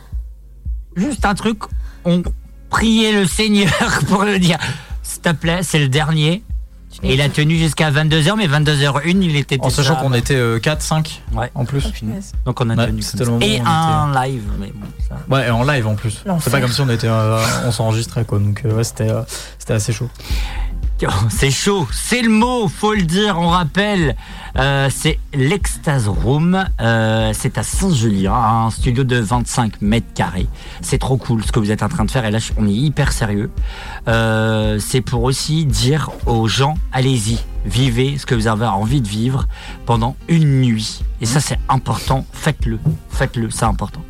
juste un truc. On priait le Seigneur pour le dire. S'il te plaît, c'est le dernier. Et il a tenu jusqu'à 22h, mais 22h01, il était
En sachant qu'on
est
était 4, 5 en plus.
Donc on a
Ouais,
tenu
c'était
comme
le
ça.
moment
Et
où on
un live, mais bon, ça.
était- Ouais, et en live en plus. C'est pas comme si on était, euh, on s'enregistrait quoi. Donc euh, ouais, c'était, euh, c'était assez chaud.
C'est chaud, c'est le mot, faut le dire, on rappelle. Euh, c'est l'Extase Room, euh, c'est à Saint-Julien, un studio de 25 mètres carrés. C'est trop cool ce que vous êtes en train de faire et là je- on est hyper sérieux. Euh, c'est pour aussi dire aux gens, allez-y, vivez ce que vous avez envie de vivre pendant une nuit. Et ça c'est important, faites-le, faites-le, c'est important.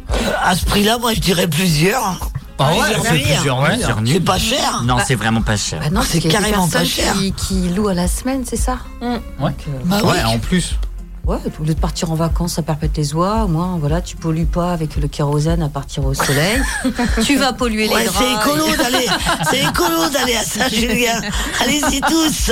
À ce prix-là, moi, je dirais plusieurs.
Ah ouais,
Plusieurs
c'est
nuits.
plusieurs nuits. Plusieurs nuits.
C'est pas cher.
Non, c'est vraiment pas cher.
Bah non,
Ah, C'est
c'est qu'il y a des
carrément pas
personnes
cher.
Qui, qui louent à la semaine, c'est ça
Mm.
Ouais.
Bah oui.
ouais, en plus.
Ouais, au lieu de partir en vacances à Perpète-les-Oies, au moins, voilà, tu pollues pas avec le kérosène à partir au soleil. tu vas polluer
Ouais,
les draps.
c'est écolo
et-
d'aller, c'est écolo d'aller à Saint-Julien. Allez-y tous.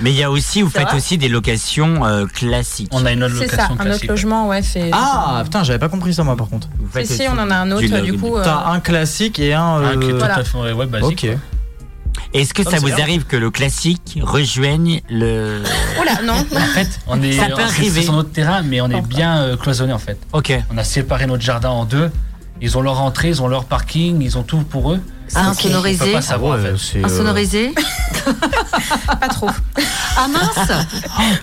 Mais il y a aussi, vous
Ça
faites
va
aussi des locations euh, classiques. On a une
C'est ça, un autre logement, ouais. c'est-
Ah putain, j'avais pas compris ça moi par contre.
Si, si, on en a un autre, du, coup. euh,
T'as un classique et un.
Un qui est
euh,
tout à
fait ouais,
basique. Ok.
Est-ce que ça
Ah, c'est
vous
bien.
arrive que le classique rejoigne le.
Oh là, non.
En fait, Euh, on est,
Ça peut
on-
arriver.
c'est sur notre terrain, mais on est bien euh, cloisonné en fait.
Ok.
On a séparé notre jardin en deux. Ils ont leur entrée, ils ont leur parking, ils ont tout pour eux.
C'est Ah, ok. insonorisé.
On peut pas savoir,
Ah ouais,
en fait.
Un
euh,
euh,
sonorisé
Pas trop.
Ah mince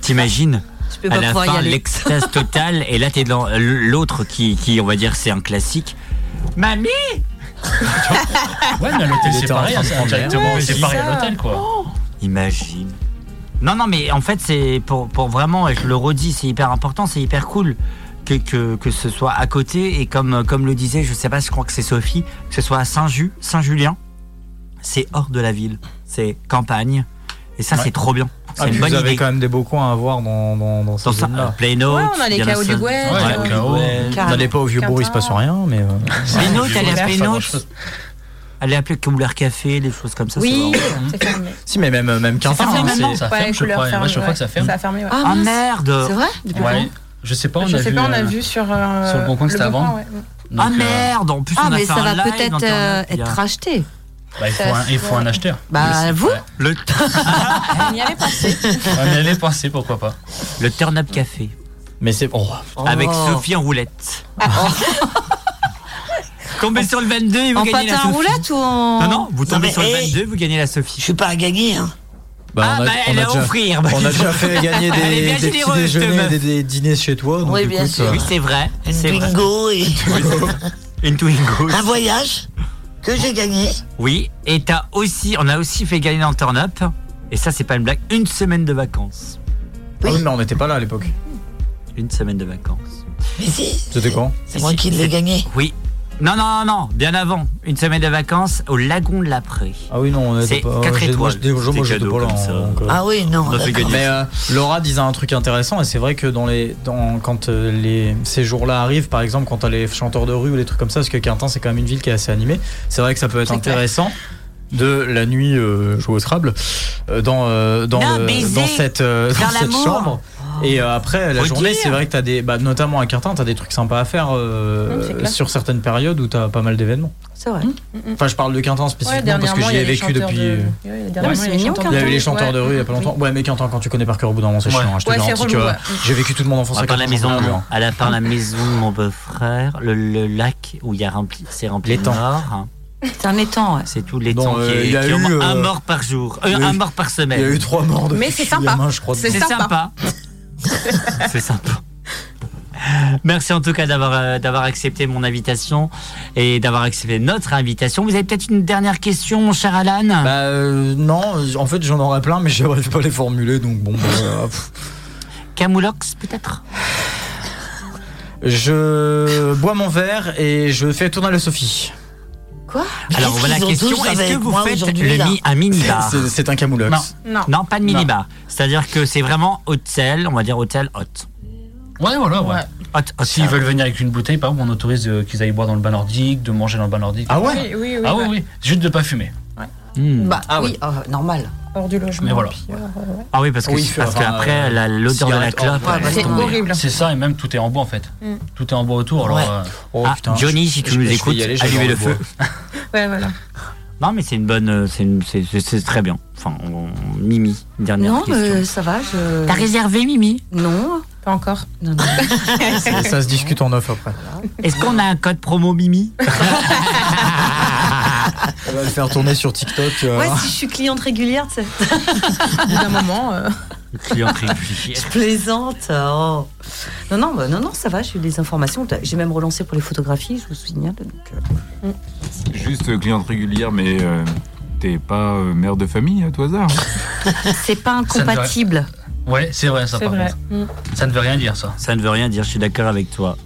T'imagines
peux pas
à la
pouvoir y
fin,
aller.
l'extase totale, et là t'es dans euh, l'autre qui, qui, on va dire, c'est un classique. Mamie
Ouais, mais à l'hôtel, c'est pareil. hein, Directement, c'est pareil à l'hôtel, quoi.
Oh. Imagine. Non, non, mais en fait, c'est pour, pour vraiment, et je le redis, c'est hyper important, c'est hyper cool que, que, que ce soit à côté. Et comme, euh, comme le disait, je sais pas, je crois que c'est Sophie, que ce soit à Saint-Ju, Saint-Julien, c'est hors de la ville, c'est campagne. Et ça,
Ouais.
c'est trop bien.
Ah,
C'est
puis
une
vous
bonne
avez
idée.
quand même des beaux coins à voir dans, dans, dans ces
Dans ça, euh,
zones-là.
Plano,
Ouais, on a les
Il y en
chaos du
ça-
Gouet,
Ouais,
euh,
les chaos.
Carrément.
N'allez pas au vieux bourg, il se passe rien, mais. euh,
Pénaute,
ouais.
allez à
Pas
Pénaute.
grand-chose.
Allez appeler Couleur Café, des choses comme ça.
Oui,
c'est vraiment-
c'est fermé.
Si, mais même, même Quintin,
fermé
hein,
maintenant,
c'est-
ça
Ouais,
ferme, je
couleur
crois.
ferme,
Moi, je crois
ouais.
que ça ferme.
Ça a fermé, ouais.
Ah, mince.
merde
C'est vrai Depuis
Ouais.
quand
Je sais pas, on
Je
a
sais
vu.
pas, on a
euh,
vu sur. euh,
sur le Bon Coin, c'était
Bon
avant.
Coin, ouais.
Ah
donc, euh,
merde En plus,
Ah,
on a
mais
fait
ça
un
va
live
peut-être
internet,
euh,
il y a-
être racheté.
bah, il, faut un, il faut un acheteur.
Bah, vous
Le,
On y avait pensé.
on y allait penser, pourquoi pas.
le Turn Up Café.
Mais c'est bon.
Avec
Oh.
Sophie en roulette. Tombez sur le 22 et vous
En
gagnez la
patin
Sophie.
roulette ou en.
Non, non, vous tombez
mais
sur
eh.
eh,
le
hey,
22, vous gagnez la Sophie. Je
suis pas à gagner. Hein.
Bah,
ah, bah, elle est à
déjà-
offrir.
On a déjà fait gagner des,
Elle est bien
des petits
généreuse, cette
déjeuners,
meuf.
des, des dîners chez toi. Donc,
Oui,
du
bien
coup,
sûr.
ça-
Oui, c'est vrai.
Une
c'est vrai.
Twingo et
Une Twingo.
un voyage que j'ai gagné.
Oui, et t'as aussi, on a aussi fait gagner dans Turn Up, et ça c'est pas une blague, une semaine de vacances.
Ah oui, mais on n'était pas là à l'époque.
Une semaine de vacances.
Mais si,
C'était quand
c'est moi qui l'ai gagné.
Oui. Non, non, non, non, bien avant. Une semaine de vacances au lagon de l'Après.
Ah oui, non, on
C'est
était pas.
4
j'ai-
étoiles.
moi, j'étais- moi,
C'est
j'étais
cadeau
pas là,
comme
hein,
ça.
donc, euh,
Ah oui, non.
On a fait
d'accord.
gagner.
Mais euh, Laura disait un truc intéressant et c'est vrai que dans les, dans, quand euh, les, ces jours-là arrivent, par exemple quand t'as les chanteurs de rue ou les trucs comme ça, parce que Quintin c'est quand même une ville qui est assez animée, c'est vrai que ça peut être
C'est clair.
intéressant de la nuit euh, jouer au Scrabble euh, dans, euh, dans,
Non,
le-
baiser,
dans cette, euh,
faire
dans cette
l'amour.
chambre. Et euh, après la
Faut
journée,
dire.
c'est vrai que t'as des, bah, notamment à Quintin, t'as des trucs sympas à faire euh,
Mm, c'est clair. Mm.
sur certaines périodes où t'as pas mal d'événements.
C'est vrai.
Hmm
Hmm,
Enfin, je parle de Quintin
Ouais,
spécifiquement parce que
dernièrement,
j'y
il y
ai
a les
vécu
chanteurs
depuis.
de-
euh,
ouais, dernièrement,
c'est
il y a les
mignon,
chanteurs
il y a
de-
eu les chanteurs
ouais.
de rue il y a pas longtemps. Ouais, mais Quentin, quand tu connais par cœur au bout d'un moment, c'est
Ouais.
chiant. hein, Je te
Ouais, c'est
garantis
relou,
que
ouais.
j'ai vécu toute mon enfance
À
à
part la
Quentin,
maison,
c'est
de
relou,
mon-
hein.
à la part la maison de mon beau-frère, le, le lac où il y a rempli, c'est rempli de
L'étang.
morts.
C'est un étang, ouais.
C'est tout l'étang
Bon, euh,
qui est-
il y a
qui est au
eu,
moins un
euh,
mort par jour, euh,
il y a eu-
un mort par semaine.
Il y a eu trois morts de
Mais c'est sympa.
je crois.
C'est
C'est
sympa.
sympa. C'est sympa. Merci en tout cas d'avoir euh, d'avoir accepté mon invitation et d'avoir accepté notre invitation. Vous avez peut-être une dernière question, mon cher Alan
Bah, euh, non, en fait, j'en aurais plein, mais j'arrive pas à les euh, formuler, donc bon. bah, pff.
Camoulox peut-être
Je bois mon verre et je fais tourner la Sophie.
Quoi
Alors voilà la question, est-ce que vous faites le mi un minibar
C'est- C'est un camoulox.
Non. Non, pas de minibar. C'est-à-dire que c'est vraiment hôtel, on va dire hôtel hôte.
Ouais, voilà, ouais. S'ils veulent venir avec une bouteille, par exemple, on autorise euh, qu'ils aillent boire dans le bain nordique, de manger dans le bain nordique.
Ah ouais Oui, oui, oui,
Ah
ouais.
oui, oui. Juste de pas fumer.
Hmm.
Bah
Ah
oui, euh,
oh,
normal.
Hors du logement. euh,
Mais voilà.
Ah oui, parce que- parce que après, la- l'odeur de la clope, elle laisse tomber.
C'est ça, et même tout est en bois en fait.
Mm.
Tout est en bois autour. Alors,
Ouais.
euh,
Ah, Johnny, si tu nous écoutes, allumez le feu.
Ouais, voilà.
Non, mais c'est une bonne. euh, c'est une- C'est c'est- c'est très bien. Enfin, on- on- Mimi, dernière
non,
euh,
question.
mais ça va. Je...
T'as réservé, Mimi
Non.
Pas encore.
Non, non.
Et ça se discute en off après.
Est-ce qu'on a un code promo Mimi
On va le faire tourner sur TikTok. euh. tu vas
Ouais,
voir.
si je suis cliente régulière, tu sais.
d'un moment.
euh.
Je plaisante. oh. Non, non, bah, non, non, ça va, j'ai eu des informations. J'ai même relancé pour les photographies, je vous signale. donc, euh,
Juste euh, cliente régulière, mais euh, t'es pas euh, mère de famille à tout hasard.
euh.
C'est pas incompatible.
Ouais, c'est vrai, ça
C'est
par
vrai.
contre.
Mm.
Ça ne veut rien dire, ça.
Ça ne veut rien dire, je suis d'accord avec toi.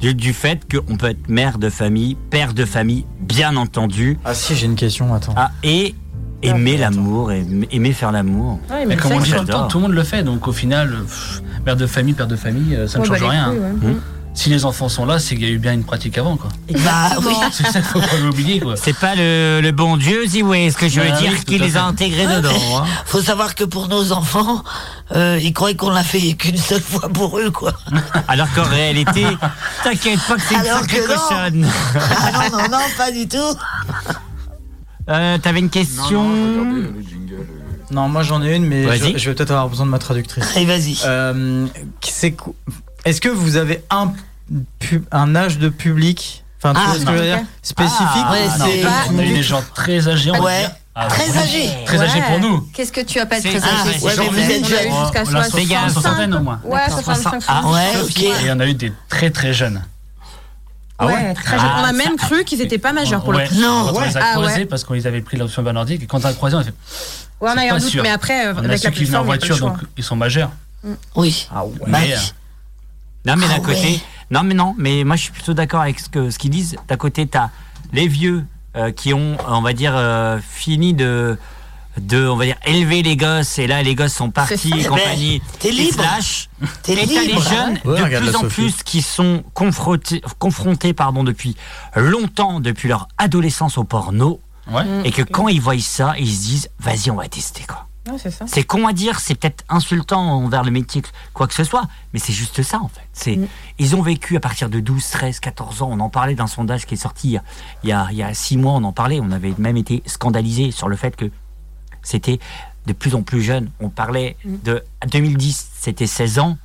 Du, du fait qu'on peut être mère de famille, père de famille, bien entendu.
Ah si, j'ai une question, attends.
Ah, et aimer l'amour, aimer, aimer faire l'amour.
Ouais,
Ah mais comme on dit tout le temps,
J'adore.
tout le monde le fait. Donc au final, euh, pff, mère de famille, père de famille, euh, ça ne
Ouais,
change
bah, les
rien.
couilles,
hein.
ouais. Mm.
Si les enfants sont là, c'est qu'il y a eu bien une pratique avant, quoi.
Bah,
C'est ça qu'il faut pas l'oublier, quoi.
Ah C'est pas le, le bon Dieu, si oui, est-ce que je veux
Bah
dire
oui, tout
qu'il
à
les a
fait.
intégrés dedans hein.
Faut savoir que pour nos enfants, euh, ils croyaient qu'on l'a fait qu'une seule fois pour eux, quoi.
Alors qu'en réalité, t'inquiète pas que c'est une
Alors
sacrée
que non.
cochonne.
Ah non, non, non, pas du tout.
Euh, T'avais une question
Non, moi j'en ai une, mais
Vas-y.
je, je vais peut-être avoir besoin de ma traductrice. Euh,
Allez, vas-y.
c'est quoi- Est-ce que vous avez un, pub- un âge de public Enfin, tu
Ah,
vois ce que je veux
non.
dire Spécifique
Ah, ouais,
Non.
c'est- On a eu des gens très âgés, on va
Ouais.
dire. Ah,
Très
vraiment.
âgés.
Très âgés pour nous.
Qu'est-ce que tu appelles
C'est-
très
ah,
âgé
ouais, ouais, mais vous êtes jeunes. On a eu jusqu'à 65. Soixantaine au moins.
Ouais, 65.
Ah,
Et il y en a eu des très très jeunes. Ah ouais
Ouais, très jeune. On a même cru qu'ils étaient pas majeurs pour
Ouais.
le coup.
Quand on les a
Ah
croisés
ouais.
parce qu'on les avait pris l'option bain nordique. Et quand on a croisé, on a fait.
Ouais, on a eu
pas
un doute,
sûr.
mais après, euh,
on a
avec
ceux
la
qui venaient en
plateforme, il y a pas le
voiture, donc
choix.
ils sont majeurs.
Oui.
Mais, euh,
Non, mais
Ah
d'un côté,
ouais.
non, mais non, mais moi je suis plutôt d'accord avec ce que ce qu'ils disent. D'un côté, t'as les vieux euh, qui ont, on va dire, euh, fini de de, on va dire, élever les gosses et là les gosses sont partis
C'est
et
ça.
compagnie.
Ben, t'es
Ils se
libre.
lâchent.
T'es
et t'as les
libre.
jeunes
Ouais,
de
regarde
plus
la
en
Sophie.
plus qui sont confrontés, confrontés pardon, depuis longtemps, depuis leur adolescence au porno.
Ouais.
Et que quand ils voient ça, ils se disent, vas-y, on va tester quoi.
Ouais, c'est ça.
C'est con à dire, c'est peut-être insultant envers le métier, quoi que ce soit, mais c'est juste ça en fait. C'est, Ils ont vécu à partir de 12, 13, 14 ans, on en parlait d'un sondage qui est sorti il y a- il y a 6 mois, on en parlait, on avait même été scandalisé sur le fait que c'était de plus en plus jeune. On parlait de à 2010, c'était 16 ans,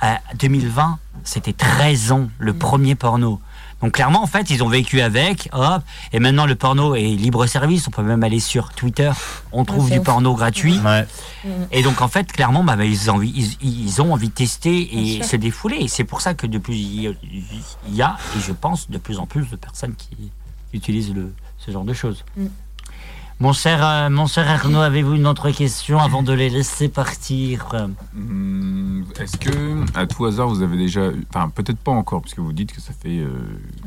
à 2020, c'était 13 ans,
Mm.
le premier porno. Donc clairement, en fait, ils ont vécu avec, hop, et maintenant le porno est libre service, on peut même aller sur Twitter, on trouve
c'est
du
ouf.
porno gratuit.
Mm.
Et donc en fait, clairement, bah, bah, ils, ont envie, ils, ils ont envie de tester et
sûr.
se défouler. Et c'est pour ça que de plus il y a- il y a, et je pense, de plus en plus de personnes qui utilisent le, ce genre de choses.
Mm.
Mon cher, euh, mon cher Arnaud, avez-vous une autre question avant de les laisser partir
Hum, Est-ce que, à tout hasard, vous avez déjà. eu- Enfin, peut-être pas encore, puisque vous dites que ça fait euh,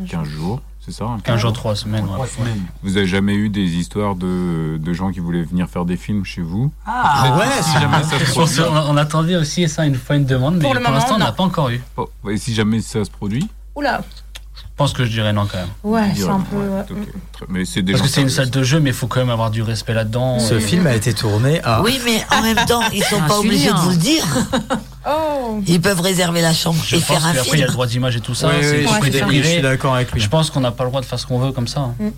15 jours, c'est ça hein,
15 jours, 3 semaines. ouais.
Vous avez jamais eu des histoires de, euh, de gens qui voulaient venir faire des films chez vous
Ah,
Peut-être
ouais.
si jamais ça se
On se-
produit.
on, on attendait aussi ça une fois une demande, mais
Pour
pour,
le moment,
l'instant, on
non.
n'a pas encore eu.
Oh, et si jamais ça se produit
Oula,
Je pense que je dirais non quand même.
ouais,
Je
c'est
dirais
un
non,
peu.
ouais,
ouais.
ok. Très- Mais c'est des
Parce
gens
que c'est une
sérieux.
salle de jeu, mais il faut quand même avoir du respect là-dedans.
Ce
Et-
film a été tourné à.
Oui, mais en même temps, ils sont
Ah,
pas obligés de
Julien.
vous le dire.
Oh.
Ils peuvent réserver la chambre
Je
et
pense
faire un
qu'après, il y a le
film.
droit d'image et tout ça.
Oui, oui,
c'est
oui,
une
je suis
propriété
d'accord-
privée.
je suis d'accord avec lui.
Je pense qu'on n'a pas le droit de faire ce qu'on veut comme ça.
Mm.
hein.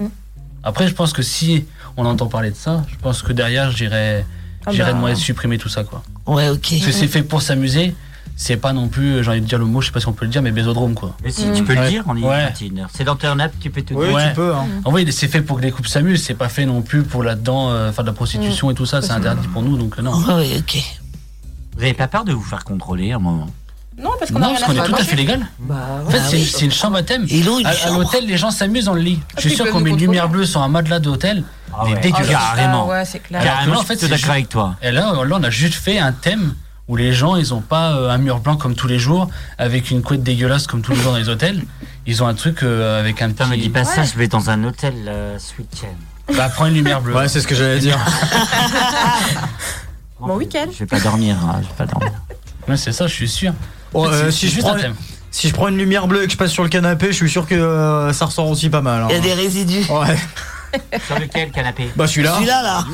Après, je pense que si on entend parler de ça, je pense que derrière, j'irai
Ah
j'irai
bah.
demander de supprimer tout ça. Quoi.
Ouais, ok.
Parce que c'est fait pour s'amuser. C'est pas non plus, j'ai envie de dire le mot, je sais pas si on peut le dire, mais bésodrome quoi.
Mais si, tu
Mm.
peux le dire, on est
Mmh. Ouais.
C'est dans Turn Up, tu peux tout
Oui,
dire.
tu peux, hein.
Mm.
En vrai, c'est fait pour que les couples s'amusent, c'est pas fait non plus pour là-dedans euh, faire de la
Mm.
prostitution et tout ça, c'est interdit pour nous, donc euh, non.
Oui, ok.
Vous avez pas peur de vous faire contrôler à un moment
Non, parce qu'on a
Non,
rien
parce qu'on est
faire.
tout à fait légal.
Bah,
Ah
En fait, c'est- c'est une chambre à thème. À- à l'hôtel, les gens s'amusent dans le lit.
Ah,
Je
Ah,
puis,
suis sûr
ils
qu'on
peuvent
met une
nous
lumière bleue sur un matelas d'hôtel.
ouais.
dégueulasse.
Ah, carrément.
Ah ouais, c'est clair.
Alors que
Carrément,
là, en
je
fait,
suis
c'est
d'accord
ju-
avec toi.
Et là, là, on a juste fait un thème où les gens, ils ont pas euh, un mur blanc comme tous les jours, avec une couette dégueulasse comme tous les jours dans les hôtels. Ils ont un truc euh, avec un petit.
me dis pas ça, je vais dans un hôtel euh, ce week-end.
Bah, prends une lumière bleue.
Ouais, c'est ce que j'allais dire.
Bon week-end.
Je vais pas dormir, hein, je vais pas dormir.
Ouais, c'est ça, je suis sûr.
Oh,
C'est-
euh, si,
c'est
je prends, si je prends une lumière bleue et que je passe sur le canapé, je suis sûr que euh, ça ressort aussi pas mal. hein.
Il y a des
résidus.
Ouais.
Sur lequel canapé
Bah, celui-là. Celui-là, là.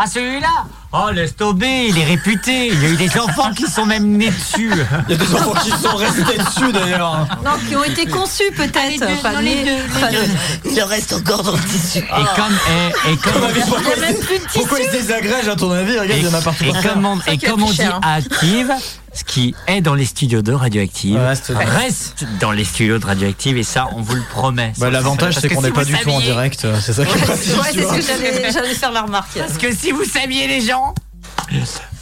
Ah, celui-là Oh, laisse tomber, il est réputé. Il y a eu des enfants qui sont même nés dessus.
Il y a des enfants qui sont restés dessus d'ailleurs.
Non, qui ont été conçus peut-être. Enfin, les- enfin,
Il en reste encore dans le tissu.
Et comme, et, et comme
Ah, mais pourquoi ils- pourquoi ils se désagrègent à ton avis Regarde, il y en a partout.
Et comme on, et comme on dit
hein.
à Active, ce qui est dans les studios de Radioactive reste dans les studios de Radioactive et ça, on vous le promet.
Bah, L'avantage,
Parce
c'est
que
qu'on
si
n'est pas
vous
du tout en
saviez-
direct. euh, C'est ça qui est
Ouais,
pratique,
ouais,
tu
c'est
vois.
ce que
J'allais j'allais faire la remarque.
Parce que si vous saviez les gens.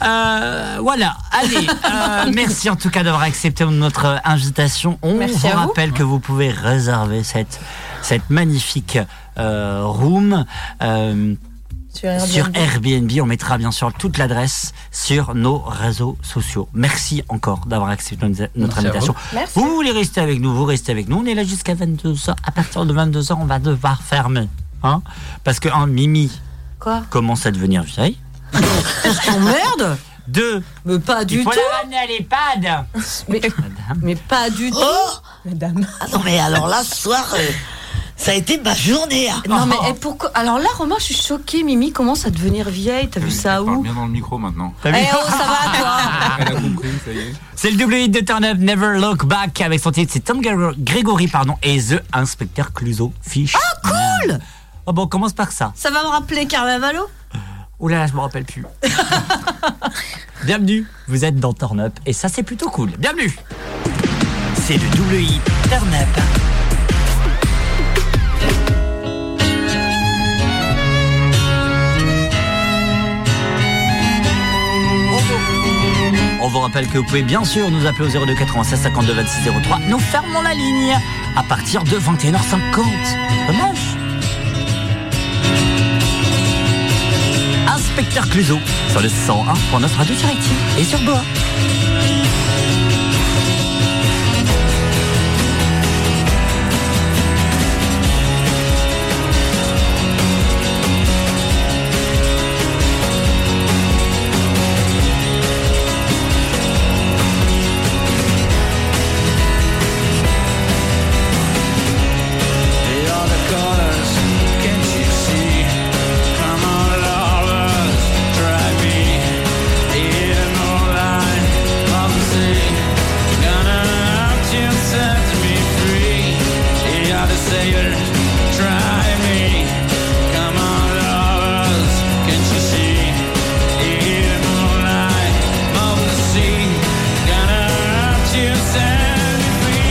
Euh, voilà, allez, euh, merci en tout cas d'avoir accepté notre euh, invitation. On
Merci
vous
à vous.
rappelle que vous pouvez réserver cette, cette magnifique euh, room. euh,
Sur Airbnb.
sur Airbnb, on mettra bien sûr toute l'adresse sur nos réseaux sociaux. Merci encore d'avoir accepté notre- notre
Merci à
invitation.
vous.
Vous. voulez rester avec nous, vous restez avec nous. On est là jusqu'à 22h. À partir de 22h, on va devoir fermer. Hein Parce que, un, Mimi,
Quoi
commence à devenir vieille.
merde
Deux.
Mais pas
Il
du
faut
tout.
la ramener à l'EHPAD.
Mais, mais pas du tout. Oh Ah Madame.
Non, mais alors là, ce soir, euh, ça a été ma journée. hein.
Non mais eh, pourquoi Alors là, Romain, je suis choquée. Mimi commence à devenir vieille. T'as vu ça où
Bien dans le micro maintenant.
Eh oh, ça va toi
Elle a compris, ça y est.
C'est le double hit de Turn Up Never Look Back avec son titre, c'est Tom Gregor- Gregory pardon, et The Inspecteur Clouseau Fish. Ah cool Oh bon, on commence par ça.
Ça va me rappeler Carnavalo
Oula, je me rappelle plus. Bienvenue, vous êtes dans Turn Up et ça c'est plutôt cool. Bienvenue. C'est le double hit Turn Up. On vous rappelle que vous pouvez bien sûr nous appeler au 02 96 52 26 03. Nous fermons la ligne à partir de 21h50. Dommage. Inspecteur Cluseau sur le 101.9 Radio Directive et sur Boa.
The other colors, can't you see? Come on, lovers, try me. The inner line of the sea, gonna out you set me free. The other sailor, try me. Come on, lovers, can't you see? The inner line of the sea, gonna out you set me free.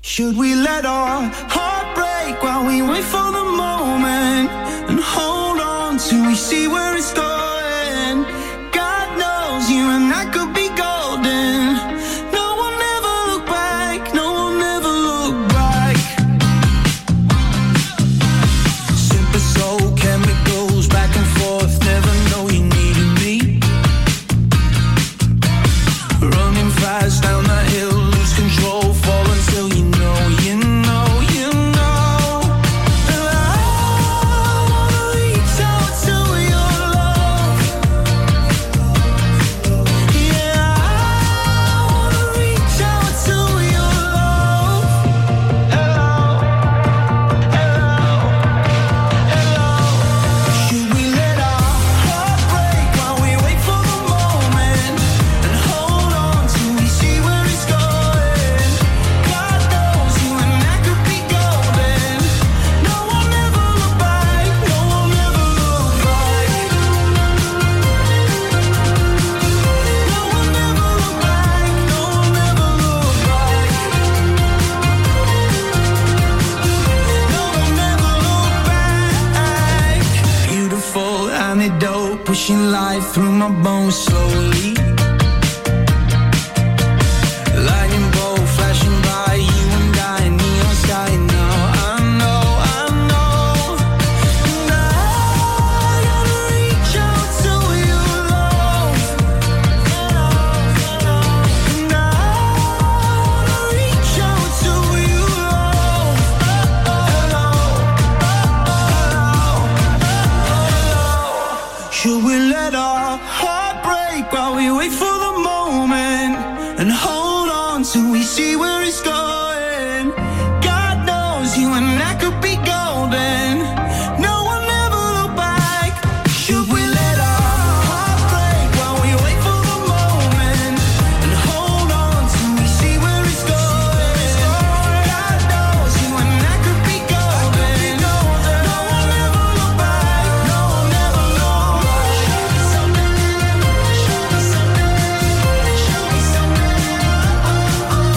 Should we let our heart break while we wait for the moment and hold on till we see where it's going? God knows you and I could be golden. No one ever look back, no one ever look back. Simple soul chemicals back and forth, never know you needed me. Running fast down the hill, lose control, fall until you know, you know, you know. And I wanna reach out to your love. Yeah, I wanna reach out to your love. Hello, hello, hello. Should we let our heart break while we wait for the moment? And hold on till we see where it's going. God knows you and I could be golden. No one ever look back. No one ever look back. No one ever look back. No one ever look back. No one ever look back. Beautiful antidote, pushing life through my bones slowly. Lightning bolt flashing by, you and I, neon sky. Now I know, I know. And I gotta reach out to you, love. And I wanna reach out to you, love. Should we let our heart break while we wait for the moment and hold on till we see where it's going? God knows you and I could be golden. No one ever look back. Should we let our heart break while we wait for the moment and hold on till we see where it's going? God knows you and I could be golden. No one ever look back. No one ever look back. Show me something. Show me something. Show me something.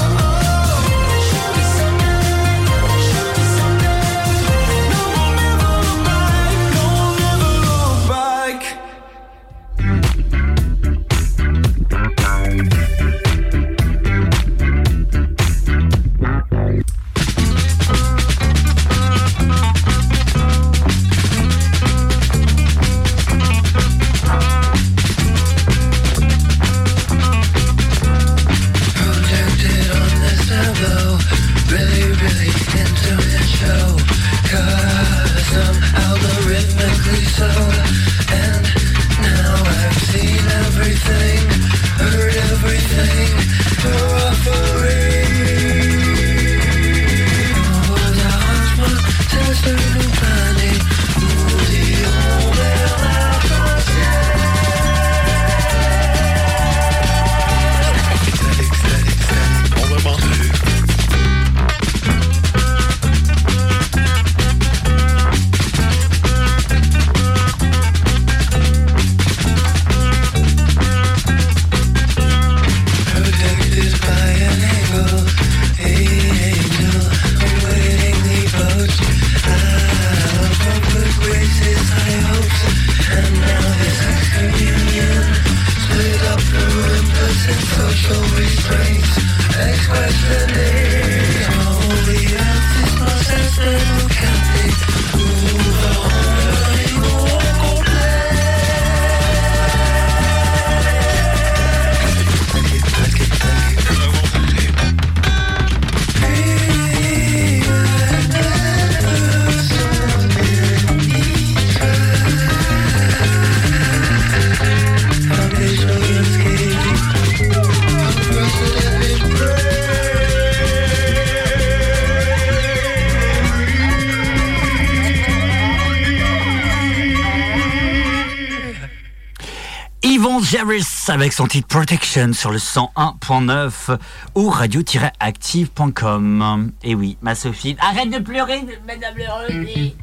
Yvon Jarvis avec son titre Protection sur le 101.9 ou radio-active.com. Et oui, ma Sophie. Ah, Arrête de pleurer, madame Lerosi.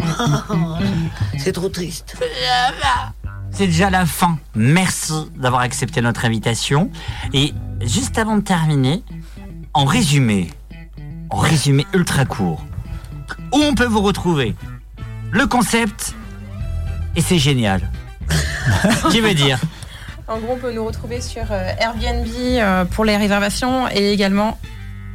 C'est trop triste.
Euh, bah, C'est déjà la fin. Merci d'avoir accepté notre invitation. Et juste avant de terminer, en résumé, en résumé ultra court où on peut vous retrouver, le concept, et c'est génial. Qui veut dire
En gros, on peut nous retrouver sur euh, Airbnb euh, pour les réservations et également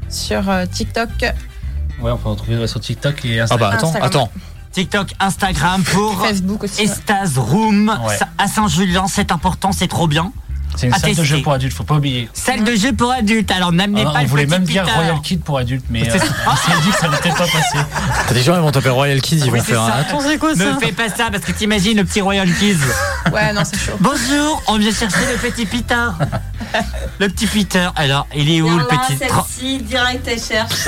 sur euh, TikTok.
Ouais, on peut en trouver sur TikTok et Instagram.
Ah bah, attends, Instagram. attends.
TikTok, Instagram pour
Facebook aussi.
Estas Room
Ouais.
Ça- à Saint-Julien, c'est important, c'est trop bien.
C'est une
À
salle de
tester.
jeu pour adultes, faut pas oublier.
Salle de jeu pour adultes, alors n'amenez
Ah,
pas
on
le
voulait
petit
même dire
Peter.
Royal Kid pour adultes, mais
C'est
euh, on s'est dit que ça n'était pas passé.
T'as des gens, ils vont taper Royal Kids, ils vont
Oui, Ah, c'est
faire
ça.
un.
hein
Ne fais pas ça parce que t'imagines le petit Royal Kids.
Ouais, non, c'est chaud.
Bonjour, on vient chercher le petit Peter. Le petit Peter, alors il est où
Viens
le
là,
petit tra-
celle-ci, direct, elle cherche.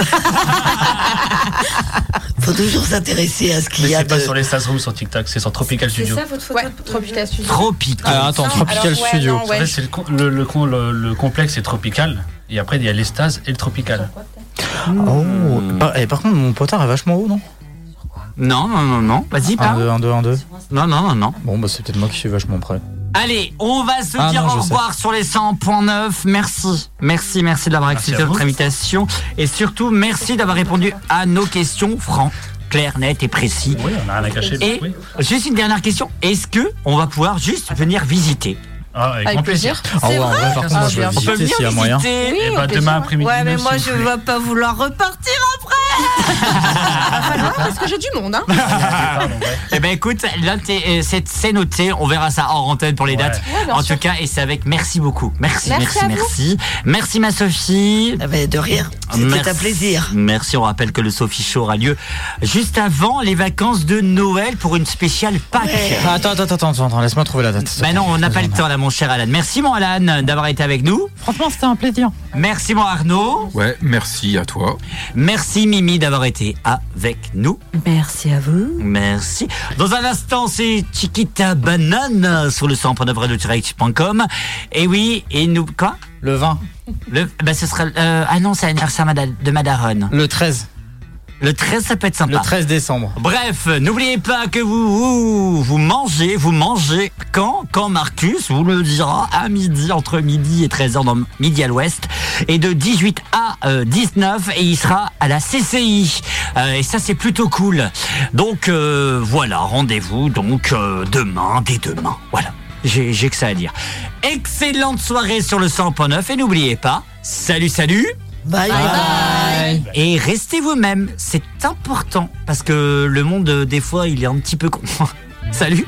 Faut toujours s'intéresser à ce qu'il
Mais
y a
c'est pas
de.
sur les Sassrooms sur TikTok, c'est sur Tropical Studio.
votre photo Tropical Studio.
Tropical.
Ah, attends, Non, Tropical alors, ouais, Studio. non,
En
ouais.
fait, c'est le, con- le, le con- le- le complexe est tropical, et après, il y a l'estase et le tropical.
Oh, par, et par contre, mon potard est vachement haut, non
Hmm. Non, non, non, non. Vas-y,
1,
parle.
2, 1, 2, 1, 2.
Non, non, non, non.
Bon, bah, c'est peut-être moi qui suis vachement prêt.
Allez, on va se
Ah
dire
non,
au
je
revoir sur les 100.9. Merci. Merci, merci d'avoir
Merci
accepté
à vous.
notre invitation. Et surtout, merci d'avoir répondu à nos questions francs, clairs, nets et précis.
Oui, on a rien à cacher,
Et
oui.
juste une dernière question. Est-ce que on va pouvoir juste venir visiter
Ah, avec Avec grand plaisir. plaisir. Ah ouais, en vrai, par contre, moi, je vais
on peut
visiter
venir
s'il y a
visiter.
moyen. Oui, Eh ben, au demain plaisir. après-midi,
Ouais, mais
même,
moi,
s'il
je
vous plaît.
vais pas vouloir repartir
Ah, parce que j'ai du monde, hein.
Eh ben écoute, là, t'es- euh, c'est c'est noté, on verra ça hors antenne pour les dates.
Ouais, bien
en
sûr.
tout cas, et c'est avec merci beaucoup. Merci,
Merci
merci,
à vous.
merci. Merci ma Sophie.
Ah ben, de rien, c'était
Merci.
un plaisir.
Merci, on rappelle que le Sophie Show aura lieu juste avant les vacances de Noël pour une spéciale Pâques.
Ah, Attends, attends, attends, attends, attends, laisse-moi trouver la date.
Bah non, on n'a pas le temps là, mon cher Alan. Merci, mon Alan, d'avoir été avec nous.
Franchement, c'était un plaisir.
Merci, mon Arnaud.
Ouais, merci à toi.
Merci, Mimi, d'avoir été avec nous.
Merci à vous.
Merci. Dans un instant, c'est Chiquita Banane sur le centre direct.com. Et oui, et nous. Quoi
Le 20.
Le, bah, ce sera. euh, ah non, c'est l'anniversaire mada- de Madaron.
Le 13.
Le 13, ça peut être sympa.
Le 13 décembre.
Bref, n'oubliez pas que vous, vous vous mangez, vous mangez quand Quand Marcus vous le dira à midi, entre midi et 13h dans midi à l'ouest, et de 18 à euh, 19, et il sera à la CCI. Euh, et ça, c'est plutôt cool. Donc euh, voilà, rendez-vous donc euh, demain, dès demain. Voilà, j'ai j'ai que ça à dire. Excellente soirée sur le 100.9, et n'oubliez pas, salut, salut
Bye
bye. Et restez vous-même, c'est important parce que le monde euh, des fois il est un petit peu con. Salut.